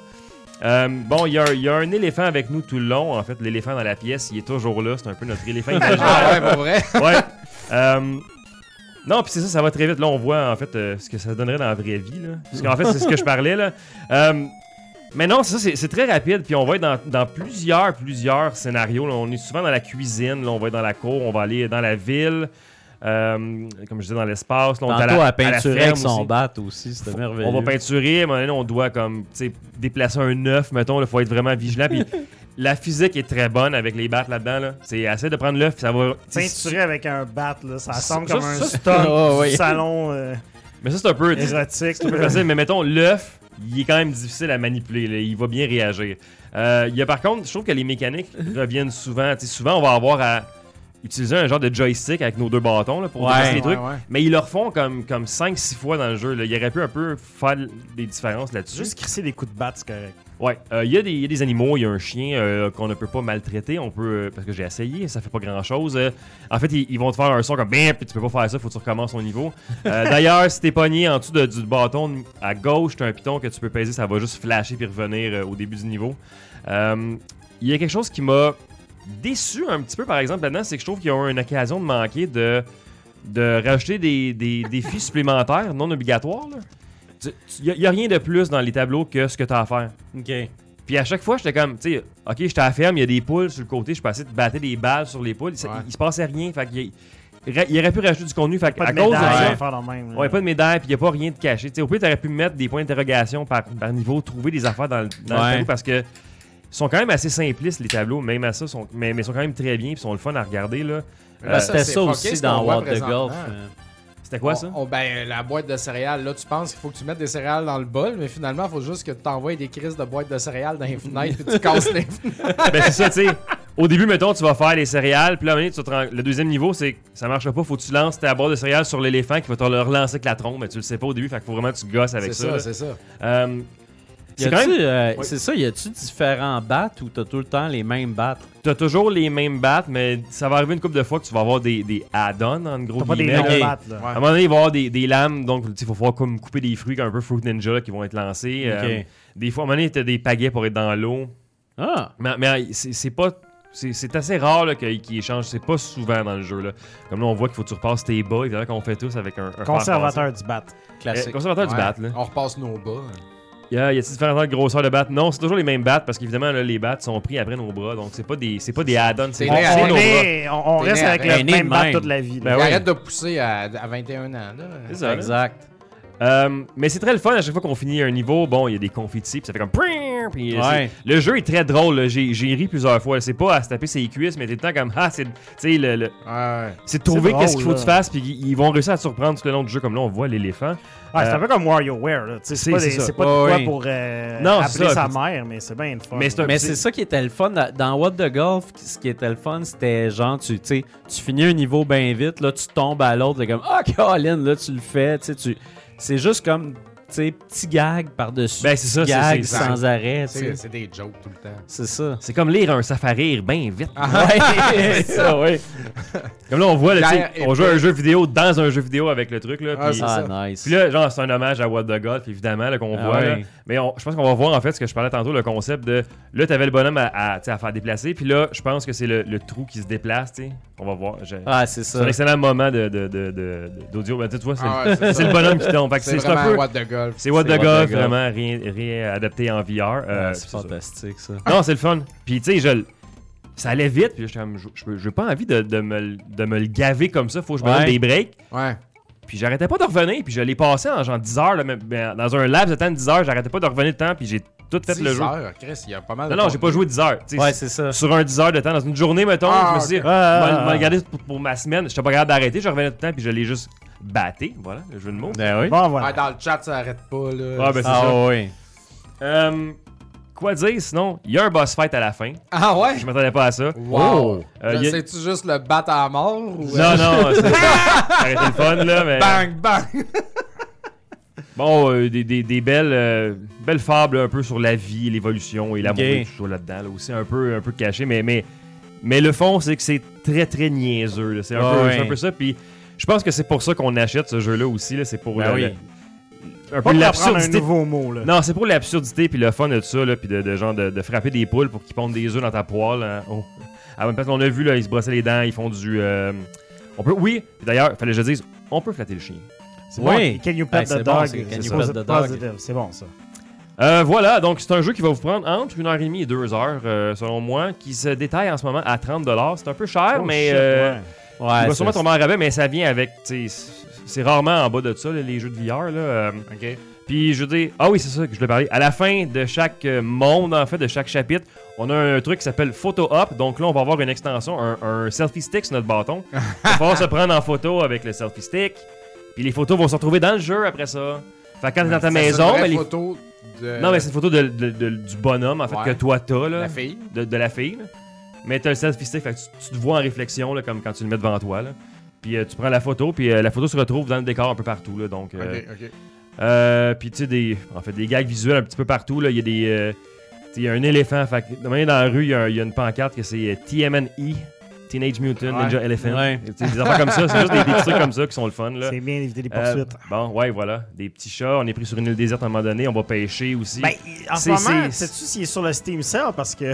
Euh, bon, il y, a un- il y a un éléphant avec nous tout le long. En fait, l'éléphant dans la pièce, il est toujours là. C'est un peu notre éléphant imaginaire.
Ah ouais, pour vrai.
Ouais. Euh, non, puis c'est ça, ça va très vite. Là, on voit en fait euh, ce que ça donnerait dans la vraie vie. Là. Parce qu'en fait, c'est ce que je parlais. Là. Euh, mais non, c'est ça, c'est- c'est très rapide. Puis on va être dans, dans plusieurs, plusieurs scénarios. là. On est souvent dans la cuisine, là, on va être dans la cour, on va aller dans la ville. euh, comme je disais, dans l'espace. là, on est à la-
Tantôt, à
à la
peinturer
ferme
avec son
aussi.
bat aussi, c'était merveilleux.
On va peinturer, à un moment donné, on doit comme, tu sais, déplacer un œuf, mettons, il faut être vraiment vigilant. Puis la physique est très bonne avec les battes là-dedans. Là. C'est assez de prendre l'œuf, puis ça va. tu sais,
Peinturé avec un bat, là, ça ressemble
ça,
comme
ça,
un
ça,
stunt
Ah, ouais.
du salon euh,
Mais ça, c'est un peu.
érotique.
C'est un peu facile, mais mettons, l'œuf, il est quand même difficile à manipuler. là. Il va bien réagir. Euh, il y a, par contre, je trouve que les mécaniques reviennent souvent. Tu sais, souvent, on va avoir à utiliser un genre de joystick avec nos deux bâtons là, pour
Ouais.
déplacer les
Ouais,
trucs.
ouais.
Mais ils le refont comme, comme 5-6 fois dans le jeu. Là. Il aurait pu un peu faire des différences là-dessus.
Juste crisser des coups de batte, c'est correct.
Ouais, euh, il y, a des- il y a des animaux, il y a un chien euh, qu'on ne peut pas maltraiter, on peut euh, parce que j'ai essayé, ça fait pas grand-chose. euh. en fait, ils, ils vont te faire un son comme bim, puis tu peux pas faire ça, faut que tu recommences au niveau. Euh, D'ailleurs, si t'es pogné en dessous de- du bâton à gauche, t'as un piton que tu peux peser, ça va juste flasher puis revenir euh, au début du niveau. Euh, Il y a quelque chose qui m'a déçu un petit peu, par exemple, là-dedans, c'est que je trouve qu'ils ont eu une occasion de manquer de de rajouter des, des, des défis supplémentaires non obligatoires. Il n'y a, rien de plus dans les tableaux que ce que tu as à faire.
Ok.
Puis à chaque fois, j'étais comme, tu sais, ok, j'étais à la ferme, il y a des poules sur le côté, je passais de battre des balles sur les poules, ça-
Ouais.
il, il se passait rien, fait qu'il ra- il aurait pu rajouter du contenu, fait
Pas
à
de
cause de
médaille,
ça.
faire dans le même. là.
Ouais, pas de médaille, puis il n'y a pas rien de caché. Tu sais, au pire, t'aurais pu mettre des points d'interrogation par, par niveau, trouver des affaires dans, le- dans le
Ouais.
tableau parce que ils sont quand même assez simplistes, les tableaux, même à ça, sont, mais ils sont quand même très bien, puis sont le fun à regarder. là. Euh,
Ben, ça,
c'était
c'est
ça
fucké,
aussi
ce qu'on
dans
voit
What the
présentement.
Golf. euh.
C'était quoi ça?
On- on- ben, la boîte de céréales, là, tu penses qu'il faut que tu mettes des céréales dans le bol, mais finalement, il faut juste que tu t'envoies des crises de boîtes de céréales dans les fenêtres et tu casses les fenêtres.
ben c'est ça, tu sais. Au début, mettons, tu vas faire les céréales, puis là, à un moment donné, tu te rends- le deuxième niveau, c'est que ça marche pas, faut que tu lances ta barre de céréales sur l'éléphant qui va te le relancer avec la trompe, mais tu le sais pas au début, fait que faut vraiment que tu gosses avec
C'est
ça. Euh,
ça,
là.
c'est ça.
Euh, C'est
Y
quand
a-tu,
même-
euh,
Oui.
C'est ça, y a-tu différents battes ou t'as tout le temps les mêmes battes?
T'as toujours les mêmes battes, mais ça va arriver une couple de fois que tu vas avoir des, des add-ons, en gros.
T'as pas des
guillemets, là.
longs
ok.
battes, là.
À un moment donné, il va y avoir des, des lames, donc il faut pouvoir comme couper des fruits, un peu Fruit Ninja, là, qui vont être lancés. euh,
Ok.
des fois, à un moment donné, t'as des pagaies pour être dans l'eau.
Ah!
Mais, mais, euh, c'est c'est pas. C'est c'est assez rare là, que- qu'ils échangent. C'est pas souvent dans le jeu. Là. Comme là, on voit qu'il faut que tu repasses tes bas, évidemment, qu'on fait tous avec un. un fer
Conservateur du bat.
passé. Euh,
Classique.
conservateur du
Ouais.
bat. Là.
On repasse nos bas.
Y a, y a-t-il différentes grosseurs de battes Non, c'est toujours les mêmes battes parce qu'évidemment, là, les battes sont pris après nos bras. Donc, c'est pas des, c'est pas des add-ons. C'est
C'est
pas
On,
né à-
nos
on
bras.
est- on- on
T'es
reste
né
avec
à-
le
t'es né
même
de
bat
même.
toute la vie. là.
Ben
Il
ouais.
arrête de pousser à, à 21 ans. Là.
C'est ça, là.
Exact.
Euh, mais c'est très le fun à chaque fois qu'on finit un niveau. Bon, il y a des confettis, puis ça fait comme. Pring Puis
Ouais.
c'est- Le jeu est très drôle. là. J'ai j'ai ri plusieurs fois. là. C'est pas à se taper ses cuisses, mais t'es tout le temps comme. Ah, c'est. Tu sais, le- le,
Ah Ouais.
C'est de trouver
C'est
qu'est-ce qu'il faut
drôle,
que tu
là.
fasses, puis ils ils vont réussir à te surprendre tout le long du jeu, comme là, on voit l'éléphant.
Ouais, c'est
Euh,
un peu comme WarioWare. là. Tu sais,
c'est-
C'est pas, des-
c'est ça.
c'est pas de
Ouais,
quoi
ouais.
pour euh,
Non, c'est
appeler
ça,
sa
puis-
mère, mais c'est bien le fun.
Mais c'est un-
Mais c'est ça qui était le fun. Dans- Dans What the Golf, ce qui était le fun, c'était genre, tu tu sais, tu finis un niveau bien vite, là, tu tombes à l'autre, t'es comme, ah, Colin, là, tu le fais, tu sais, tu. C'est juste comme, tu sais, petit gag par-dessus.
Ben, c'est ça,
petit
c'est-
gag
c'est-
sans arrêt, tu sais.
C'est c'est des jokes tout le temps.
C'est ça.
C'est comme lire un safarir bien vite.
Ah.
Ouais,
C'est ça, ouais. Comme là, on voit, là, tu sais,
Derrière-
on joue à un jeu vidéo dans un jeu vidéo avec le truc, là.
Ah,
puis-
c'est ça.
Ah, nice.
Puis là, genre, c'est un hommage à What the God, puis évidemment, là, qu'on
Ah
voit. là.
ouais.
Mais on- je pense qu'on va voir, en fait, ce que je parlais tantôt, le concept de. Là, t'avais le bonhomme à, à, tu sais, à faire déplacer, puis là, je pense que c'est le, le trou qui se déplace, tu sais. On va voir. je-
Ah, c'est
C'est un
ça.
excellent moment de- de- de- de- de- d'audio. Ben, tu vois, c'est
Ah ouais, c'est
c'est
ça.
le bonhomme qui tombe. Fait que
C'est
C'est c'est
vraiment
un
un
peu.
what the golf.
C'est What
C'est
the
What
God,
the God.
vraiment rien, rien adapté en VR. euh,
Ah,
c'est
c'est
ça.
fantastique, ça.
Non, c'est le fun. Puis tu sais, je l- ça allait vite. Puis j'étais comme, je je- j'ai pas envie de, de me, l- de me le gaver comme ça. Faut que je me
Ouais.
donne des breaks.
Ouais.
Puis j'arrêtais pas de revenir. Puis je l'ai passé en genre 10 heures. là, mais- mais dans un laps de temps de 10 heures, j'arrêtais pas de revenir le temps. Puis j'ai tout fait le
10
jeu.
heures, Chris, il y a pas mal
Non,
de
non, j'ai pas joué 10 heures. tu sais,
Ouais, c'est ça.
sur un 10 heures de temps, dans une journée, mettons,
Ah,
je me suis dit,
ok. Ah, ah,
m'en-
ah.
m'en garder pour, pour ma semaine. J'étais pas capable d'arrêter. Je revenais tout le temps. Puis je l'ai juste batté. Voilà, le jeu de mots.
Ben oui.
Bon,
Ouais,
voilà.
dans le chat, ça arrête pas. Là.
Ah, ben, c'est ça.
Ah, oui.
Euh, quoi dire sinon? Il y a un boss fight à la fin.
Ah ouais?
Je m'attendais pas à ça.
Oh.
Wow!
Euh,
Là,
y a-
C'est-tu juste le bat à mort ou. euh,
Non, non, c'est arrêtez le fun, là, mais...
Bang, bang!
Bon, euh, des, des- des belles, euh, belles fables un peu sur la vie, l'évolution et l'amour
Ok.
et tout ça là-dedans, là, aussi un peu, un peu caché, mais, mais, mais le fond, c'est que c'est très, très niaiseux. là. C'est un,
Ah
peu-
ouais.
c'est un peu ça, puis je pense que c'est pour ça qu'on achète ce jeu-là aussi, là, c'est pour
Ben
la-
oui.
la- un
Pas
peu
pour apprendre un
l'absurdité
nouveau mot. Là.
Non, c'est pour l'absurdité puis le fun de ça, là, puis de, de genre de, de frapper des poules pour qu'ils pondent des œufs dans ta poêle. hein. Oh. À la même place, on a vu, là, ils se brossaient les dents, ils font du. euh, On peut... Oui, puis d'ailleurs, fallait que je dise, on peut flatter le chien.
C'est
Oui.
bon. Can you pet
Hey,
the
c'est
dog?
bon, c'est Can
C'est
you pet
ça.
the dog?
Positive, C'est bon, ça.
Euh, voilà, donc c'est un jeu qui va vous prendre entre 1h30 et 2h, selon moi, qui se détaille en ce moment à 30$. C'est un peu cher,
Oh,
mais.
shit,
euh,
ouais.
Ouais,
il va
c'est-
sûrement tomber en rabais, mais ça vient avec. tu sais, C'est c'est rarement en bas de ça, là, les jeux de VR. Là. euh,
Ok.
Puis je veux dire, ah oui, c'est ça que je voulais parler. À la fin de chaque euh, monde, en fait, de chaque chapitre, on a un truc qui s'appelle Photo Up. Donc là, on va avoir une extension, un, un selfie stick sur notre bâton. Il va falloir se prendre en photo avec le selfie stick. Puis les photos vont se retrouver dans le jeu après ça. Fait que quand t'es dans ta maison, ben, les-
photo de.
non, mais c'est une photo de- de- de- du bonhomme, en fait,
Ouais.
que toi t'as, là.
la fille.
De, de la fille. là. Mais t'as le selfie stick, fait que tu, tu te vois en réflexion, là, comme quand tu le mets devant toi, là. Puis euh, tu prends la photo, puis euh, la photo se retrouve dans le décor un peu partout, là. Donc, euh,
Ok, ok.
euh, puis tu sais, des, en fait, des gags visuels un petit peu partout. là. Il y a des. euh, tu sais, il y a un éléphant. Fait que, de manière, dans la rue, il y, a un- il y a une pancarte que c'est euh, TMNE, Teenage Mutant
Ouais.
Ninja Elephant.
Ouais.
Tu sais, Des affaires comme ça, c'est juste des, des petits trucs comme ça qui sont le fun. Là.
C'est bien d'éviter les
Euh,
poursuites.
bon, ouais, voilà. Des petits chats. On est pris sur une île déserte à un moment donné. On va pêcher aussi.
Ben, en ce
c'est-
moment,
c'est-
sais-tu s'il est sur le Steam Sale? Parce que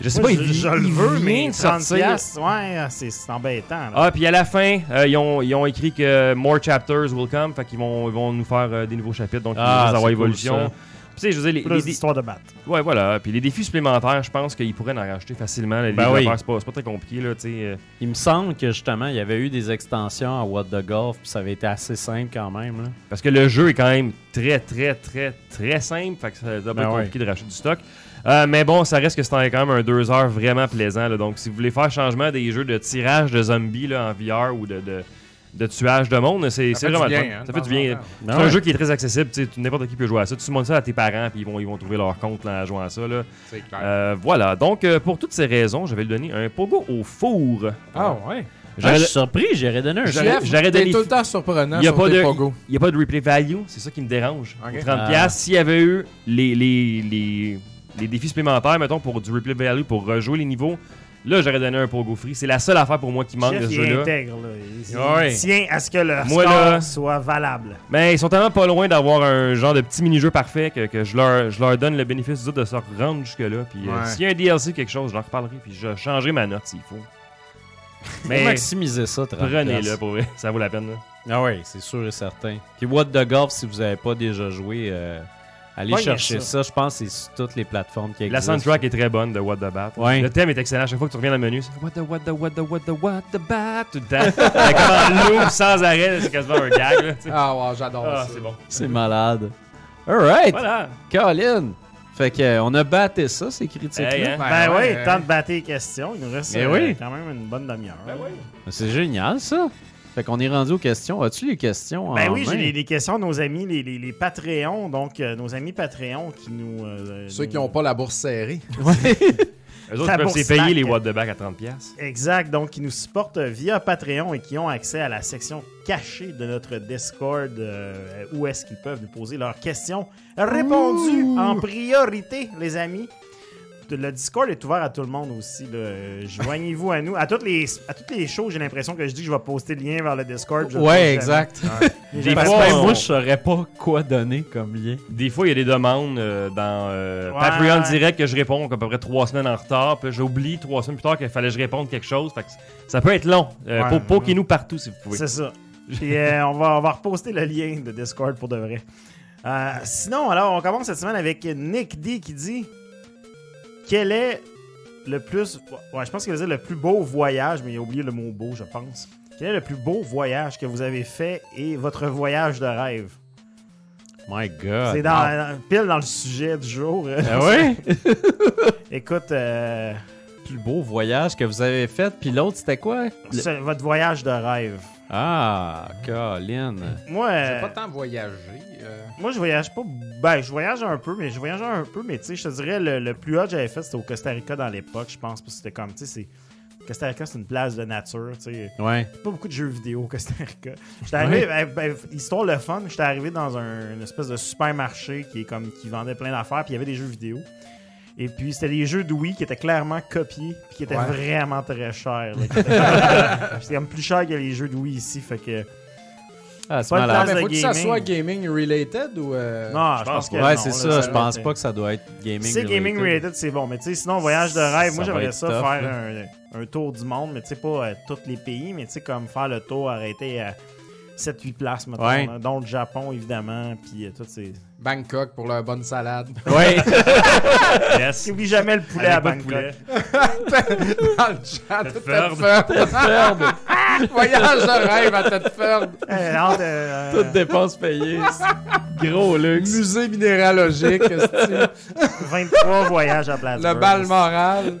je sais
moi,
pas,
je,
il,
je
il
le veux,
vient
mais
de sortir.
30$, ouais, ah, c'est c'est embêtant. là.
Ah, puis à la fin, euh, ils, ont, ils ont écrit que More Chapters will come. Fait qu'ils vont, ils vont nous faire euh, des nouveaux chapitres. Donc, ils
Ah,
vont nous
c'est
avoir
cool,
évolution.
ça.
Puis, tu sais, je veux dire, les- les-
Plus
les,
d'histoire de battre.
Ouais, voilà. Puis les défis supplémentaires, je pense qu'ils pourraient en racheter facilement. Les
Ben
développeurs,
oui.
c'est pas, c'est pas très compliqué, là, tu sais. euh.
Il me semble que justement, il y avait eu des extensions à What the Golf, puis ça avait été assez simple quand même. Là.
Parce que le jeu est quand même très, très, très, très simple. Fait que ça doit
Ben
pas être
ouais.
compliqué de racheter du stock. Euh, mais bon, ça reste que c'est quand même un 2 heures vraiment plaisant. là. Donc, si vous voulez faire changement des jeux de tirage de zombies là, en VR ou de, de, de tuage de monde, c'est
Ça
c'est
fait du
vraiment le
bien,
fun.
hein,
ça fait du
de temps en
bien.
temps.
C'est un jeu qui est très accessible. tu sais, N'importe qui peut jouer à ça. Tu montres ça à tes parents, puis ils vont, ils vont trouver leur compte là, en jouant à ça. Là.
C'est clair.
Euh, voilà. Donc, euh, pour toutes ces raisons, je vais lui donner un pogo au four.
ah ouais.
je suis surpris, j'aurais donné un
J'aurais-
Jeff,
j'aurais
t'es
donné-
tout le temps surprenant
Il n'y a,
sur
pas
tes
de-
pogos.
il y a pas de replay value, c'est ça qui me dérange.
Ok.
Pour 30$,
Ah.
s'il y avait eu les, les, les, les défis supplémentaires, mettons, pour du replay value, pour rejouer les niveaux, là, j'aurais donné un pogo free. C'est la seule affaire pour moi qui manque de
Chef,
ce
il
jeu-là.
intègre, là. Il, il
Ouais.
tient à ce que le
Moi,
score
là-
soit valable.
Mais ils sont tellement pas loin d'avoir un genre de petit mini-jeu parfait que, que je, leur, je leur donne le bénéfice du doute de se rendre jusque-là. Puis euh,
Ouais.
s'il y a un DLC ou quelque chose, je leur reparlerai. Puis je changerai ma note s'il faut.
Faut
Mais
maximiser ça, 30
prenez-le pour vrai. Ça vaut la peine. là.
Ah oui, c'est sûr et certain. Puis What the Golf, si vous n'avez pas déjà joué, euh, allez
Pognez
chercher ça. Je pense que c'est sur toutes les plateformes qui
La
existent.
soundtrack est très bonne de What the Bat.
Ouais.
Le thème est excellent. À chaque fois que tu reviens dans le menu, c'est What the, What the, What the, What the, What the Bat. Tout le temps. Fait comme en loop, sans arrêt, là, c'est quasiment un gag. là, tu sais.
Ah, ouais, j'adore
Ah,
ça.
c'est bon.
C'est malade. Alright,
Voilà.
Colin. Fait que euh, on a batté ça, ces critiques-là.
Hey, hein.
Ben, oui,
ouais.
tant de battre les questions. Il nous reste
Mais
euh,
oui.
quand même une bonne demi-heure. Ben oui,
C'est génial, ça. Fait qu'on est rendu aux questions. As-tu les questions en main?
Ben
Ah,
j'ai les, les questions de nos amis, les, les, les Patreons. Donc, euh, nos amis Patreons qui nous. euh,
Ceux
nous-
qui n'ont pas la bourse serrée.
Eux autres ils peuvent
bourse
s'y payer les
snack.
What the Bat à 30$.
Exact, donc qui nous supportent via Patreon et qui ont accès à la section cachée de notre Discord euh, où est-ce qu'ils peuvent nous poser leurs questions répondues en priorité, les amis. Le Discord est ouvert à tout le monde aussi. là. Euh, Joignez-vous à nous. À toutes les, à toutes les shows, j'ai l'impression que je dis que je vais poster le lien vers le Discord. je le poste
Ouais,
jamais.
exact.
J'ai
Parce
pas-
que même
on-
moi, je saurais pas quoi donner comme lien.
Des fois, il y a des demandes euh, dans euh,
Ouais.
Patreon direct que je réponds à peu près trois semaines en retard. Puis j'oublie trois semaines plus tard qu'il fallait que je réponde quelque chose. Fait que c- ça peut être long. Euh,
Ouais.
po- Pokez-nous partout si vous pouvez.
C'est ça. Puis euh, on, va, on va reposter le lien de Discord pour de vrai. Euh, sinon, alors, on commence cette semaine avec Nick D qui dit Quel est le plus. Ouais, je pense qu'il veut dire le plus beau voyage, mais il a oublié le mot beau, je pense. Quel est le plus beau voyage que vous avez fait et votre voyage de rêve
My God.
Ah,
C'est dans, dans- pile dans le sujet du jour.
Ah ouais?
Écoute, euh,
plus beau voyage que vous avez fait. Puis l'autre, c'était quoi? Le-
ce- votre voyage de rêve.
Ah, Colin.
Moi,
J'ai
euh,
pas tant voyagé. euh.
Moi, je voyage pas. Ben, je voyage un peu, mais je voyage un peu, mais tu sais, je te dirais, le, le plus haut que j'avais fait, c'était au Costa Rica dans l'époque, je pense, parce que c'était comme, tu sais, c'est- Costa Rica, c'est une place de nature, tu sais.
Ouais.
Pas beaucoup de jeux vidéo au Costa Rica. J'étais arrivé, ben, ben, histoire le fun, j'étais arrivé dans un une espèce de supermarché qui est comme qui vendait plein d'affaires, puis il y avait des jeux vidéo. Et puis c'était des jeux de Wii qui étaient clairement copiés, puis qui étaient
Ouais.
vraiment très chers. là, qui étaient- C'était comme plus cher que les jeux de Wii ici, fait que.
Ah, c'est
Pas le
malade.
place
mais
de
ben, faut que ça
gaming.
soit gaming related ou. euh,
Non, je,
je
pense
pense
que.
ouais,
non,
c'est
là,
ça. Je
là,
pense
c'est-
pas que ça doit être gaming.
C'est gaming
related.
rated, c'est bon. Mais tu sais, sinon, voyage de rêve, moi
Ça va
j'aimerais
être
ça
tough,
faire un, un tour du monde, mais tu sais, pas euh, tous les pays, mais tu sais, comme faire le tour, arrêter à 7-8 places, mettons,
Ouais.
là, dont le Japon, évidemment, puis euh, toutes ces.
Bangkok pour la bonne salade.
Ouais.
Yes.
Oublie jamais le poulet
Avec
à
pas de
Bangkok.
poulet.
Dans le chat,
Tedford.
Tedford. Voyage de rêve à Tedford.
Euh, hâte, euh,
Toutes dépenses payées. Gros luxe.
Musée minéralogique, esti.
23 voyages à Plattsburgh.
le bal moral.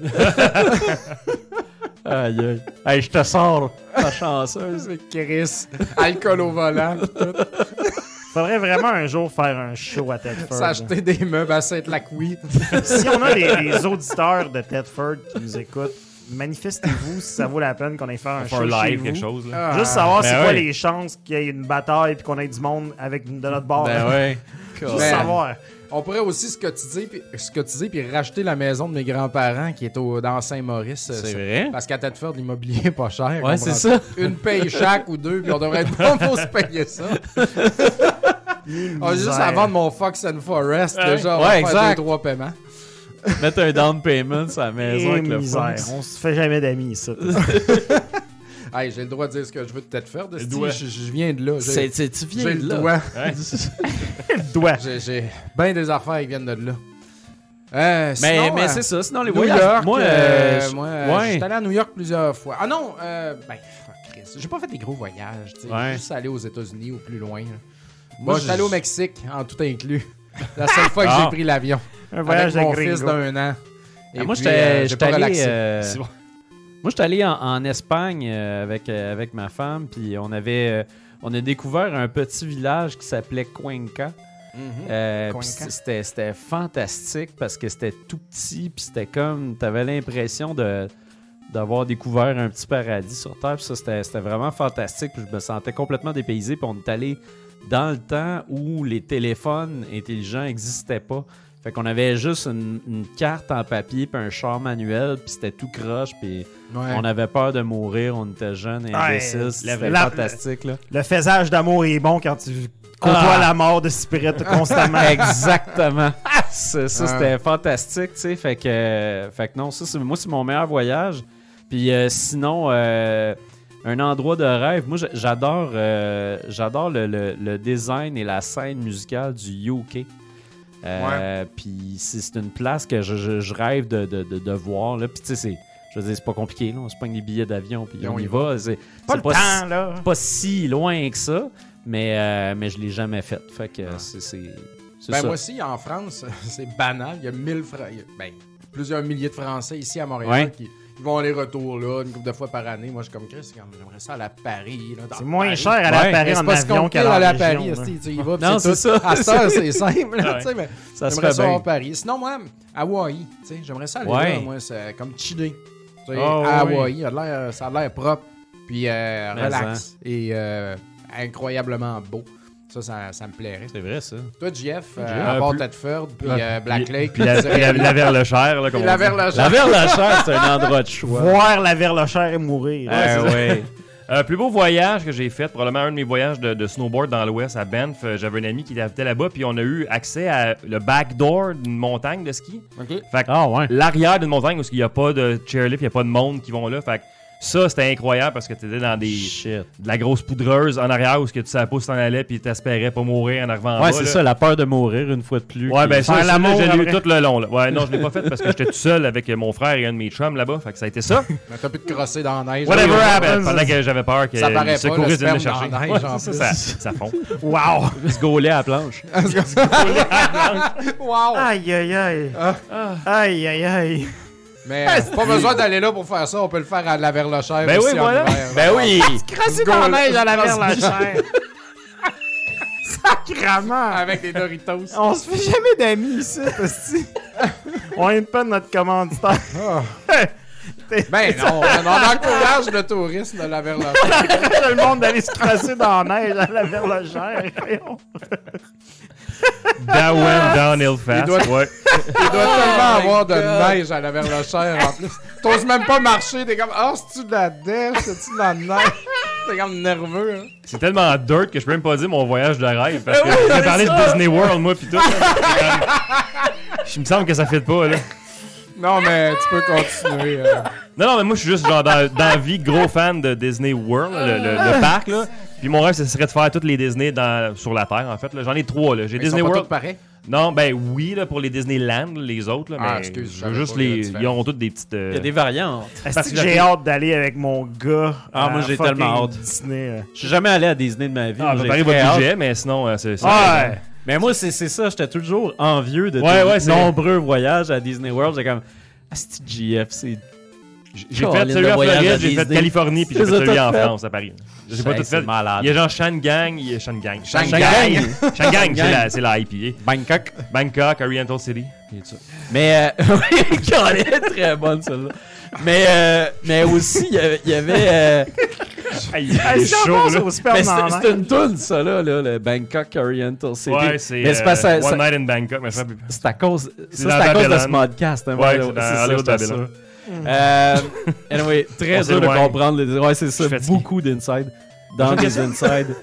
Aïe, aïe. Hey, je te sors. Ta chanceuse.
C'est Chris. Alcool au volant.
Faudrait vraiment un jour faire un show à Tedford.
S'acheter des meubles à Sainte-Lacouille.
si on a des, des auditeurs de Tedford qui nous écoutent, manifestez-vous si ça vaut la peine qu'on aille faire un
On fait
show.
un
chez
live,
vous.
quelque chose. là.
Ah,
Juste savoir
Ben
c'est quoi
oui.
les chances qu'il y ait une bataille et qu'on ait du monde avec de notre bord.
Ben ouais.
Juste
Ben,
savoir.
On pourrait aussi se cotiser, puis, se cotiser puis racheter la maison de mes grands-parents qui est au, dans Saint-Maurice.
C'est
Ça-
vrai.
Parce qu'à Tedford, l'immobilier est pas cher.
Ouais,
comprends-tu?
c'est ça.
Une paye chaque ou deux, puis on devrait être bon pour se payer ça. On va juste à vendre mon Fox and Forest,
Ouais.
déjà, on
Ouais,
va faire
exact.
deux, trois paiements.
Mettre un down payment sur la maison avec le
Eh, misère.
Fox.
On se fait jamais d'amis, ça.
Hey, j'ai le droit de dire ce que je veux de Tedford, esti.
doigt.
je, je viens de là.
C'est,
J'ai
c'est- tu
j'ai
viens de
le
là.
doigt.
Doigt.
J'ai- J'ai bien des affaires qui viennent de là. Euh,
Mais,
sinon,
mais
euh,
c'est ça. Sinon, les
New
voyages.
York,
moi,
euh,
euh, je-
moi, euh, je
ouais.
suis allé à New York plusieurs fois. Ah non, euh, ben, fuck, Chris, j'ai pas fait des gros voyages. tu sais.
Ouais.
J'ai juste allé aux États-Unis ou plus loin. là.
Moi,
Moi, je suis allé
je-
au Mexique, en tout inclus. La seule fois que
Ah.
j'ai pris l'avion.
Un voyage
Avec
de
mon
gringo.
fils d'un an.
Ah, moi,
puis,
j'étais
euh, j'ai
j'étais
pas
allé,
relaxé.
euh,
C'est bon.
moi, j'étais allé en, en Espagne euh, avec, euh, avec ma femme, puis on avait euh, on a découvert un petit village qui s'appelait Cuenca. Euh,
Mhm. Cuenca.
puis c- c'était c'était fantastique parce que c'était tout petit, puis c'était comme, t'avais l'impression de d'avoir découvert un petit paradis sur Terre. Puis ça, c'était c'était vraiment fantastique. Puis je me sentais complètement dépaysé. Puis on est allé dans le temps où les téléphones intelligents n'existaient pas. Fait qu'on avait juste une, une carte en papier, puis un char manuel, puis c'était tout croche, puis
Ouais.
on avait peur de mourir, on était jeunes, et
la-
imbéciles, c'était
la-
fantastique, là.
Le faisage d'amour est bon quand tu côtoies
Ah.
la mort de Spirit constamment.
Exactement. ça, ça,
Ah.
c'était fantastique, tu sais. Fait que, euh, fait que non, ça, c'est- moi, c'est mon meilleur voyage. Puis euh, sinon, euh, un endroit de rêve. Moi, j'a- j'adore, euh, j'adore le, le- le design et la scène musicale du UK. Euh, Puis c'est c'est une place que je, je- je rêve de, de, de- de voir. Là. Puis tu sais, c'est- je veux dire, c'est pas compliqué. Là. On se pogne des billets d'avion, puis
Et
on
on
y
y
va. C'est
pas
c'est
le
pas si-
temps, là.
pas si loin que ça, mais, euh, mais je l'ai jamais fait. Fait que euh, c'est c'est c'est
Ben
ça.
moi aussi, en France, c'est banal. Il y a mille Fra- il y a- ben, plusieurs milliers de Français ici à Montréal
Ouais.
qui ils vont aller-retour là, une couple de fois par année. Moi, je suis comme Chris, comme, j'aimerais ça aller à Paris. là, dans
C'est moins
Paris.
cher à la
Ouais,
Paris
Mais
en
c'est parce
avion
qu'on
qu'à
qu'elle aller
la
à
région,
Paris,
là.
esti, tu y vas. puis
Non,
c'est
c'est
tout.
ça.
À cette heure, c'est simple. là, tu sais, mais
ça se
j'aimerais
fait
ça
bien.
à Paris. Sinon, moi, Hawaï. tu sais, J'aimerais ça aller
Ouais.
là, moi, c'est comme chiller. Tu sais,
Ah,
à
oui.
Hawaï, il y a de l'air- ça a de l'air propre, puis euh,
Mais
relax et euh, incroyablement beau. Ça, ça, ça me plairait.
C'est vrai, ça.
Toi, JF, euh,
Euh,
à part
plus-
Tedford, puis
Ouais.
euh, Black Lake,
Puis la, puis la, la Verlechaire, là, comme on
la
dit.
La
Verlachère.
Verlachère, c'est un endroit de choix.
Voir la verlochère et mourir.
Ah ouais.
Eh Euh, plus beau voyage que j'ai fait, probablement un de mes voyages de, de snowboard dans l'ouest à Banff. Euh, J'avais un ami qui habitait là-bas, puis on a eu accès à le backdoor d'une montagne de ski. Fait que
Ah ouais.
l'arrière d'une montagne où il n'y a pas de chairlift, il n'y a pas de monde qui vont là. Fait que ça, c'était incroyable parce que tu étais dans des,
Shit.
de la grosse poudreuse en arrière où ce que tu savais pas où t'en allais, puis t'espérais pas mourir en arrivant en bas.
Ouais, c'est
là.
ça, la peur de mourir une fois de plus.
Ouais,
qui-
ben ça,
Faire
ça, là,
l'amour
je l'ai eu
après.
tout le long. Là. Ouais, non, je l'ai pas fait parce que j'étais tout seul avec mon frère et un de mes chums là-bas. Fait que ça a été ça.
Mais t'as pu te crosser dans la neige.
Whatever
Ouais,
happens. Pendant que j'avais peur que
Ça paraît
les
pas,
secouristes
le
viennent me
sperme
chercher.
dans la neige,
Ouais,
en
ça,
plus.
ça, ça fond.
Wow!
se gauler à la planche.
Wow!
Aïe, aïe, aïe.
Ah.
Ah. Aïe, aïe, aïe.
Mais euh, pas besoin d'aller là pour faire ça, on peut le faire à la Verlachère.
Ben oui,
aussi, en
voilà.
hiver.
Ben oui.
Crasser dans la neige à la verlochère. Sacrament!
Avec des Doritos.
On se fait jamais d'amis ici, hostie. On aime pas notre commanditaire.
Ben non, on encourage le tourisme de la Verlachère.
Tout le monde d'aller se crasser dans la neige à la verlochère. Voyons.
That went downhill fast.
doigts-
Ouais.
Il doit tellement avoir de neige à la Verlachère en plus. T'oses même pas marcher, t'es comme, ah, c'est-tu de la neige, c'est-tu de la neige? T'es comme nerveux, hein.
C'est tellement dirt que je peux même pas dire mon voyage de rêve parce
Ben
que j'ai parlé de Disney World, moi, pis tout. Je me semble que ça fit pas, là.
Non, mais tu peux continuer. euh.
Non, non, mais moi, je suis juste, genre, dans, dans la vie, gros fan de Disney World, le, le- le parc, là. Puis mon rêve, ce serait de faire toutes les Disney dans- sur la Terre, en fait. là. J'en ai trois, là. J'ai
Mais Ils sont
Disney
pas
World.
tous pareils.
Non, ben oui, là, pour les Disneyland, les autres, là. Mais
Ah, excuse, je
je veux
savais
juste
pas qu'il y avait
les.
différence.
Ils ont toutes des petites. euh,
Il y a des variantes.
Est-ce que j'ai hâte d'aller avec mon gars?
Ah,
à
moi, j'ai
fucking
tellement hâte.
Disney. euh.
Je suis jamais allé à Disney de ma vie.
Ah,
mais j'ai très
préparez votre
hâte.
budget, mais sinon, euh, c'est. c'est-
Ah!
Ouais!
Mais moi, c'est c'est ça, j'étais toujours envieux de
Ouais,
tes
ouais, c'est-
nombreux voyage à Disney World. J'ai comme. Ah, c'est GF, c'est.
J'ai
Colin,
fait celui
le
en
voyage à
Floride, j'ai fait
Disney.
Californie, puis j'ai
Les
fait
as
celui
toutes
en
faites?
France, à Paris. J'ai pas
Hey,
tout
c'est
fait.
malade.
Il y a genre Shangang, il y a Shangang.
Shanghai.
Shangang, c'est la- c'est la IPA.
Bangkok.
Bangkok, Oriental City.
Mais euh, oui, Colin, très bonne celle-là. Mais euh, mais aussi il y avait, il y avait, euh,
Est-ce qu'on
chaud,
pense
là.
au
mais
sperme dans
c'est
la
c'est
neige?
une toune ça là, là, le Bangkok Oriental City.
Ouais, c'est
mais c'est
euh,
parce que ça-
One
ça-
Night in Bangkok, mais je sais plus.
c'est à cause ça, c'est
dans
à cause de
Babylone.
ce podcast hein,
Ouais,
voilà,
c'est dans
ça,
Hollywood
j'étais
Babylone.
sûr. Euh, anyway,
On
très dur de
s'éloigne.
comprendre les ouais, c'est ça,
Je suis fatigué.
beaucoup d'inside dans des inside.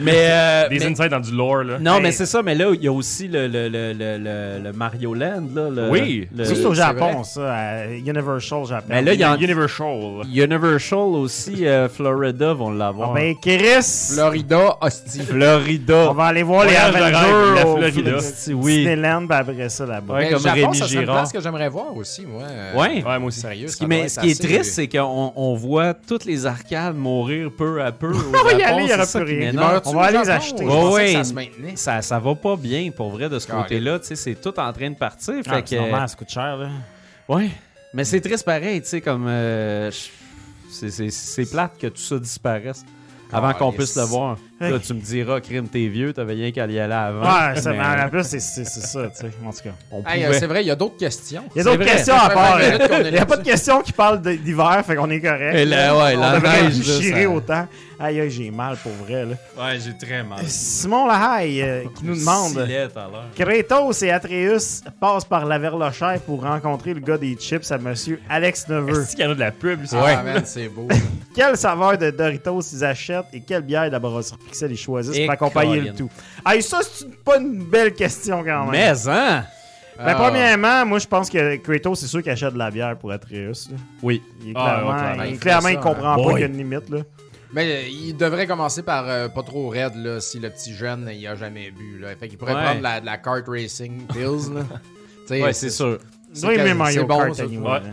Mais euh,
Des
mais-
insights dans du lore, là.
non,
Hey.
mais c'est ça, mais là, il y a aussi le, le, le, le, le- le Mario Land, là. le-
Oui.
le-
Juste au
c'est
Japon,
vrai.
ça. à Universal Japon.
Mais là, il y a-
Universal.
Universal aussi, euh, Florida vont
Ah
l'avoir.
ben, Chris!
Florida, hostie.
On
Florida.
va aller voir les
Voyage de rêve, la
Avengers au
Florida.
Florida. Oui.
Disneyland, puis après ça, là-bas.
Ouais,
Mais
comme
le Japon,
Rémi
ça, c'est une
Girard.
place que j'aimerais voir aussi, moi. Euh,
Ouais.
Ouais, moi aussi.
Sérieux,
Ce
ça
qui,
doit
mais
être
ce qui est
assez-
triste, c'est qu'on on voit toutes les arcades mourir peu à peu. Au Japon,
On va y aller, il y
c'est
aura
ça
plus
qui
rien.
m'énerve.
Il meurt On va aller les
Japon,
acheter.
Je pensais
Ouais,
que
ouais.
ça se maintenait.
ça, ça va pas bien pour vrai de ce
Carrément.
côté-là. tu sais, C'est tout en train de partir. Fait
Ah,
que, euh,
c'est normal, ça coûte cher, là.
ouais. Mais c'est triste pareil, tu sais, comme.
Ah,
euh, je- c'est- c'est c'est plate que tout ça disparaisse avant qu'on puisse le voir. Là, tu me diras, crime, t'es vieux, t'avais rien qu'à y aller avant.
Ouais, ça,
Mais
mais en plus, c'est c'est- c'est ça, tu sais. En tout cas.
on
Hey, euh,
pouvait.
c'est vrai, il y a d'autres questions.
Il y a d'autres
vrai.
questions à
Ça fait
part. euh,
20 minutes qu'on est
Il n'y a pas de
là-dessus.
questions qui parlent de- d'hiver, fait qu'on est correct.
Et là, ouais,
on
la
devrait
neige,
plus
là,
chier
ça-
autant. Aïe, aïe, j'ai mal pour vrai, là.
Ouais, j'ai très mal.
Simon Lahaye euh, qui nous demande
Silet, tout à l'heure.
Kratos et Atreus passent par la Verlochère pour rencontrer le gars des chips à monsieur Alex Neveu.
Est-ce qu'il y en a de la pub, lui, ça?
Ah, man, c'est beau. ça.
Quelle saveur de Doritos ils achètent et quelle bière d'abord sur Pixel ils choisissent
Et
pour accompagner le
Eh, Colin.
tout? Aïe, ça, c'est une- pas une belle question quand même.
Mais, hein?
Ben,
Ah.
premièrement, moi, je pense que Kratos, c'est sûr qu'il achète de la bière pour Atreus. là.
Oui.
Il est
Ah,
clairement,
ouais, clairement.
il,
Il fait
clairement,
ça,
il comprend
hein.
pas
Boy.
qu'il y a une limite. Là.
Mais euh, il devrait commencer par euh, pas trop raide là, si le petit jeune il a jamais bu. Là. Fait qu'il pourrait
Ouais.
prendre la, de la kart racing pills. Là. Tu sais,
Ouais, c'est sûr.
c'est
Doit aimer
quasi-
Mario
c'est bon,
Kart
ça.
anyway,
Ouais.
là.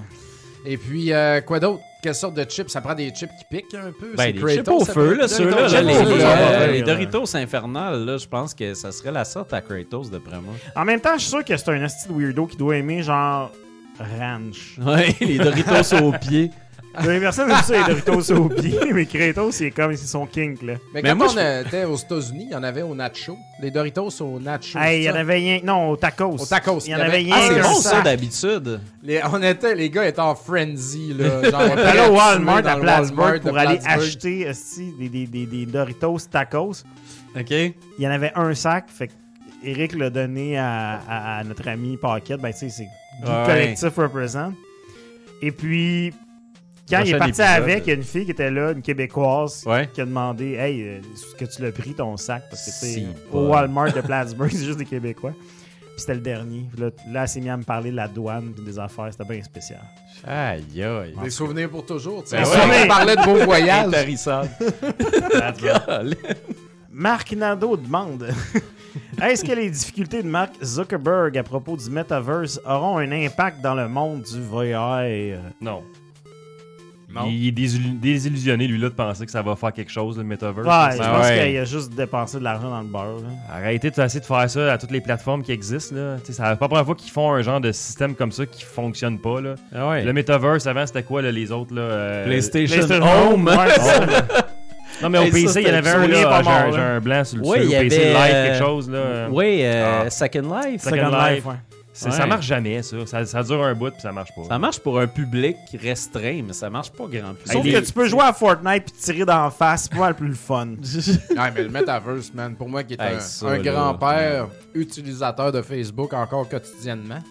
Et puis euh, quoi d'autre Quelle sorte de chips Ça prend des chips qui piquent un peu.
Ben,
c'est
des
Kratos,
chips au
ça
feu,
peut-
là,
des
ceux-là,
Doritos
là,
chips
les,
au feu, ça va
euh,
bien,
bien.
les
là.
Doritos infernales, là, je pense que ça serait la sorte à Kratos, d'après moi.
En même temps, je suis sûr que c'est un asti de weirdo qui doit aimer genre ranch.
Ouais, les Doritos au pied.
Les personnes aiment ça, les Doritos au pied, mais Kratos, c'est comme c'est son kink. là.
Mais
Mais
quand
moi,
on était aux États-Unis, il y en avait au nacho. Les Doritos au nacho.
Hey, il y
ça.
en avait rien. Non, au tacos.
Au tacos,
Il y en avait rien.
Ah, c'est
qu'un
bon, ça,
sac.
d'habitude.
Les, on était, les gars étaient en frenzy là. Genre, on
T'allais
était
au
tués
Walmart
dans
à
le
Plattsburgh
Walmart de
pour aller
Plattsburgh.
acheter esti, des, des, des, des Doritos tacos.
OK.
Il y en avait un sac, fait que Eric l'a donné à, à- à notre ami Pocket. Ben, tu sais, c'est du
Ouais.
collectif represent. Et puis, quand il
Prochain
est parti
épisode.
avec, il y a une fille qui était là, une Québécoise,
Ouais.
qui a demandé Hey, euh, est-ce que tu l'as pris ton sac Parce que, tu sais,
Si,
au
bon.
Walmart de Plattsburgh, c'est juste des Québécois. Puis c'était le dernier. Puis Là, là, elle s'est mise à me parler de la douane puis des affaires. C'était bien spécial.
Aïe, aïe.
Des souvenirs pour toujours. tu sais.
Ben
On
ouais.
parlait de beaux voyages.
Intarissable.
Marc Nadeau demande Est-ce que les difficultés de Mark Zuckerberg à propos du metaverse auront un impact dans le monde du VR
Non.
Non.
Il est désillu- désillusionné, lui-là, de penser que ça va faire quelque chose, le metaverse. Ah
Ouais, je
Ben
pense
ouais.
qu'il a juste dépensé de l'argent dans le beurre. là.
Arrêtez de essayer de faire ça à toutes les plateformes qui existent. Là. T'sais, C'est la première fois qu'ils font un genre de système comme ça qui fonctionne pas. Là.
Ah ouais.
Le Metaverse, avant, c'était quoi là, les autres là, euh,
PlayStation,
PlayStation
Home.
ouais, c'est ça.
Non, mais au
Hey, ça,
PC, il y en
c'était-
avait
Sony
un,
est
là, ah,
pas
j'ai un-
mort,
j'ai un blanc sur le
hein. Ouais,
sur
il y
le PC,
avait,
live,
euh,
quelque chose. Là.
Oui, euh,
Ah.
Second Life.
Second Life.
ouais.
C'est- Ça
ouais.
marche jamais, ça. ça. ça dure un bout, puis ça marche pas.
Ça marche pour un public restreint, mais ça marche pas grand public.
Hey,
Sauf
les-
que tu peux jouer à Fortnite puis tirer d'en face, c'est pas le plus le fun.
Ouais, mais le metaverse, man, pour moi qui est
Hey,
un,
ça,
un
là.
grand-père utilisateur de Facebook encore quotidiennement,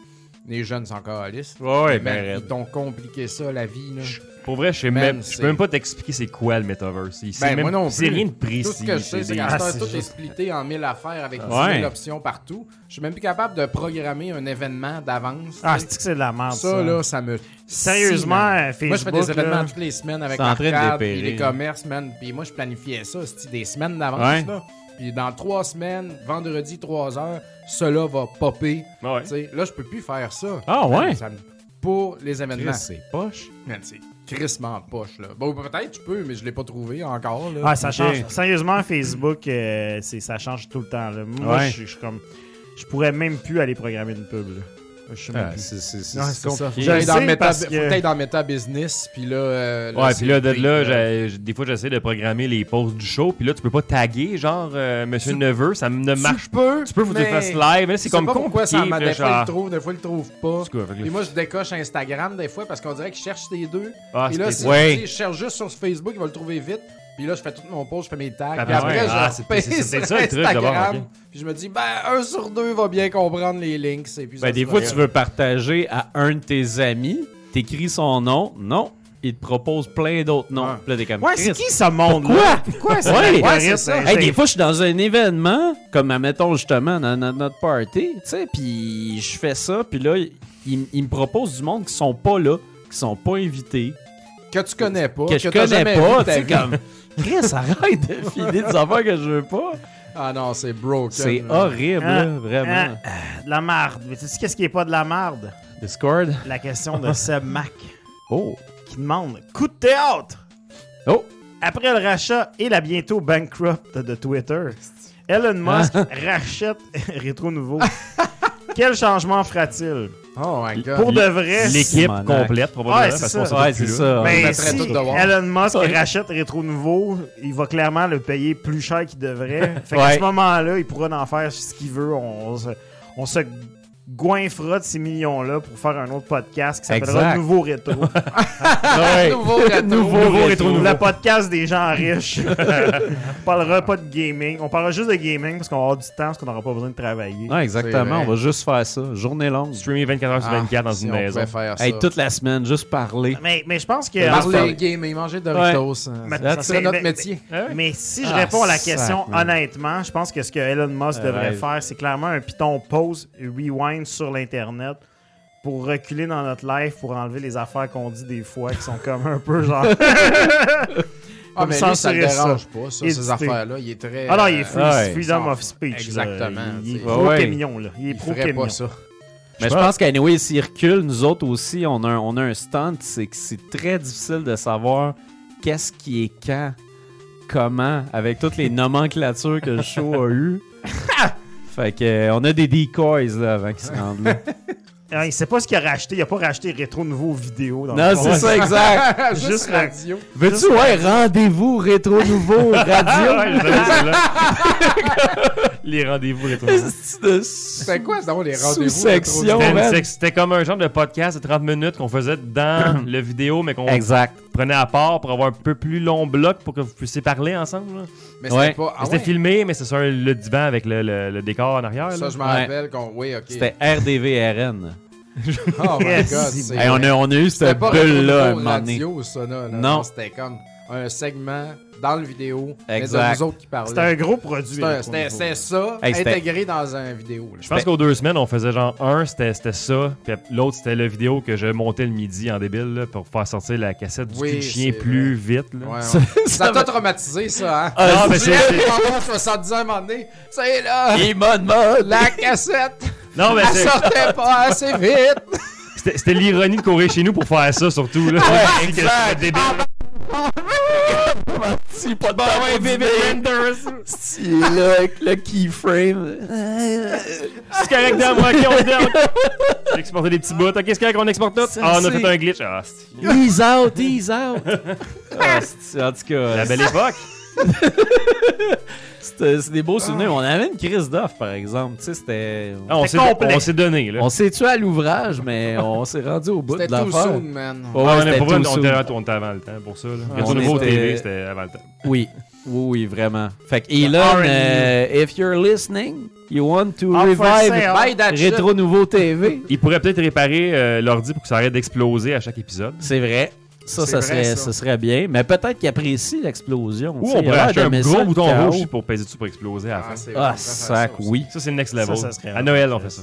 les jeunes sont encore à liste.
Ouais, ouais, ben,
Man,
raide.
ils t'ont compliqué ça, la vie. Là.
Pour vrai, je sais
Man,
même, je
c'est-
peux même pas t'expliquer c'est quoi le Metaverse. Il- C'est
Ben,
même-
moi non
c'est
plus.
rien de précis.
Tout ce que je sais,
c'est
c'est
des-
qu'à
Ah,
ce temps,
c'est
tout est
juste-
splitté en mille affaires avec
Ouais.
10 000 options partout. Je suis même plus capable de programmer un événement d'avance.
Ah,
tu sais.
c'est que c'est de la merde. Ça,
ça, là, ça me.
Sérieusement, euh,
man.
Facebook,
Moi, je fais des événements
là.
toutes les semaines avec
C'est en train de
l'arcade, puis
dépérir.
les commerces, man. Puis moi, je planifiais ça, c'était des semaines d'avance,
Ouais.
là. Puis dans trois semaines, vendredi, 3 heures, cela va popper.
Ouais.
Tu sais, Là, je peux plus faire ça.
Ah,
Man,
ouais?
ça me- Pour les événements.
Chris, c'est poche.
Man, c'est crissement poche, là. Bon, peut-être tu peux, mais je l'ai pas trouvé encore, là.
Ah, ça change.
Ok.
Sérieusement, Facebook, euh, c'est- ça change tout le temps. là. Moi,
Ouais.
je suis- je suis comme. Je pourrais même plus aller programmer une pub. là. Je suis même
Ah,
plus.
c'est c'est- c'est
Ouais, c'est
compliqué.
ça.
Faut que t'ailles
Je
dans
sais
le méta-
parce
Faut
que-
que t'ailles dans Meta Business, puis là... euh, là,
Ouais,
c'est
puis là, de
pire,
là, j'ai- j'ai- des fois, j'essaie de programmer les pauses du show, puis là, tu peux pas taguer, genre, euh, Monsieur Neveu, ça ne marche
peux,
Tu peux vous
mais
dire face live, mais
je
c'est
sais
comme
pas pourquoi ça
compliqué.
m'a-
là,
Des fois, il
genre-
le trouve, des fois, il le trouve pas.
C'est quoi, avec le-
Et moi, je décoche Instagram des fois parce qu'on dirait que je cherche les deux.
Ah,
et là,
c'est-
si
Ouais.
tu sais, je cherche juste sur Facebook, il va le trouver vite. Puis là, je fais tout mon post, je fais mes tags.
Ah,
Puis
ben
après,
ouais.
je
Ah, c'est-
repère
c'est- c'est
sur
ça, le truc, d'abord,
Instagram.
ok.
Puis je me dis, ben, un sur deux va bien comprendre les links. Et puis
Ben,
ça
des
sera
fois,
bien.
tu veux partager à un de tes amis, t'écris son nom, non, il te propose plein d'autres noms.
Ouais.
Puis là, t'es comme,
Ouais,
Chris.
c'est qui ce monde
Pourquoi?
Pourquoi c'est
Ouais.
l'algorithme?
Ouais,
c'est ça.
Hey,
Hey, des fois, je suis dans un événement, comme, admettons, justement, dans dans notre party, tu sais, puis je fais ça, puis là, il, il me propose du monde qui sont pas là, qui sont pas invités,
Que tu connais pas.
que je
t'as
connais
jamais vu
pas,
de
tu
ta
sais,
vie.
comme... Chris, arrête de filer des affaires que je veux pas.
Ah non, c'est broken.
C'est
là.
horrible,
Ah,
là, vraiment.
ah, de la merde. Mais tu sais qu'est-ce qui est pas de la merde?
Discord.
La question de Seb Mac
Oh.
qui demande coup de théâtre
Oh.
après le rachat et la bientôt bankrupt de Twitter.
Hein?
Elon Musk rachète Rétro Nouveau. Quel changement fera-t-il
Oh my god.
Pour de vrai, si-
L'équipe
Ah,
Simonac.
complète, probablement.
Ouais, c'est
parce
ça.
qu'on sera
Ouais,
plus
c'est
là.
Ben, ça.
Mais
mettrait
si
tout dehors.
Elon Musk
Ouais.
rachète Rétro Nouveau, il va clairement le payer plus cher qu'il devrait. fait qu'à
Ouais.
ce moment-là, il pourra en faire ce qu'il veut. On se, on se goinfrera de ces millions-là pour faire un autre podcast qui s'appellera
Exact.
Nouveau Rétro.
Nouveau gâteau.
Nouveau Rétro Nouveau. Le podcast des gens riches. on parlera pas de gaming. On parlera juste de gaming parce qu'on va avoir du temps, parce qu'on n'aura pas besoin de travailler.
Non, exactement.
vrai.
On va juste faire ça. Journée longue.
Streamer 24h sur
Ah,
24 dans
si
une
on
maison.
pouvait faire ça.
Hey, toute la semaine, juste parler.
Mais, mais je pense que.
Parler, gamer, manger de Doritos. hein.
Mais-
Ça serait
mais-
notre
mais-
métier.
Mais si je
Ah,
réponds à la question
sacrement.
honnêtement, je pense que ce que Elon Musk devrait
ouais.
faire, c'est clairement un piton pause, rewind sur l'Internet pour reculer dans notre life, pour enlever les affaires qu'on dit des fois qui sont comme un peu genre.
Ah, mais lui, ça le
censurer ça.
dérange pas, ça, ces
Hésiter.
affaires-là. Il est très. euh,
ah non, il est free-
ouais.
freedom of speech. là.
Exactement,
Il, il est
tu
sais.
pro
Ouais.
Kémillon, là. Il est
Il
pro
ferait
Kémillon.
pas ça.
Mais je pense qu'Anyway, s'il recule, nous autres aussi, on a un, on a un stand, c'est que c'est très difficile de savoir qu'est-ce qui est quand, comment, avec toutes les nomenclatures que le show a eues. fait que, euh, on a des decoys là, avant qu'ils se rendent là.
Ah, il sait pas ce qu'il a racheté. Il a pas racheté Rétro Nouveau Vidéo. dans
non,
le fond.
c'est ça, exact.
Juste,
Ah, Juste la-
radio.
Veux-tu, ouais, rendez-vous rétro nouveau radio?
Ah, ouais, j'avais celle-là. Les rendez-vous rétro.
C'est de-
C'est quoi, donc, les rendez-vous?
Sous-section,
rétro-
C'était une
man.
sex- C'était comme un genre de podcast de 30 minutes qu'on faisait dans le vidéo, mais qu'on
Exact.
prenait à part pour avoir un peu plus long bloc pour que vous puissiez parler ensemble. là.
Mais
Ouais.
c'était pas. Ah
C'était
ouais,
filmé, mais c'est sur le divan avec le, le- le décor en arrière. là.
Ça, je me
Ouais.
rappelle qu'on. Oui, ok.
C'était RDVRN.
Oh my
Yes.
god. c'est-
Hey, on, a, on a eu
C'était
cette
pas là,
bulle-là, un
radio,
moment donné.
ça, là, là.
Non.
C'était comme un segment dans le vidéo. mais
Exact.
de nous autres qui parlaient.
C'était un gros produit.
C'était-
Rétro
C'était
Nouveau.
c'était ça,
Hey, c'était-
intégré dans un vidéo. là.
Je pense qu'aux deux semaines, on faisait genre un, c'était c'était ça, puis l'autre, c'était la vidéo que je montais le midi en débile là, pour faire sortir la cassette du
Oui,
cul de chien
c'est
plus vite. là.
Ouais, ouais.
Ça-
Ça
ça
t'a traumatisé, ça, hein?
Ah, mais
Tu
c'est-
l'as pendant 70 ans, à un moment donné. C'est là,
Et mode mode!
la cassette,
Non, mais
elle
c'est-
sortait pas assez vite.
c'était c'était l'ironie de courir chez nous pour faire ça surtout. Là. Ouais, exact. Débile.
Ah, ben,
Si, pas de temps pour dîner. Si, là, avec le keyframe.
C'est correct dans moi, ok, on se donne. J'ai exporté des petits bouts. Ok, c'est correct, on exporte tout.
Ça,
Ah, on a
c'est-
fait un glitch. Ah, c'est-
Ease out, ease out. Ah, c'est- en tout cas,
la belle époque.
c'est c'est des beaux souvenirs. On avait une crise d'offre, par exemple. Tu sais, c'était...
Ah, on s'est
C'était complet.
on s'est donné. Là.
On s'est tué à l'ouvrage, mais on s'est rendu au bout de
C'était tout
l'affaire.
soon, man.
Ouais,
Ah, on,
c'était
est- pour vrai,
too
on
soon.
était là, on était avant le temps pour ça. Là.
Ah,
Retour
on
nouveau au
était-
TV, c'était avant le temps.
Oui, oui, oui, vraiment. Fait que Elon,
R&D.
euh, if you're listening, you want to
Ah,
revive
for sale.
Buy that shit.
Rétro Nouveau TV.
Ils pourraient peut-être réparer euh, l'ordi pour que ça arrête d'exploser à chaque épisode.
C'est vrai. Ça,
C'est
ça,
vrai,
serait,
ça.
ça serait bien. Mais peut-être qu'il apprécie l'explosion.
Ou
tu sais, il
on
a
pourrait
l'air
acheter un
d'aimer
gros
ça, le
bouton
chaos.
rouge aussi pour peser dessus pour exploser à la fin.
c'est vrai, on
Ah,
peut faire
sac,
ça aussi.
oui.
Ça, c'est le next level.
ça serait
à Noël, on
vraiment
fait ça.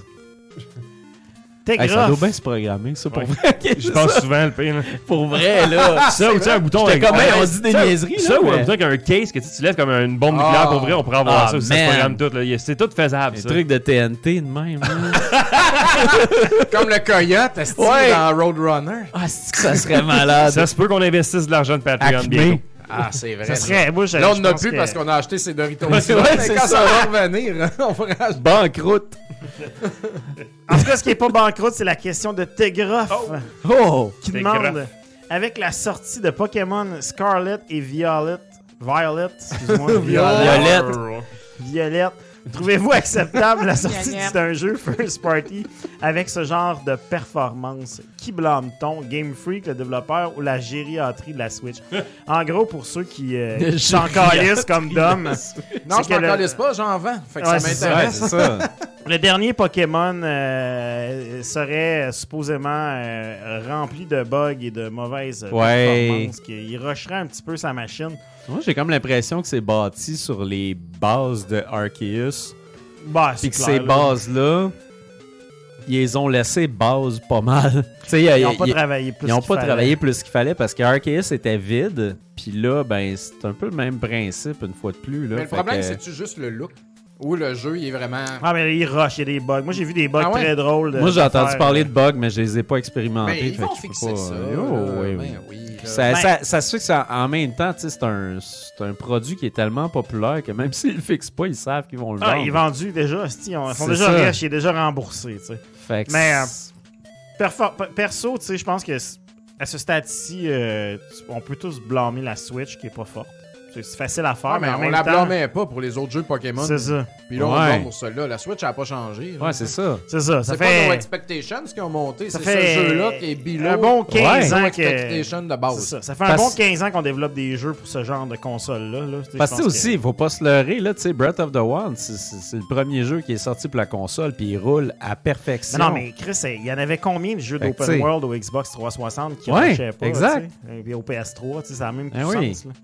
Hey, ça doit
T'es
bien se programmer, ça, pour
Ouais.
vrai. Ok,
Je pense souvent le pire. là.
Pour Ah, vrai, là.
Ça, ou tu sais, un bouton
J'étais
avec.
comme, hey,
Ouais,
on dit des
ça-
niaiseries, là,
Ça, ou un
mais-
bouton avec un case que tu sais, tu lèves comme une bombe
Ah.
nucléaire pour vrai, on pourrait avoir
Ah,
ça. aussi, Ça se
man.
programme tout. là. C'est tout faisable.
Un
ça.
truc de TNT de même. là.
Comme le coyote, est
Ouais.
dans Roadrunner.
ah, c'est que ça serait malade.
Ça se peut qu'on investisse de l'argent de Patreon
Acme.
bientôt.
Ah, c'est vrai.
Ça serait. Moi, je-
Là, on
je
n'en a
pense
plus
que-
parce qu'on a acheté ces Doritos.
Ouais, c'est vrai,
Mais
c'est
quand ça
ça.
va revenir, hein, on va racheter.
Banqueroute.
En tout cas, ce qui est pas banqueroute, c'est la question de Tegroff.
Oh!
qui
Des
demande
graffes.
avec la sortie de Pokémon Scarlet et Violet, Violet, excuse-moi, Violet,
Violette.
Violet, trouvez-vous acceptable la sortie d'un jeu first party avec ce genre de performance Qui blâme-t-on Game Freak, le développeur ou la gériatrie de la Switch En gros, pour ceux qui euh,
La
qui s'en
gériatrie
calissent comme d'hommes,
Non,
c'est
je
que
m'en
le-
calisse pas, j'en vends. Fait que
Ouais,
ça
c'est ça.
m'intéresse.
c'est ça.
le dernier Pokémon euh, serait euh, supposément euh, rempli de bugs et de mauvaises euh,
Ouais.
performances. qu'il- Il rusherait un petit peu sa machine.
Moi, j'ai comme l'impression que c'est bâti sur les bases de Arceus.
Bah,
Puis
c'est
que
clair,
ces
là.
bases-là, ils les ont laissées bases pas mal. Tu sais,
Ils n'ont pas
ils-
travaillé plus
Ils n'ont
qu'il
pas
fallait.
travaillé plus qu'il fallait parce que Arceus était vide. Puis là, ben, c'est un peu le même principe une fois de plus. Là.
Mais le
Fait
problème,
que-
c'est-tu juste le look ou le jeu, il est vraiment.
Ah, mais ils rushent, il y a des bugs. Moi, j'ai vu des bugs
Ah ouais?
très drôles. de-
Moi, j'ai
de
entendu
faire,
parler
euh,
de bugs, mais je les ai pas expérimentés.
Mais Ben, ils
fait que
vont
je peux
fixer
pas-
ça.
Oh,
là.
oui, oui.
Ben oui, là.
Ça,
Ben-
ça- ça se fait que ça- en même temps, tu sais, c'est un, c'est un produit qui est tellement populaire que même s'ils le fixent pas, ils savent qu'ils vont le
Ah,
vendre.
il est vendu déjà. hostie, on- Ils sont
C'est
déjà
ça.
riches, il est déjà remboursé. tu sais.
Fait que
Mais,
c'est-
perfor- per- perso, tu sais, je pense que c- à ce stade-ci, euh, tu- on peut tous blâmer la Switch qui est pas forte. C'est c'est facile à faire,
Ah,
mais,
mais
en
on
même
la
temps,
blâmait pas pour les autres jeux Pokémon.
C'est ça.
Puis là, on
Ouais.
le blâme pour celle-là. La Switch, elle a pas changé. là.
Ouais, c'est ça.
C'est ça. Ça
c'est pas nos
fait,
expectations qui ont monté.
ça
C'est
fait
ce jeu-là qui est below
un bon 15
nos
ans que.
expectations de
C'est
base.
ça. Ça fait un
Parce-
bon 15 ans qu'on développe des jeux pour ce genre de console-là. là. Tu sais,
Parce
je
que tu sais,
pense
aussi, faut pas se leurrer, là, tu sais, Breath of the Wild, c'est- c'est c'est le premier jeu qui est sorti pour la console, puis il roule à perfection.
Non, non, mais Chris, il y en avait combien de jeux
Fait que,
d'open
Ben, tu sais-
world au Xbox 360 qui ne
Ouais,
marchaient pas?
exact.
tu sais? Et puis au PS3, tu sais, ça a la même
Ah
puissance.
oui.
là.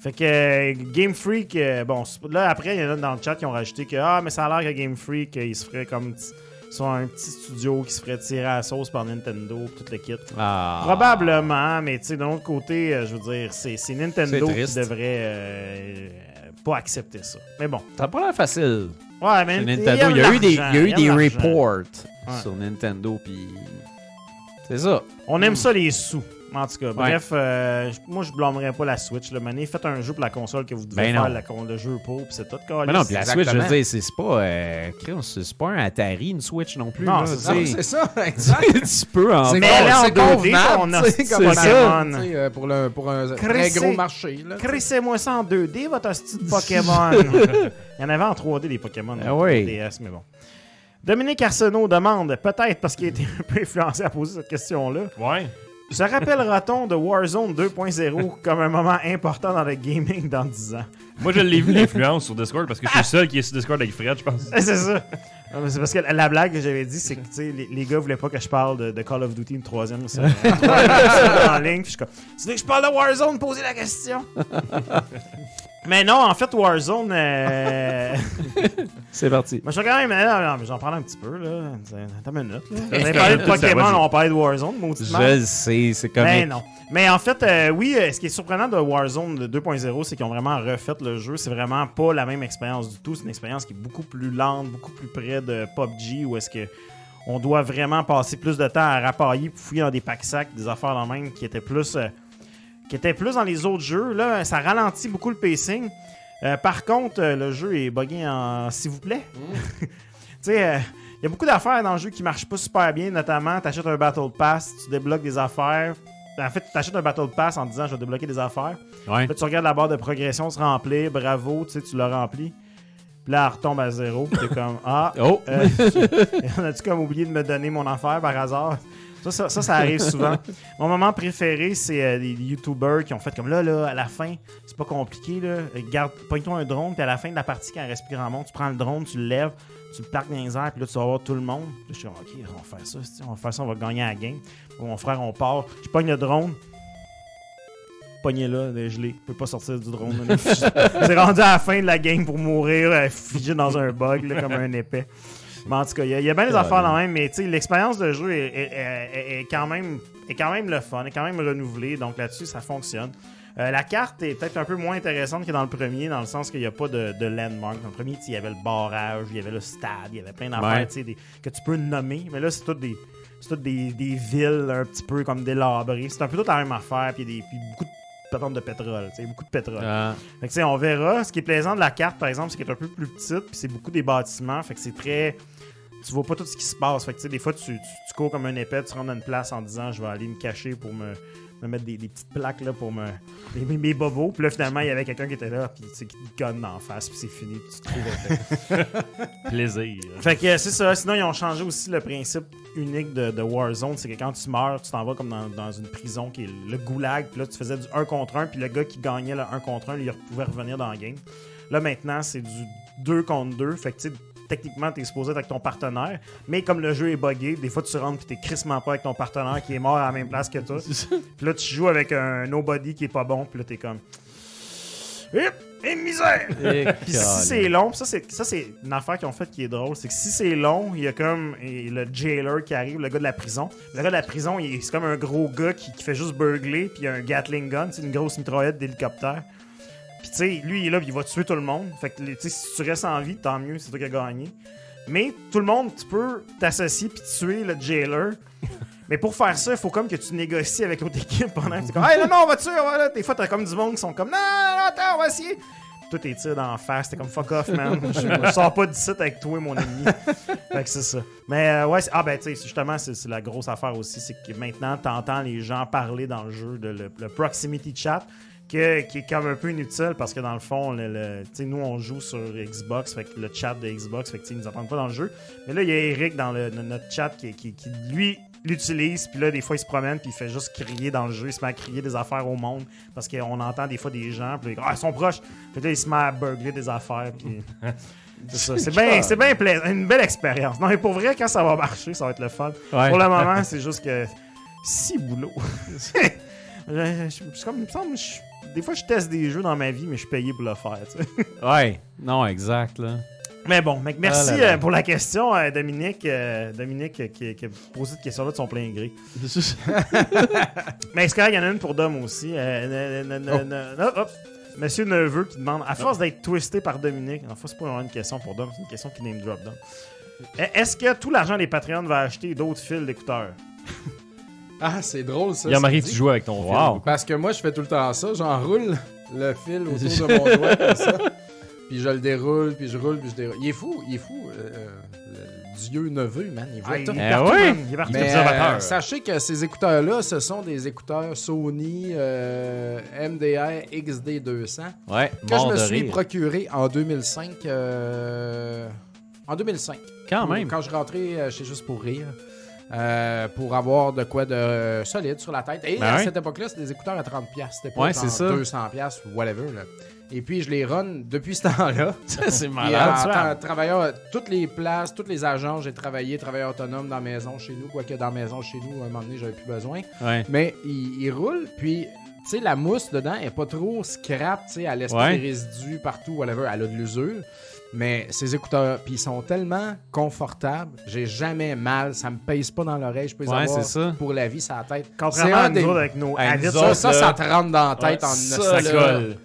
Fait que euh, Game Freak, euh, bon, c'est- là après, il y en a dans le chat qui ont rajouté que Ah, mais ça a l'air que Game Freak, euh, ils se ferait comme. t- Ils sont un petit studio qui se ferait tirer à la sauce par Nintendo, pis tout le kit.
Ah.
Probablement, mais tu sais, d'un autre côté, euh, je veux dire, c'est c'est Nintendo
C'est
qui
triste.
devrait euh, pas accepter ça. Mais bon.
Ça a pas l'air facile.
Ouais, mais
Sur Nintendo, il y a eu des, il y a eu des reports
Ouais.
sur Nintendo, puis. C'est ça.
On aime ça les sous. En tout cas, bref, euh, j- moi je blâmerais pas la Switch. Là. Mané, faites un jeu pour la console que vous devez
Ben
faire
non.
la con- le jeu pour, puis c'est tout.
Mais non, puis la
Exactement.
Switch, je veux dire, c'est c'est pas, euh, crime, c'est c'est pas un Atari, une Switch non plus.
Non,
là,
c'est ça.
tu
Non,
sais.
c'est ça, exact.
tu peux en
C'est
Mais
con-
elle est en
c'est
2D,
convenable,
on a-
tu sais,
c'est
comme
ça.
Pokémon, tu sais, euh, pour, le- pour un très
Crissé.
gros marché. Là,
Crissez-moi ça en 2D, votre hostie de Pokémon. Il y en avait en 3D des Pokémon.
Ah
dans
oui.
3DS, mais bon. Dominique Arsenault demande, peut-être parce qu'il a été un peu influencé à poser cette question-là,
Ouais.
se rappellera-t-on de Warzone 2.0 comme un moment important dans le gaming dans 10 ans?
Moi, je l'ai vu l'influence sur Discord parce que je suis le seul qui est sur Discord avec Fred, je pense.
Ouais, c'est ça. Non, mais C'est parce que la la blague que j'avais dit, c'est que tu sais, les, les gars voulaient pas que je parle de, de Call of Duty une troisième sur- en ligne. Puis je suis comme, tu veux que je parle de Warzone, posez la question. mais non, en fait, Warzone, euh,
C'est parti.
moi, je suis quand même. Non, non, mais j'en parle un petit peu, là. Attends une minute, là. On a
correct,
parlé de
ça, vas-y.
Pokémon, on parlait de Warzone, maudite merde.
Je le sais, c'est comme.
Ben non. Mais en fait, euh, oui, euh, ce qui est surprenant de Warzone 2.0, c'est qu'ils ont vraiment refait le jeu. C'est vraiment pas la même expérience du tout. C'est une expérience qui est beaucoup plus lente, beaucoup plus près de PUBG, où est-ce que on doit vraiment passer plus de temps à rapailler, puis fouiller dans des packs sacs, des affaires dans le même, qui étaient plus, euh, qui étaient plus dans les autres jeux. Là, ça ralentit beaucoup le pacing. Euh, par contre, euh, le jeu est buggé en s'il vous plaît. Tu sais, il y a beaucoup d'affaires dans le jeu qui marchent pas super bien, notamment, t'achètes un Battle Pass, tu débloques des affaires. En fait, t'achètes un Battle Pass en disant je vais débloquer des affaires.
Ouais.
Là, tu regardes la barre de progression se remplir, bravo, tu sais, tu l'as rempli. Puis là, elle retombe à zéro. puis T'es comme, ah,
Oh!
euh, on a-tu comme oublié de me donner mon affaire par hasard? Ça, ça, ça, ça arrive souvent. Mon moment préféré, c'est euh, les YouTubers qui ont fait comme là, là, à la fin, c'est pas compliqué, là. Euh, Garde, pogne-toi un drone, puis à la fin de la partie, quand il reste plus grand monde, tu prends le drone, tu le lèves, tu le parques dans les airs, puis là, tu vas voir tout le monde. Puis je suis comme, OK, on va faire ça, c'est-tu, on va faire ça, on va gagner la game. Mon frère, on part. Je pogne le drone. Pogné là, euh, gelé. Je peux pas sortir du drone. là. J'ai rendu à la fin de la game pour mourir, euh, figé dans un bug, là, comme un épais. Mais en tout cas, il y, a- il y a bien des affaires là même, mais tu sais, l'expérience de jeu est, est- est- est quand même, est quand même le fun, est quand même renouvelée, donc là-dessus, ça fonctionne. Euh, la carte est peut-être un peu moins intéressante que dans le premier, dans le sens qu'il n'y a pas de, de landmark. Dans le premier, tu sais, il y avait le barrage, il y avait le stade, il y avait plein d'affaires
Ouais.
tu sais, des- que tu peux nommer, mais là, c'est toutes des. C'est toutes des, des villes un petit peu comme délabrées. C'est un peu toute la même affaire. Puis il y a des- puis beaucoup de patentes de pétrole. tu sais, Beaucoup de pétrole.
Ah.
Fait que, tu sais, on verra. Ce qui est plaisant de la carte, par exemple, c'est qu'elle est un peu plus petite, puis c'est beaucoup des bâtiments. Fait que c'est très. Tu vois pas tout ce qui se passe. Fait que, tu sais, des fois, tu, tu, tu cours comme un épais, tu rentres à une place en disant je vais aller me cacher pour me, me mettre des, des petites plaques là pour me. Mes, mes- mes bobos. Puis là, finalement, il y avait quelqu'un qui était là, puis tu sais, qui te gonne en face, puis c'est fini, puis tu te trouves après.
Plaisir.
Fait que euh, c'est ça. Sinon, ils ont changé aussi le principe unique de, de Warzone. C'est que quand tu meurs, tu t'en vas comme dans, dans une prison qui est le goulag. Puis là, tu faisais du 1 contre 1. Puis le gars qui gagnait le 1 contre 1, lui, il pouvait revenir dans la game. Là, maintenant, c'est du 2 contre 2. Fait que, tu sais, techniquement, t'es supposé être avec ton partenaire. Mais comme le jeu est buggé, des fois, tu rentres puis t'es crissement pas avec ton partenaire qui est mort à la même place que toi. puis là, tu joues avec un nobody qui est pas bon. Puis là, t'es comme. Hip! Et misère! Puis si c'est long, ça c'est ça c'est une affaire qu'ils ont faite qui est drôle, c'est que si c'est long, il y a comme et le jailer qui arrive, le gars de la prison. Le gars de la prison, il- c'est comme un gros gars qui, qui fait juste burgler, puis il y a un Gatling gun, c'est une grosse mitraillette d'hélicoptère. Puis tu sais, lui il est là, puis il va tuer tout le monde. Fait que tu sais, si tu restes en vie, tant mieux, c'est toi qui as gagné. Mais tout le monde, tu peux t'associer puis tuer le jailer. Mais pour faire ça, il faut comme que tu négocies avec l'autre équipe pendant que tu es comme, hey, non, non, on va tuer, on va là. Des fois, t'as comme du monde qui sont comme, non, non, non, attends, on va essayer. tous tes tirs d'en face. C'était comme fuck off, man. Je je sors pas du site avec toi, mon ami. fait que c'est ça. Mais euh, ouais, c'est- ah ben tu sais, c'est justement, c'est c'est la grosse affaire aussi. C'est que maintenant, t'entends les gens parler dans le jeu de le, le proximity chat. que- qui est comme un peu inutile parce que dans le fond, le, le- tu sais, nous on joue sur Xbox, fait que le chat de Xbox, fait que, tu sais, ils nous entendent pas dans le jeu. Mais là, il y a Eric dans le- no- notre chat qui, qui- qui, lui l'utilise, puis là, des fois, il se promène, puis il fait juste crier dans le jeu, il se met à crier des affaires au monde parce qu'on entend des fois des gens, puis là, il dit, ah, ils sont proches. Fait que là, il se met à burgler des affaires, puis. C'est ça. C'est bien, c'est bien plaisant. Une belle expérience. Non, mais pour vrai, quand ça va marcher, ça va être le fun.
Ouais.
Pour le moment, c'est juste que. Si boulot. je, je- c'est comme, il me semble, je- des fois, je teste des jeux dans ma vie, mais je suis payé pour le faire. tu sais.
Ouais, non, exact, là.
Mais bon, mec, merci
Ah là là.
euh, pour la question, euh, Dominique. euh, Dominique euh, qui, qui a posé cette question-là de son plein gré. Mais est-ce qu'il y en a une pour Dom aussi? Euh, ne- ne- ne- ne- hop, hop. Monsieur Neveu qui demande, à force d'être twisté par Dominique, en fait, c'est pas vraiment une question pour Dom, c'est une question qui name drop Dom. Euh, Est-ce que tout l'argent des Patreons va acheter d'autres fils d'écouteurs?
Ah, c'est drôle ça.
Hier, Marie,
ça
tu
dit.
joues avec ton wow.
Parce que moi, je fais tout le temps ça. J'enroule le fil autour de mon doigt comme ça. Puis je le déroule, puis je roule, puis je déroule. Il est fou, il est fou. euh, euh, le Dieu neveu, man. Il voit
il,
tout.
est
Eh
partout,
oui!
man, il est partout.
Mais,
observateur.
euh, sachez que ces écouteurs-là, ce sont des écouteurs Sony euh, MDR XD200
Ouais,
que
mort
je me
de
suis
rire.
procuré en 2005. euh, en 2005.
Quand
Pour-
même.
Quand je rentrais euh, chez Juste pour rire. euh, pour avoir de quoi de euh, solide sur la tête. Et
Ben
à
ouais.
cette époque-là, c'était des écouteurs à 30$. C'était pas
Ouais,
genre
c'est ça.
200$, ou whatever. là. Et puis, je les run depuis ce temps-là.
c'est
Et
malade.
en tant que travailleur, toutes les places, toutes les agences, j'ai travaillé, travailleur autonome dans la maison chez nous, quoique dans la maison chez nous, à un moment donné, j'avais plus besoin.
Ouais.
Mais il, il roule, puis, tu sais, la mousse dedans est pas trop scrap, tu sais, elle laisse
Ouais.
pas des résidus partout, whatever, elle a de l'usure. Mais ces écouteurs, puis ils sont tellement confortables, j'ai jamais mal, ça me pèse pas dans l'oreille, je peux les
Ouais,
avoir
c'est ça.
pour la vie, ça la tête. C'est
Contrairement
un
à
des-
nous autres avec nos
Hey, nous
habits,
autres,
Ça, ça, ça te rentre dans la tête
Ouais,
en
ça,
là.
colle.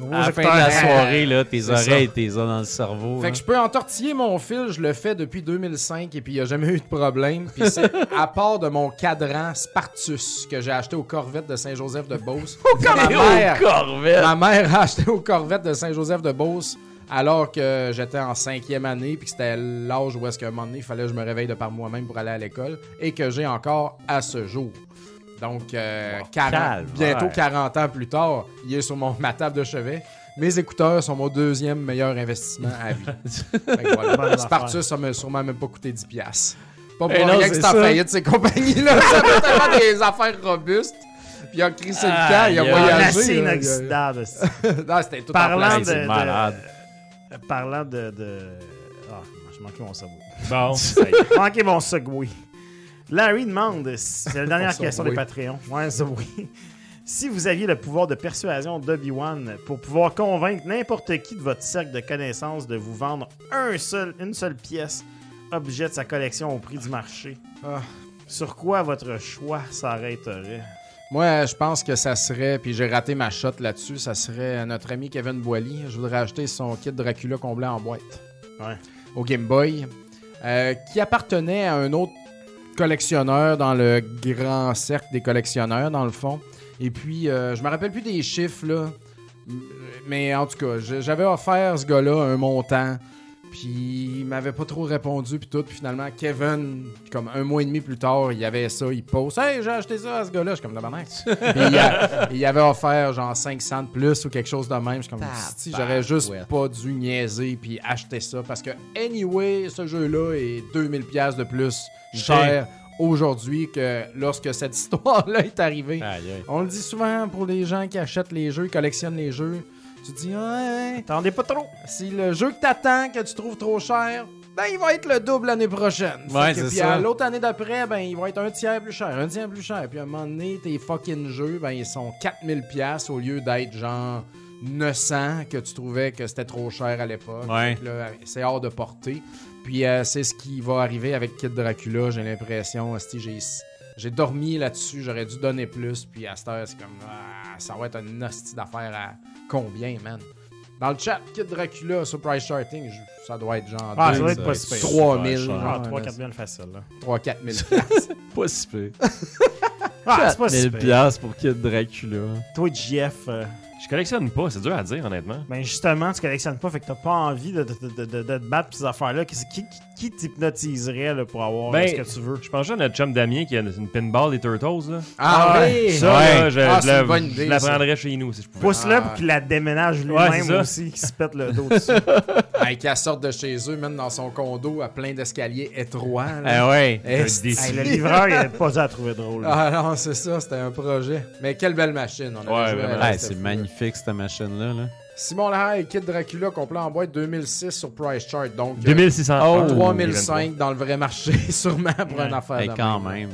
Gros
À la fin de
écouteurs,
la
euh,
soirée, là, tes
c'est ça.
oreilles, t'es ça dans le cerveau.
Fait
hein.
que je peux entortiller mon fil, je le fais depuis 2005 et puis il n'y a jamais eu de problème. Puis c'est à part de mon cadran Spartus que j'ai acheté aux Corvettes de Saint-Joseph de Beauce. ma, mère, ma mère a acheté aux Corvettes de Saint-Joseph de Beauce alors que j'étais en cinquième année puis que c'était l'âge où est-ce qu'à un moment donné, il fallait que je me réveille de par moi-même pour aller à l'école et que j'ai encore à ce jour. Donc, euh, 40
calvaire.
bientôt 40 ans plus tard, il est sur mon, ma table de chevet. Mes écouteurs sont mon deuxième meilleur investissement à vie. Fait que voilà.
Bonne
Spartus, ça m'a sûrement même pas coûté 10$. piastres. Pas pour
Eh non,
rien que
c'est
c'est en
ça.
faillite, ces compagnies-là. Ça fait tellement des affaires robustes. Puis il a crissé le camp, il
Aïe,
a
Assez
voyagé. là, il a-
inoxydable. c'est-
Non, c'était tout en
Parlant de,
plastique.
de-
malade.
euh, parlant de, de- Ah, j'ai manqué mon sabot.
Bon.
manqué mon segway. Larry demande, c'est la dernière question des
Segway.
Patreons. Ouais, un segway. Si vous aviez le pouvoir de persuasion d'Obi-Wan pour pouvoir convaincre n'importe qui de votre cercle de connaissances de vous vendre un seul, une seule pièce, objet de sa collection au prix du marché,
Ah.
sur quoi votre choix s'arrêterait?
Moi, je pense que ça serait, puis j'ai raté ma shot là-dessus, ça serait notre ami Kevin Boilly. Je voudrais acheter son kit Dracula comblé en boîte.
Ouais.
Au Game Boy. euh, qui appartenait à un autre collectionneur dans le grand cercle des collectionneurs, dans le fond. Et puis, euh, je me rappelle plus des chiffres, là. euh, Mais en tout cas, je- j'avais offert ce gars-là un montant. Puis il m'avait pas trop répondu, puis tout. Puis finalement, Kevin, comme un mois et demi plus tard, il y avait ça, il poste Hey, j'ai acheté ça à ce gars-là. Je suis comme, tabarnak. Puis il, a- il avait offert genre 500 de plus ou quelque chose de même. Je suis comme, si j'aurais juste pas dû niaiser puis acheter ça. Parce que, anyway, ce jeu-là est 2000$ piastres de plus cher aujourd'hui que lorsque cette histoire-là est arrivée.
Aïe, aïe.
On le dit souvent pour les gens qui achètent les jeux, collectionnent les jeux. Tu dis, ouais,
Attendez pas trop!
si le jeu que t'attends, que tu trouves trop cher, ben il va être le double l'année prochaine. Fait
Ouais,
que-
c'est
puis
ça.
à l'autre année d'après, ben il va être un tiers plus cher, un tiers plus cher. Puis à un moment donné, tes fucking jeux, ben ils sont 4000 pièces au lieu d'être genre 900 que tu trouvais que c'était trop cher à l'époque.
Ouais.
Fait que là, C'est hors de portée. Puis euh, c'est ce qui va arriver avec Kid Dracula, j'ai l'impression. Asti, J'ai j'ai dormi là-dessus, j'aurais dû donner plus. Puis à cette heure, c'est comme ah, ça va être une hostie d'affaire à combien, man? Dans le chat, Kid Dracula, Surprise Charting, je- ça doit être genre
Ah, ça
deux-
doit être pas si pire.
3000,
Ah,
genre,
3-4 000 facile, là.
3-4 000
Pas si peu.
Ah, c'est pas si
1000
pire.
piastres pour qu'il y ait Dracula.
Toi, JF, euh,
Je collectionne pas, c'est dur à dire, honnêtement.
Ben justement, tu collectionnes pas, fait que t'as pas envie de, de, de, de- de te battre pour ces affaires-là. Qu'est-ce- Qui, qui, qui t'hypnotiserait là, pour avoir
Ben,
ce que tu veux?
Je pense juste à notre chum Damien qui a une pinball des Turtles. Là.
Ah, oui!
Ça,
Ouais.
là, je,
Ah,
je
c'est
la,
une bonne idée,
je la
ça.
prendrais chez nous si je pouvais.
Pousse-le
Ah.
pour qu'il la déménage
Ouais,
lui-même
c'est ça.
aussi, qu'il se pète le dos dessus.
Hey, qu'elle sorte de chez eux, même dans son condo, à plein d'escaliers étroits. là.
Ah ouais.
Est-ce-
Hey, le livreur, il a pas ça à trouver drôle. là.
Ah non, c'est ça, c'était un projet. Mais quelle belle machine, on
Ouais,
avait joué à
vraiment.
la
Ouais, c'est
cette fois.
magnifique cette machine-là. Là.
Simon Lahaye, Kid Dracula, complet en boîte 2006 sur Price Chart. Donc, euh,
2600.
Oh,
3005 dans le vrai marché, sûrement pour une affaire
Hey,
de
Eh, quand
même.
même.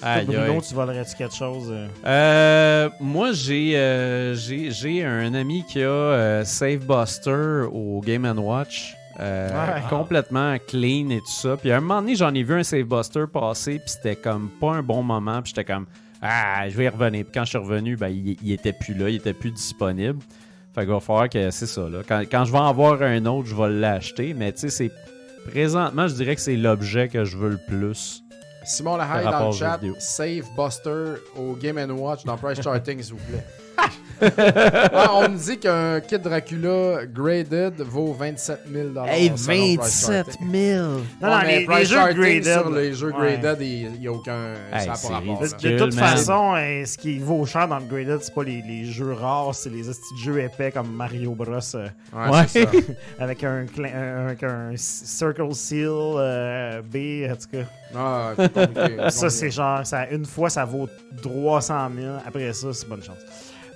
Toi,
Aïe,
Bruno,
aïe.
tu volerais-tu quelque chose? euh?
Euh, moi, j'ai euh, j'ai- j'ai un ami qui a euh, Save Buster au Game Watch. euh,
Ouais.
Complètement clean et tout ça. Puis à un moment donné, j'en ai vu un Save Buster passer, puis c'était comme pas un bon moment, puis j'étais comme Ah, je vais y revenir. Puis quand je suis revenu, ben, il, il était plus là, il était plus disponible. Fait qu'il va falloir que c'est ça. Là. Quand, quand je vais en avoir un autre, je vais l'acheter, mais tu sais, c'est. Présentement, je dirais que c'est l'objet que je veux le plus.
Simon Lahaye
Par
dans le
rapport aux
chat,
vidéos.
Save Buster au Game Watch dans Price Charting, s'il vous plaît.
Ah!
Ouais, on me dit qu'un kit Dracula graded vaut 27 000 selon Oh, Price Charting.
000!
Non,
Ouais,
non,
mais
les,
Price
les jeux
Charting
graded.
sur les jeux
ouais.
graded, il n'y a aucun.
Hey,
ça a
c'est
pas rapport. là.
De, de
Gueule,
toute
man.
façon, euh, ce qui vaut cher dans le graded, c'est pas les, les jeux rares, c'est les petits jeux épais comme Mario Bros. euh,
Ouais, c'est ça.
avec un, cla- un- avec un c- Circle Seal euh, B, en tout cas.
Ah, c'est compliqué.
Ça, c'est genre, ça, une fois, ça vaut 300 000. Après ça, c'est bonne chance.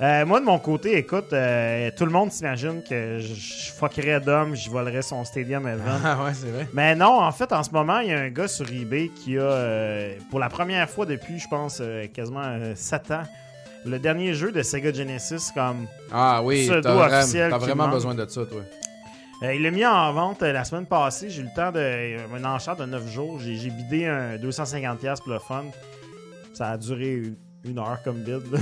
Euh, moi, de mon côté, écoute, euh, tout le monde s'imagine que je- je fuckerais d'homme, je volerais son Stadium Event.
Ah, ouais, c'est vrai.
Mais non, en fait, en ce moment, il y a un gars sur eBay qui a, euh, pour la première fois depuis, je pense, euh, quasiment 7 ans, le dernier jeu de Sega Genesis, comme
Ah oui,
Pseudo
t'as vraiment,
officiel
t'as
qui
vraiment
demande.
besoin de ça, toi.
Euh, il l'a mis en vente euh, la semaine passée. J'ai eu le temps de. euh, un enchère de 9 jours. J'ai j'ai bidé un 250$ pour le fun. Ça a duré une heure comme bid. là.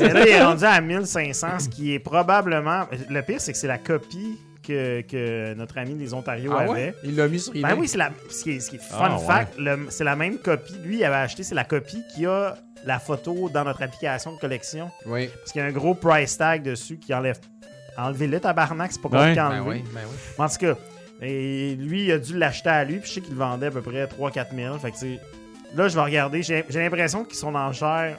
Et là, il est rendu à 1500, ce qui est probablement. Le pire, c'est que c'est la copie que, que notre ami des Ontario
Ah
avait.
ouais? Il l'a mis sur eBay.
Ben oui, c'est la. Ce qui est, ce qui est fun
Ah, ouais.
fact, le- c'est la même copie. Lui, il avait acheté, c'est la copie qui a la photo dans notre application de collection.
Oui.
Parce qu'il y a un gros price tag dessus qui enlève. Enlevez-le, tabarnak, c'est pas
Ouais.
compliqué à
Ben
enlever.
oui, ben oui.
En tout cas, et lui, il a dû l'acheter à lui, puis je sais qu'il le vendait à peu près 3-4 000. Fait que tu sais, là, je vais regarder. J'ai j'ai l'impression qu'ils sont en enchère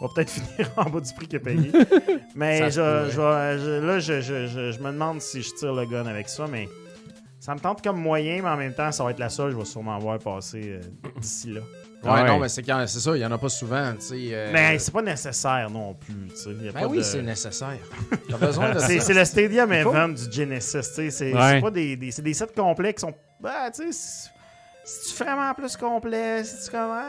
va peut-être finir en bas du prix qu'il a payé. mais
Ça
je,
se pourrait.
je vais- je- là, je, je- je- je me demande si je tire le gun avec ça, mais ça me tente comme moyen, mais en même temps, ça va être la seule. Je vais sûrement voir passer euh, d'ici là.
Ouais,
Ah Ouais.
non, mais c'est quand- c'est ça, il n'y en a pas souvent, tu sais. euh,
Mais c'est pas nécessaire non plus. tu sais. Il y a
ben
pas
oui,
de-
c'est nécessaire. T'as besoin de ça.
C'est c'est le Stadium
faut.
Event du Genesis. tu sais. C'est
Ouais.
c'est pas des, des, c'est des sets complets qui sont. Bah, tu sais, c'est- c'est-tu vraiment plus complet? C'est-tu comment?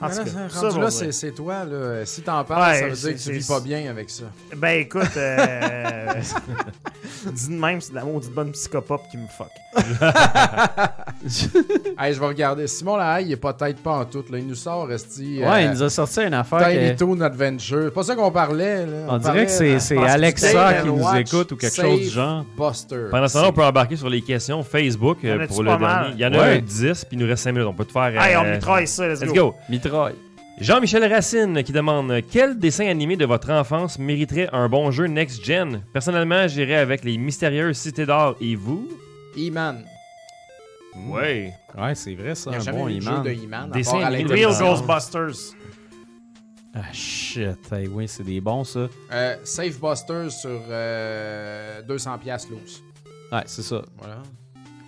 En tout
Mais
cas,
là,
ça,
rendu
bon,
là,
c'est-
c'est c'est toi, là. Si t'en parles,
Ouais,
ça veut dire que
c'est-
tu vis
c'est-
pas bien avec ça.
Ben écoute, euh, dis de même, c'est de la maudite bonne psychopop qui me fuck.
hey, je vais regarder. Simon Lahaye, il est peut-être pas en tout, là. Il nous sort, euh, Resti.
Ouais, il nous a sorti une affaire.
Tiny
que-
Toon Adventure. C'est pas ça qu'on parlait, là.
On dirait que c'est c'est
parce que
Alexa
Save
qui
and
nous
Watch,
écoute ou quelque
Save
chose du genre.
Buster.
Pendant ce temps-là, on peut embarquer sur les questions Facebook euh,
On a-tu
pour le
pas
dernier.
mal?
Il y en a
Ouais.
10, puis il nous reste 5 minutes. On peut te faire.
Hey,
euh,
on mitraille ça, let's,
Let's go.
Mitraille.
Jean-Michel Racine qui demande Quel dessin animé de votre enfance mériterait un bon jeu next-gen Personnellement, j'irais avec les mystérieuses cités d'or et vous
oh!
E-Man.
Ouais.
Ouais, c'est vrai
Il
ça,
n'y a
un
jamais
Ah, bon
eu de jeu de
imam.
E-Man. à
Dessin
part à
animé de
l'intérieur.
Real
Go.
Ghostbusters.
Ah shit, hey, oui, c'est des bons ça.
Euh, Safe Buster sur euh, 200$ piastres loose.
Ouais, c'est ça.
Voilà.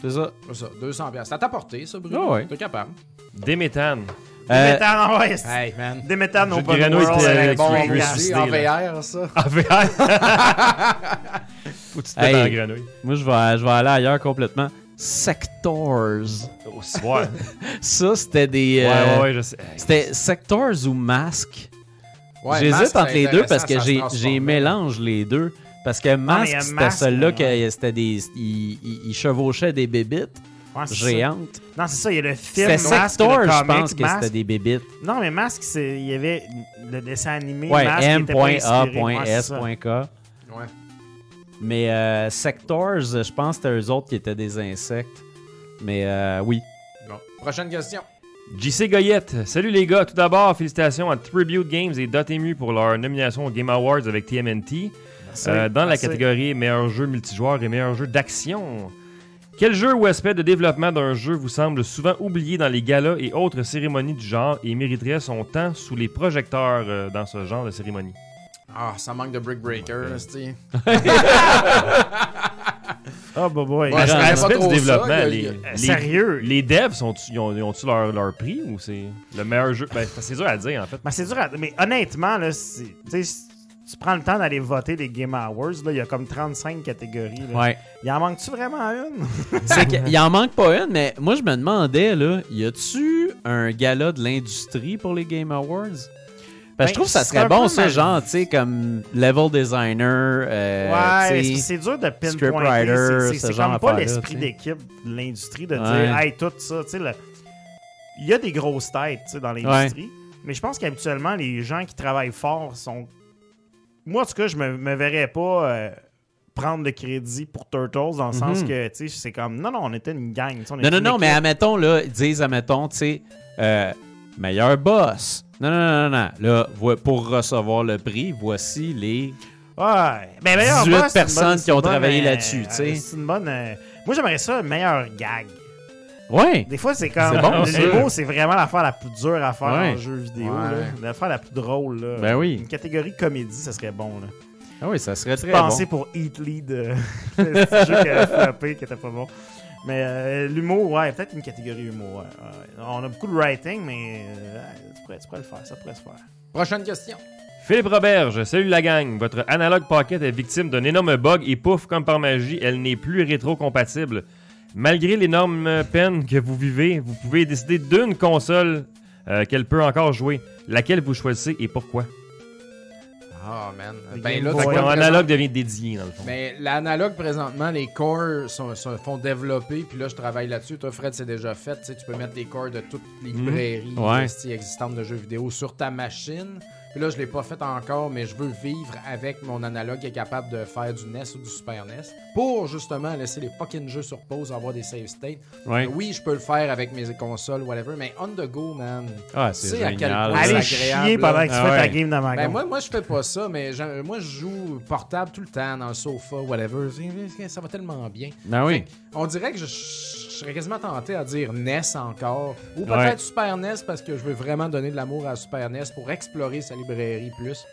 C'est ça.
C'est ça, 200$. piastres. Ça t'a porté, ça, Bruno.
Ah ouais.
T'es capable.
Déméthane.
Des
Euh,
métals en West.
Hey, man.
Des métals
Jeu
non
de
pas
Grenoble, euh,
World.
c'était
c'est
avec
bon,
Rick
gars.
Ross.
C'est en VR, ça.
Ah,
En VR. Ah, Faut que tu te mettes
Hey.
dans la grenouille.
moi, je vais, je vais aller ailleurs complètement. Sectors.
Au soir.
Ça, c'était des.
Ouais,
euh,
ouais, ouais, je sais. Hey,
C'était Sectors ou Masque.
Ouais, Mask,
J'hésite entre
c'est
les deux parce
intéressant,
que
ça se
j'ai-
transforme,
j'ai
là.
mélange les deux. Parce que
mais il y
Masque,
a
c'était
Masque,
celui-là
ouais.
que c'était des. Il, il- il chevauchait des bébites
Ouais, Ah, c'est ça.
géantes.
Non, c'est ça, il y a le film
C'était
Mask, le
Sectors, je
comic
pense que
Mask.
c'était des bébites.
Non, mais Mask, c'est- il y avait le dessin animé
Ouais,
Mask qui était pas inspiré. Ouais, c'est ça.
m.a.s.k.
Ouais.
Mais euh, Sectors, je pense que c'était eux autres qui étaient des insectes. Mais euh, oui.
Bon. Prochaine question.
JC Goyette, salut les gars. Tout d'abord, félicitations à Tribute Games et Dotemu pour leur nomination aux Game Awards avec
Merci.
TMNT. Euh, dans la
Merci.
catégorie meilleur jeu multijoueur et meilleur jeu d'action. Quel jeu ou aspect de développement d'un jeu vous semble souvent oublié dans les galas et autres cérémonies du genre et mériterait son temps sous les projecteurs euh, dans ce genre de cérémonie?
Ah, ça manque de Brick Breaker, là, c'est.
Ah, bah, boy.
Ouais, je connais pas
Aspect
trop
du développement,
ça, il y
les,
a-
les-
Euh, Sérieux?
les devs, sont ils ont, ils ont-tu leur, leur prix ou c'est le meilleur jeu? Ben, c'est dur à dire en fait.
Ben, c'est dur à... Mais honnêtement, là, c'est- tu sais, si tu prends le temps d'aller voter les Game Awards, là, il y a comme 35 catégories. là.
Ouais.
Il en manque-tu vraiment une?
C'est que- il en manque pas une, mais moi je me demandais là, y a-tu un gala de l'industrie pour les Game Awards Parce que je trouve
Ben,
que ça
c'est
serait
un
bon
peu
ça,
mal-
genre tu sais comme level designer, euh,
ouais,
tu
c'est-
sais.
c'est dur de pinpointer.
scriptwriter,
C'est-
ce
c'est- C'est
genre
comme pas
d'affaire-là,
l'esprit
tu sais.
d'équipe de l'industrie de
Ouais.
dire, hey, tout ça. tu sais, le- Il y a des grosses têtes tu sais, dans l'industrie, mais je pense qu'habituellement, les gens qui travaillent fort sont. Moi, en tout cas, je me, me verrais pas. euh, prendre le crédit pour Turtles dans le sens
Mhm.
que, tu sais, c'est comme, non, non, on était une gang. tu sais, on
Non
était
non
une
non, mais
équipe.
admettons là, ils disent admettons tu sais euh, meilleur boss. Non non non non, non. là vo- pour recevoir le prix, voici les
Ouais. Ben, meilleur
18
boss, c'est une
personnes
bonne-
qui
c'est une
ont
bonne,
travaillé
euh,
là-dessus, tu sais.
C'est une bonne. euh, Moi, j'aimerais ça, meilleur gag.
Ouais.
Des fois, c'est comme.
C'est bon, ça.
L'humour, c'est vraiment l'affaire la plus dure à faire
Ouais.
en jeu vidéo.
Ouais.
là. L'affaire la plus drôle. Là.
Ben oui.
Une catégorie comédie, ça serait bon. Là.
Ah oui, ça serait très bon.
Pensez pour Eat Lead, euh, le petit jeu qui a frappé, qui était pas bon. Mais euh, l'humour, ouais, peut-être une catégorie humour. ouais, ouais. On a beaucoup de writing, mais euh, tu, pourrais, tu pourrais le faire, ça pourrait se faire.
Euh,
Prochaine question.
Philippe Roberge, salut la gang. Votre analogue pocket est victime d'un énorme bug et pouf, comme par magie, elle n'est plus rétro-compatible. Malgré l'énorme peine que vous vivez, vous pouvez décider d'une console euh, qu'elle peut encore jouer. Laquelle vous choisissez et pourquoi?
Ah, man.
Les
Ben
Game
là,
Boy.
tu
Fait
vois,
que
Ouais,
ton
présent-
analogue devient dédié, dans le fond.
Mais l'analogue, présentement, les cores sont, se font développer, puis là, je travaille là-dessus. Toi, Fred, c'est déjà fait. Tu sais, tu peux mettre les cores de toutes les librairies
Ouais.
esti, existantes de jeux vidéo sur ta machine. Puis là, je l'ai pas fait encore, mais je veux vivre avec mon analogue qui est capable de faire du NES ou du Super NES pour justement laisser les fucking jeux sur pause, avoir des save states.
Ouais.
Oui, je peux le faire avec mes consoles, whatever, mais on the go, man.
Ah,
Tu
c'est
sais à quel
génial.
point-
Allez
agréable,
chier
là.
pendant que tu
Ah
fais ta
ouais.
game de ma
Ben moi, moi, je fais pas ça, mais j'en- moi, je joue portable tout le temps, dans le sofa, whatever. Ça va tellement bien.
Ben oui.
On dirait que je, je serais quasiment tenté à dire NES encore. Ou peut-être
Ouais.
Super NES parce que je veux vraiment donner de l'amour à Super NES pour explorer sa librairie plus.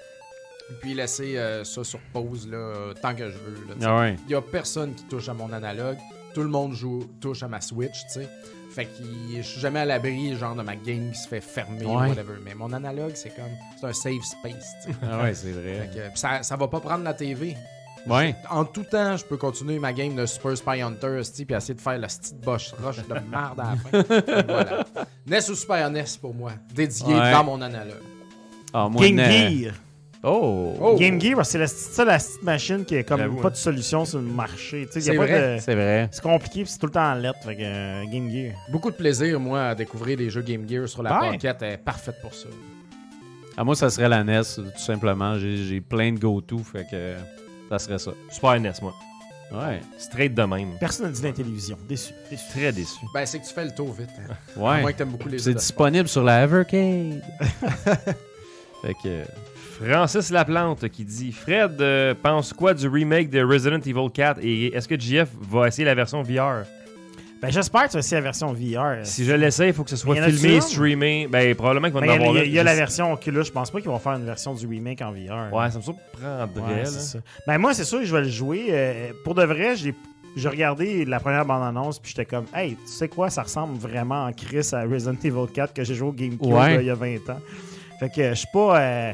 Puis laisser euh, ça sur pause là, tant que je veux. là, tu sais.
Ah ouais.
Il y a personne qui touche à mon analogue. Tout le monde joue, touche à ma Switch, tu sais. Fait que je suis jamais à l'abri, genre, de ma game qui se fait fermer ou
Ouais.
whatever. Mais mon analogue, c'est comme... C'est un safe space, tu sais.
Ah ouais, c'est
Fait
vrai.
que, pis ça, ça va pas prendre la TV.
Ouais.
En tout temps, je peux continuer ma game de Super Spy Hunter, esti, puis essayer de faire la petite boche roche de merde à la fin. Fait que voilà. NES ou Super NES pour moi, dédié
Ouais.
dans mon analogue.
Ah, moi,
Game
une, euh,
Gear.
Oh.
Oh.
Game Gear, c'est la petite- ça, la petite machine qui est comme
J'avoue,
pas
hein.
de solution sur le marché. Tu sais,
C'est
y a pas
vrai.
de-
C'est vrai.
C'est compliqué, puis c'est tout le temps en lettres. Fait que euh, Game Gear.
Beaucoup de plaisir, moi, à découvrir les jeux Game Gear sur la
Ouais.
banquette. Elle est parfaite pour ça.
Ah, moi, ça serait la NES, tout simplement. J'ai j'ai plein de go-to, fait que ça serait ça.
Super NES, moi.
Ouais.
Straight de même.
Personne n'a dit la télévision. Déçu. déçu.
Très déçu.
Ben, c'est que tu fais le tour vite. hein.
Ah,
À moins
Ouais.
que t'aimes beaucoup les jeux.
C'est
de-
disponible sur la Evercade. fait que.
Francis Laplante qui dit Fred, euh, pense quoi du remake de Resident Evil 4 et est-ce que JF va essayer la version VR
Ben, j'espère que tu as aussi la version VR.
Si je l'essaie, il faut que ce soit
Mais y en a-tu
filmé,
une?
streamé. Ben, probablement qu'il va
Mais
en
il y a-
avoir
il y a,
une.
il y a la
Je-
version Oculus. Je pense pas qu'ils vont faire une version du remake en VR.
Ouais, ça me surprendrait.
Ouais,
là.
c'est
hein.
ça. Ben, moi, c'est sûr que je vais le jouer. euh, pour de vrai, j'ai. J'ai regardé la première bande-annonce, puis j'étais comme, hey, tu sais quoi, ça ressemble vraiment en Chris à Resident Evil 4 que j'ai joué au GameCube
Ouais.
là, il y a 20 ans. Fait que euh, je suis pas. euh,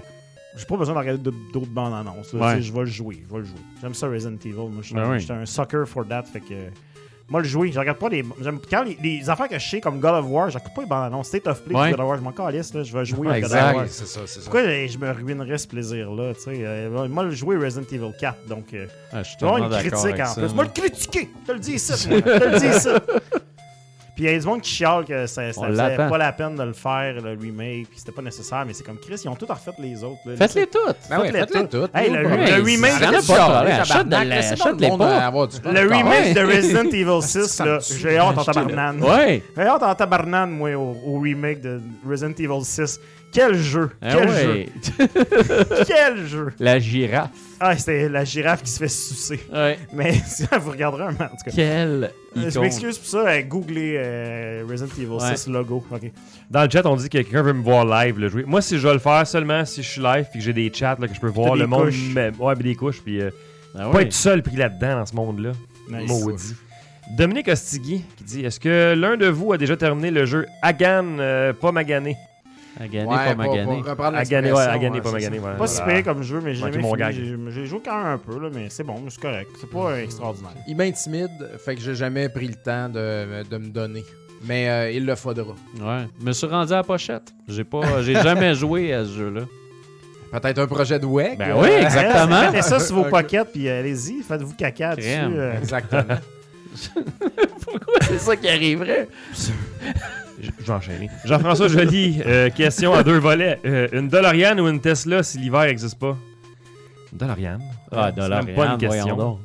j'ai pas besoin de regarder d'autres- d'autres bandes-annonces. là.
Ouais.
Tu sais, Je vais le jouer. Je vais le jouer. J'aime ça Resident Evil. Moi, je suis
Ben
un-
oui.
j'étais un sucker for that. Fait que. euh, Moi, le jouer, je regarde pas les. j'aime- Quand les, les affaires que je sais, comme God of War, je regarde pas les bandes annonces. State of Play,
Ouais.
du God of War, je m'en calisse, là, je vais jouer
Ouais,
à God of
exact.
War.
Ouais, c'est ça, c'est ça.
Pourquoi euh, je me ruinerais ce plaisir-là, tu sais? euh, moi, le jouer Resident Evil 4, donc... Euh,
Ah, je suis
tu vas
tellement
avoir une
d'accord
critique
avec
en
ça.
plus. Moi, le critiquer! Je te le dis ici, moi! Je te le dis ici! Puis il y a des gens qui chialent que ça, ça
On
faisait
l'attend.
pas la peine de le faire, le remake, puis c'était pas nécessaire, mais c'est comme Chris, ils ont tout refait les autres. là.
Faites-les toutes.
Ben ouais,
Faites-les
faites-les toutes.
Hey,
Nous,
le-
problème.
le
Hey,
remake,
arrête
j'en ai
de
pas de
chialer,
problème.
tabarnak,
Achète de la-
laissez donc
achète-les
le monde
pas.
avoir du fun.
Le
Ah,
remake de
ouais.
Resident Evil
Ça
6,
me
là,
tue.
j'ai hâte en
Achetez-le.
tabarnane.
Ouais.
J'ai hâte en tabarnane, moi, au, au remake de Resident Evil 6. Quel jeu!
Ah
Quel
ouais.
jeu! Quel jeu!
La girafe.
Ah, c'était la girafe qui se fait sucer.
Ouais. Euh,
Mais vous regarderez un moment, en tout cas.
Quelle
Je
icône.
m'excuse pour ça, euh, googlez euh, Resident Evil
Ouais.
6 logo. Ok.
Dans le chat, on dit que quelqu'un veut me voir live le jouer. Moi, si je vais le faire seulement si je suis live puis que j'ai des chats là, que je peux voir
des
le monde.
couches.
mais- ouais, mais des couches. Puis euh,
Ah
pas
ouais.
être seul pris là-dedans dans ce monde-là.
Nice.
Maudit. Dominique Ostigui qui dit Est-ce que l'un de vous a déjà terminé le jeu Hagan, euh, pas Magané
À gagner,
Ouais,
pas
pas-
magané.
pas reprendre
Hagané, ouais,
l'expression,
Hagané,
ouais,
pas
c'est
Magané. Voilà.
Pas si pire comme jeu, mais j'ai
Manqué
jamais
mon
fini.
gag.
J'ai- J'ai joué quand même un peu, là, mais c'est bon, c'est correct. C'est pas euh, extraordinaire.
ça. Il m'intimide, fait que j'ai jamais pris le temps de, de me donner. Mais euh, il le faudra.
Ouais. Je me suis rendu à la pochette. J'ai pas, j'ai jamais joué à ce jeu-là.
Peut-être un projet de E WEC.
Ben oui, exactement.
Mettez ça sur vos
Ok.
pockets, puis euh, allez-y, faites-vous caca dessus.
Crème.
euh.
Exactement.
Pourquoi c'est ça qui arriverait?
Je je vais enchaîner. Jean-François Joly, euh, question à deux volets. Euh, une DeLorean ou une Tesla si l'hiver n'existe pas Une DeLorean. Euh,
Ah,
C'est même
dollar
pas une question.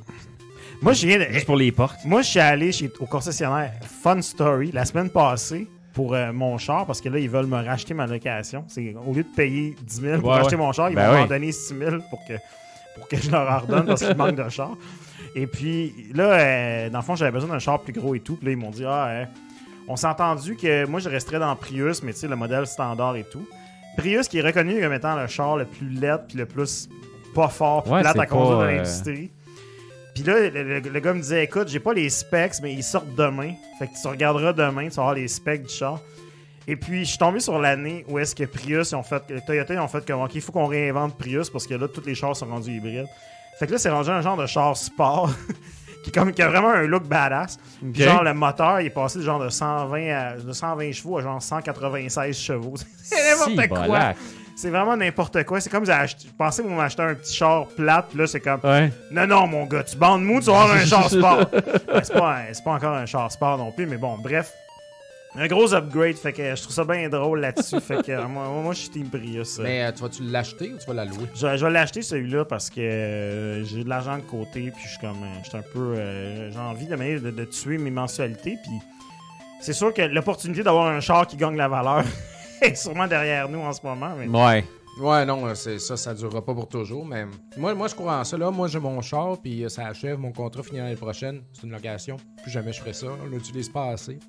Moi, je viens de-
Juste pour les portes.
Moi, je suis allé chez, au concessionnaire Fun Story la semaine passée pour euh, mon char parce que là, ils veulent me racheter ma location. C'est, au lieu de payer 10 000 pour
Ouais,
racheter
ouais.
mon char, ils
Ben
vont m'en
oui.
donner 6 000 pour que, pour que je leur ordonne parce qu'il manque de char. Et puis là, euh, dans le fond, j'avais besoin d'un char plus gros et tout. Puis là, ils m'ont dit Ah, euh, on s'est entendu que moi, je resterais dans Prius, mais tu sais, le modèle standard et tout. Prius qui est reconnu comme étant le char le plus laid puis le plus pas fort puis
Ouais,
plate
c'est
à conduire
pas,
dans
euh,
l'industrie. Puis là, le, le- le gars me disait Écoute, j'ai pas les specs, mais ils sortent demain. Fait que tu regarderas demain, tu vas avoir les specs du char. Et puis, je suis tombé sur l'année où est-ce que Prius, ils ont fait, que Toyota, ils ont fait comme, OK, il faut qu'on réinvente Prius parce que là, tous les chars sont rendus hybrides. Fait que là, c'est rendu un genre de char sport qui, est comme, qui a vraiment un look badass. Puis genre, le moteur, il est passé de genre de 120, à- de 120 chevaux à genre 196 chevaux. c'est n'importe quoi.
Cibolac.
C'est vraiment n'importe quoi. C'est comme si j'ai acheté- je pensais qu'on m'achetait un petit char plat, puis là, c'est comme,
Ouais.
non, non, mon gars, tu bandes mou, tu vas avoir un char sport. Ben, c'est, pas un- c'est pas encore un char sport non plus, mais bon, bref. Un gros upgrade, fait que je trouve ça bien drôle là-dessus. fait que euh, moi, moi, je suis Team Prius. euh.
Mais euh, tu vas-tu l'acheter ou tu vas la louer?
Je, je vais l'acheter celui-là parce que euh, j'ai de l'argent de côté, puis je suis comme. euh, Je suis un peu. euh, j'ai envie de, manière de, de tuer mes mensualités, puis c'est sûr que l'opportunité d'avoir un char qui gagne la valeur est sûrement derrière nous en ce moment, mais.
Ouais.
Ouais, non, euh, c'est ça, ça durera pas pour toujours. Mais moi, moi je crois en ça. Là, moi, j'ai mon char, puis euh, ça achève. Mon contrat finit l'année prochaine. C'est une location. Plus jamais je ferai ça. On l'utilise pas assez.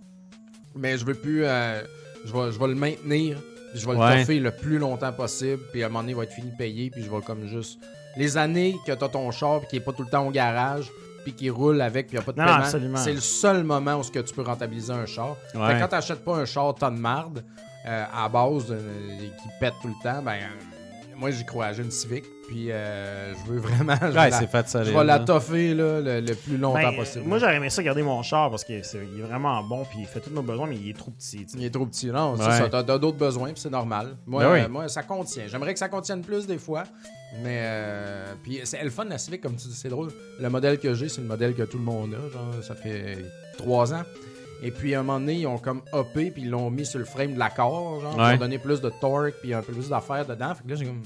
Mais je veux plus. euh, je, vais, je vais le maintenir. puis Je vais
Ouais.
le toffer le plus longtemps possible. Puis à un moment donné, il va être fini de payer. Puis je vais comme juste. Les années que t'as ton char, puis qui est pas tout le temps au garage, puis qui roule avec, puis il a pas de
Non,
paiement,
absolument.
c'est le seul moment où ce que tu peux rentabiliser un char. Fait que
Ouais.
quand t'achètes pas un char tonne de marde, euh, à base de- et qui pète tout le temps, ben euh, moi j'y crois, j'ai une Civic, puis euh, je veux vraiment je, vais
Ouais,
la-
c'est hein. fait
je
solide.
vais la
là.
toffer là, le, le plus longtemps
Ben,
possible.
moi, j'aurais aimé ça garder mon char parce qu'il est, il est vraiment bon, puis il fait tous nos besoins, mais il est trop petit. tu sais.
il est trop petit, non, c'est
Ouais.
ça, t'as t'as d'autres besoins, puis c'est normal. Moi,
Ben oui.
euh, moi, ça contient. J'aimerais que ça contienne plus des fois, mais euh, puis c'est le fun la Civic comme tu dis, c'est drôle. Le modèle que j'ai, c'est le modèle que tout le monde a, genre ça fait trois ans. Et puis à un moment donné, ils ont comme hoppé puis ils l'ont mis sur le frame de l'accord, genre ils
Ouais.
ont donné plus de torque puis un peu plus d'affaires dedans. Fait que là j'ai comme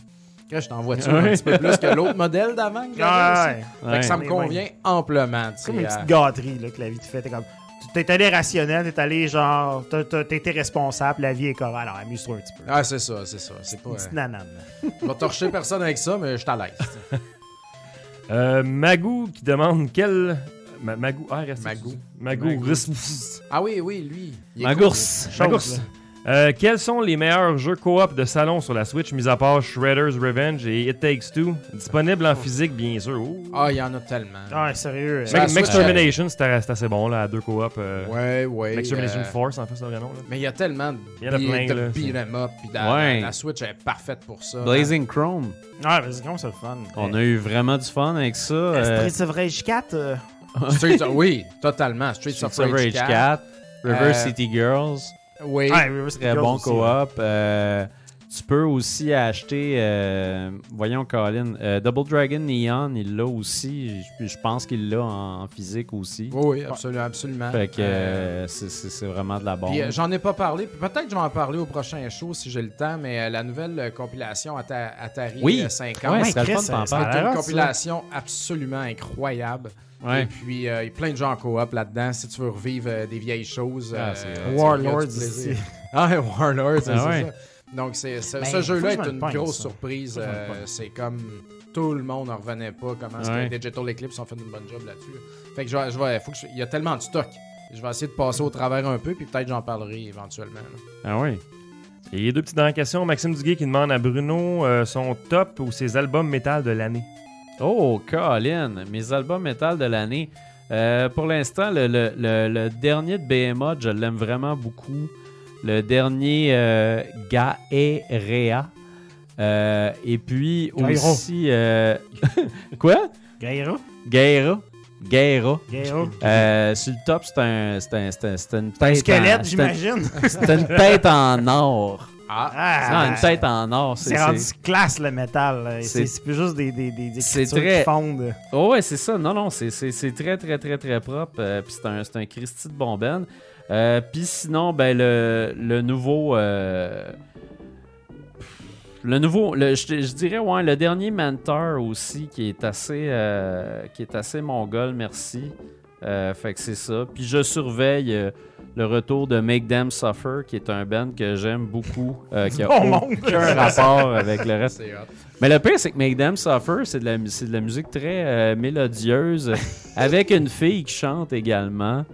Crèche, je t'en voiture un petit peu plus que l'autre modèle d'avant que j'avais
Ah,
aussi.
ouais.
Fait que ça
Ouais.
me convient amplement. tu
C'est comme
sais,
une
euh,
petite gâterie là, que la vie te fait. T'es comme. T'es allé rationnel, t'es allé genre. t'as- t'as- T'as été responsable, la vie est correcte. Alors amuse-toi un petit peu.
Ah, c'est ça, c'est ça. C'est pas. euh,
Une petite nanane. là.
Je vais torcher personne avec ça, mais je suis à l'aise.
Euh, Magou qui demande quel. Ma- Magou. Ah, reste.
Magou.
Magou.
Magou.
Reste-
Ah oui, oui, lui. il est
Magours.
Chose,
Magou.
là.
Euh, quels sont les meilleurs jeux coop de salon sur la Switch, mis à part Shredder's Revenge et It Takes Two, disponibles en physique, bien sûr. Oh.
cool. Ah, il y en a tellement.
Ah, sérieux.
Mais-
euh,
la
Max
Switch,
Termination, c'était c'était assez bon, là, à deux coop. Euh,
Ouais, ouais.
Max Termination
euh,
Force, en fait, c'est le vrai nom. Là.
Mais il y a tellement de
Il y en a plein,
beat- de
là,
beat 'em up. Puis la,
Ouais.
la Switch est parfaite pour ça.
Blazing Chrome.
Ah, mais c'est comme ça le fun.
On a eu vraiment du fun avec ça. euh,
Street of Rage 4. euh,
Streets of- oui, totalement. Street,
Streets
of Rage 4.
4, Reverse
Euh,
City Girls,
Oui.
ouais, Reverse
très
Girls
bon
aussi,
coop.
ouais.
Euh, tu peux aussi acheter, euh, voyons Colin, euh, Double Dragon Neon, il l'a aussi. Je, je pense qu'il l'a en, en physique aussi.
Oui, oui, absolument.
Hein?
absolument.
Fait que
Euh,
euh, c'est- c'est c'est vraiment de la bombe.
Puis, euh, j'en ai pas parlé, puis peut-être que je vais en parler au prochain show si j'ai le temps, mais euh, la nouvelle euh, compilation Atta- Atari
Oui.
euh, 50,
Ouais,
Ouais,
c'était le fun de
Chris,
t'en
ça-
parler.
ça-
c'est
a l'air,
une compilation absolument incroyable.
Ouais.
Et puis, euh, il y a plein de gens en coop là-dedans. Si tu veux revivre euh, des vieilles choses,
Ah,
euh,
c'est-
tu- tu-
Warlords
tu-
aussi.
Ah, Warlords, c'est
Ah ouais.
ça. Donc, c'est, ce,
Ben,
ce jeu-là
faut que
est
je me
une
le pince,
grosse
ça.
surprise.
Faut que je me le
Euh,
pince.
c'est comme tout le monde n'en revenait pas. Comment est-ce
Ouais.
que Digital Eclipse ont fait une bonne job là-dessus. Fait que je, vais- je vais- faut que je- il y a tellement de stock. Je vais essayer de passer au travers un peu, puis peut-être j'en parlerai éventuellement. là.
Ah oui.
Et deux petites dernières questions. Maxime Duguay qui demande à Bruno euh, son top ou ses albums métal de l'année.
Oh, Colin, mes albums métal de l'année. Euh, pour l'instant, le, le- le- le dernier de BMA, je l'aime vraiment beaucoup. Le dernier euh, Gaerea. Euh, et puis
Gaero.
aussi. euh, quoi
Gaïra?
Gaera. Gaera.
Gaïra?
Euh, sur le top, c'est un, c'est un- c'est un- c'est une
Un
tête.
squelette,
en, c'est un-
j'imagine.
C'est une tête en or.
Ah,
Non, une tête en or.
C'est rendu classe le métal. là.
C'est-
C'est c'est plus juste des, des, des, des
C'est
écritures
très-
qui fondent.
Oh ouais, c'est ça. Non, non, c'est- c'est c'est très, très, très, très propre. euh, Puis c'est un, c'est un Christy de bomben. Euh, Puis sinon, ben, le, le nouveau. euh, le nouveau. le- Je te- je dirais, ouais, le dernier Mentor aussi, qui est assez, euh, qui est assez mongol, merci. Euh, fait que c'est ça. Puis je surveille. euh, le retour de Make Them Suffer, qui est un band que j'aime beaucoup, euh, qui a
Bon monde.
aucun rapport avec le
Ah.
reste.
C'est hot.
Mais le pire, c'est que Make Them Suffer, c'est de, la mu- c'est de la musique très euh, mélodieuse, euh, avec une fille qui chante également.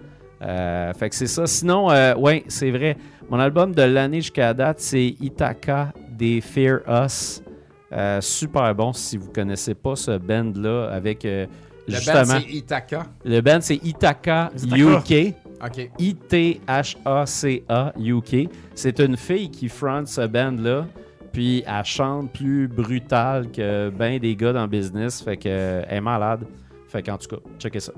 Euh, fait que c'est ça. Sinon, euh, ouais, c'est vrai. Mon album de l'année jusqu'à date, c'est Itaka des Fear Us. Euh, super bon si vous connaissez pas ce band-là avec euh,
Le band,
justement.
c'est Itaka.
le band, c'est Itaka
Ithaca.
UK.
OK.
I-T-H-A-C-A UK. C'est une fille qui front ce band-là. Puis elle chante plus brutal que ben des gars dans le business. Fait que euh, elle est malade. Fait qu'en tout cas, checkez ça.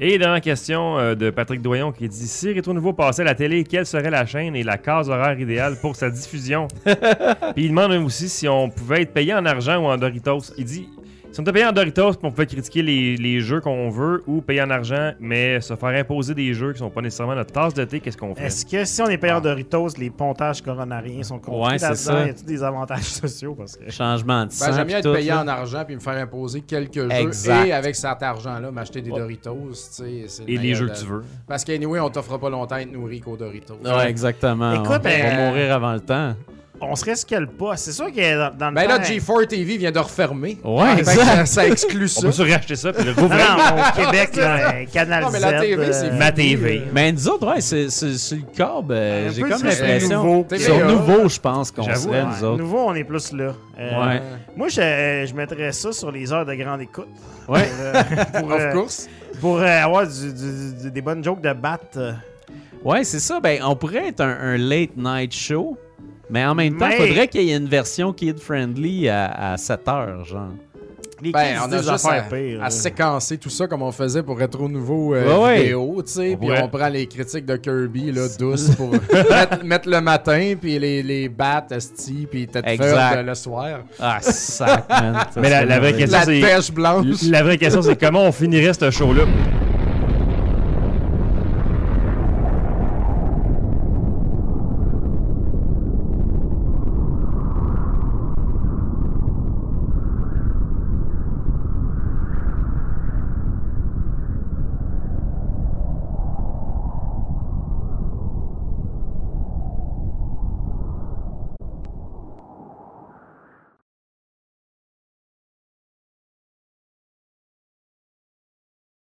Et dernière question euh, de Patrick Doyon qui dit Si Retour Nouveau passait à la télé, quelle serait la chaîne et la case horaire idéale pour sa diffusion Puis il demande même aussi si on pouvait être payé en argent ou en Doritos. Il dit Si on était payé en Doritos, puis on pouvait critiquer les, les jeux qu'on veut ou payer en argent, mais se faire imposer des jeux qui sont pas nécessairement notre tasse de thé, qu'est-ce qu'on fait
Est-ce que si on est payeur de Ritos, les pontages coronariens sont compris
Ah. Ouais, c'est
là-dedans?
ça.
Y a-t-il des avantages sociaux? Parce que...
Changement de sang.
Ben, j'aime bien
pis
être
tout,
payé
là.
en argent puis me faire imposer quelques
Exact.
jeux et avec cet argent-là m'acheter des Doritos, tu sais, c'est le
Et les
meilleur
jeux
de-
que tu veux.
Parce qu'anyway, on t'offre pas longtemps à être nourri qu'aux Doritos.
Ouais, exactement.
Écoute,
on, on va
euh,
mourir avant le temps.
On serait ce qu'elle pas. C'est sûr que dans, dans le
Ben là,
temps- hein,
G4 TV vient de refermer.
Ouais,
Fait que
exact.
ça, ça exclut
On
ça.
peut se racheter ça puis le
Non,
rouvrir.
non, au Québec, là, euh, Canal
Non, mais la
Z,
TV,
Ah, euh,
c'est
Ma TV.
Mais nous autres, ouais, c'est c'est- sur le câble, euh,
Un
j'ai
peu
comme
sur les
l'impression.
nouveaux.
T'es
Sur
TVA.
nouveau, je pense qu'on
J'avoue,
serait,
Ouais,
nous autres.
nouveau, on est plus là. Euh,
Ouais.
Moi, je, euh, je mettrais ça sur les heures de grande écoute.
Ouais.
Pour, euh, pour,
Of
euh,
course.
pour, euh, avoir du- du- du- des bonnes jokes de batte. euh,
Ouais, c'est ça. Ben, on pourrait être un, un late night show, mais en même temps,
Mais-
il faudrait qu'il y ait une version kid-friendly à, à 7 heures, genre.
Les
Ben,
kids
on
disent
a
des
juste
affaires
à,
pires,
à
là.
séquencer tout ça comme on faisait pour Retro Nouveau euh,
Ouais, ouais.
vidéo, tu sais.
On
Puis
pourrait.
on prend les critiques de Kirby, là, douces pour mettre, mettre le matin, puis les, les bats, esti, puis tête
Exact.
le soir.
Ah, sac, man. Ça
Mais la-
serait
la vraie
merveilleux.
question- Ça,
La
c'est-
pêche blanche.
La vraie question, c'est comment on finirait ce show-là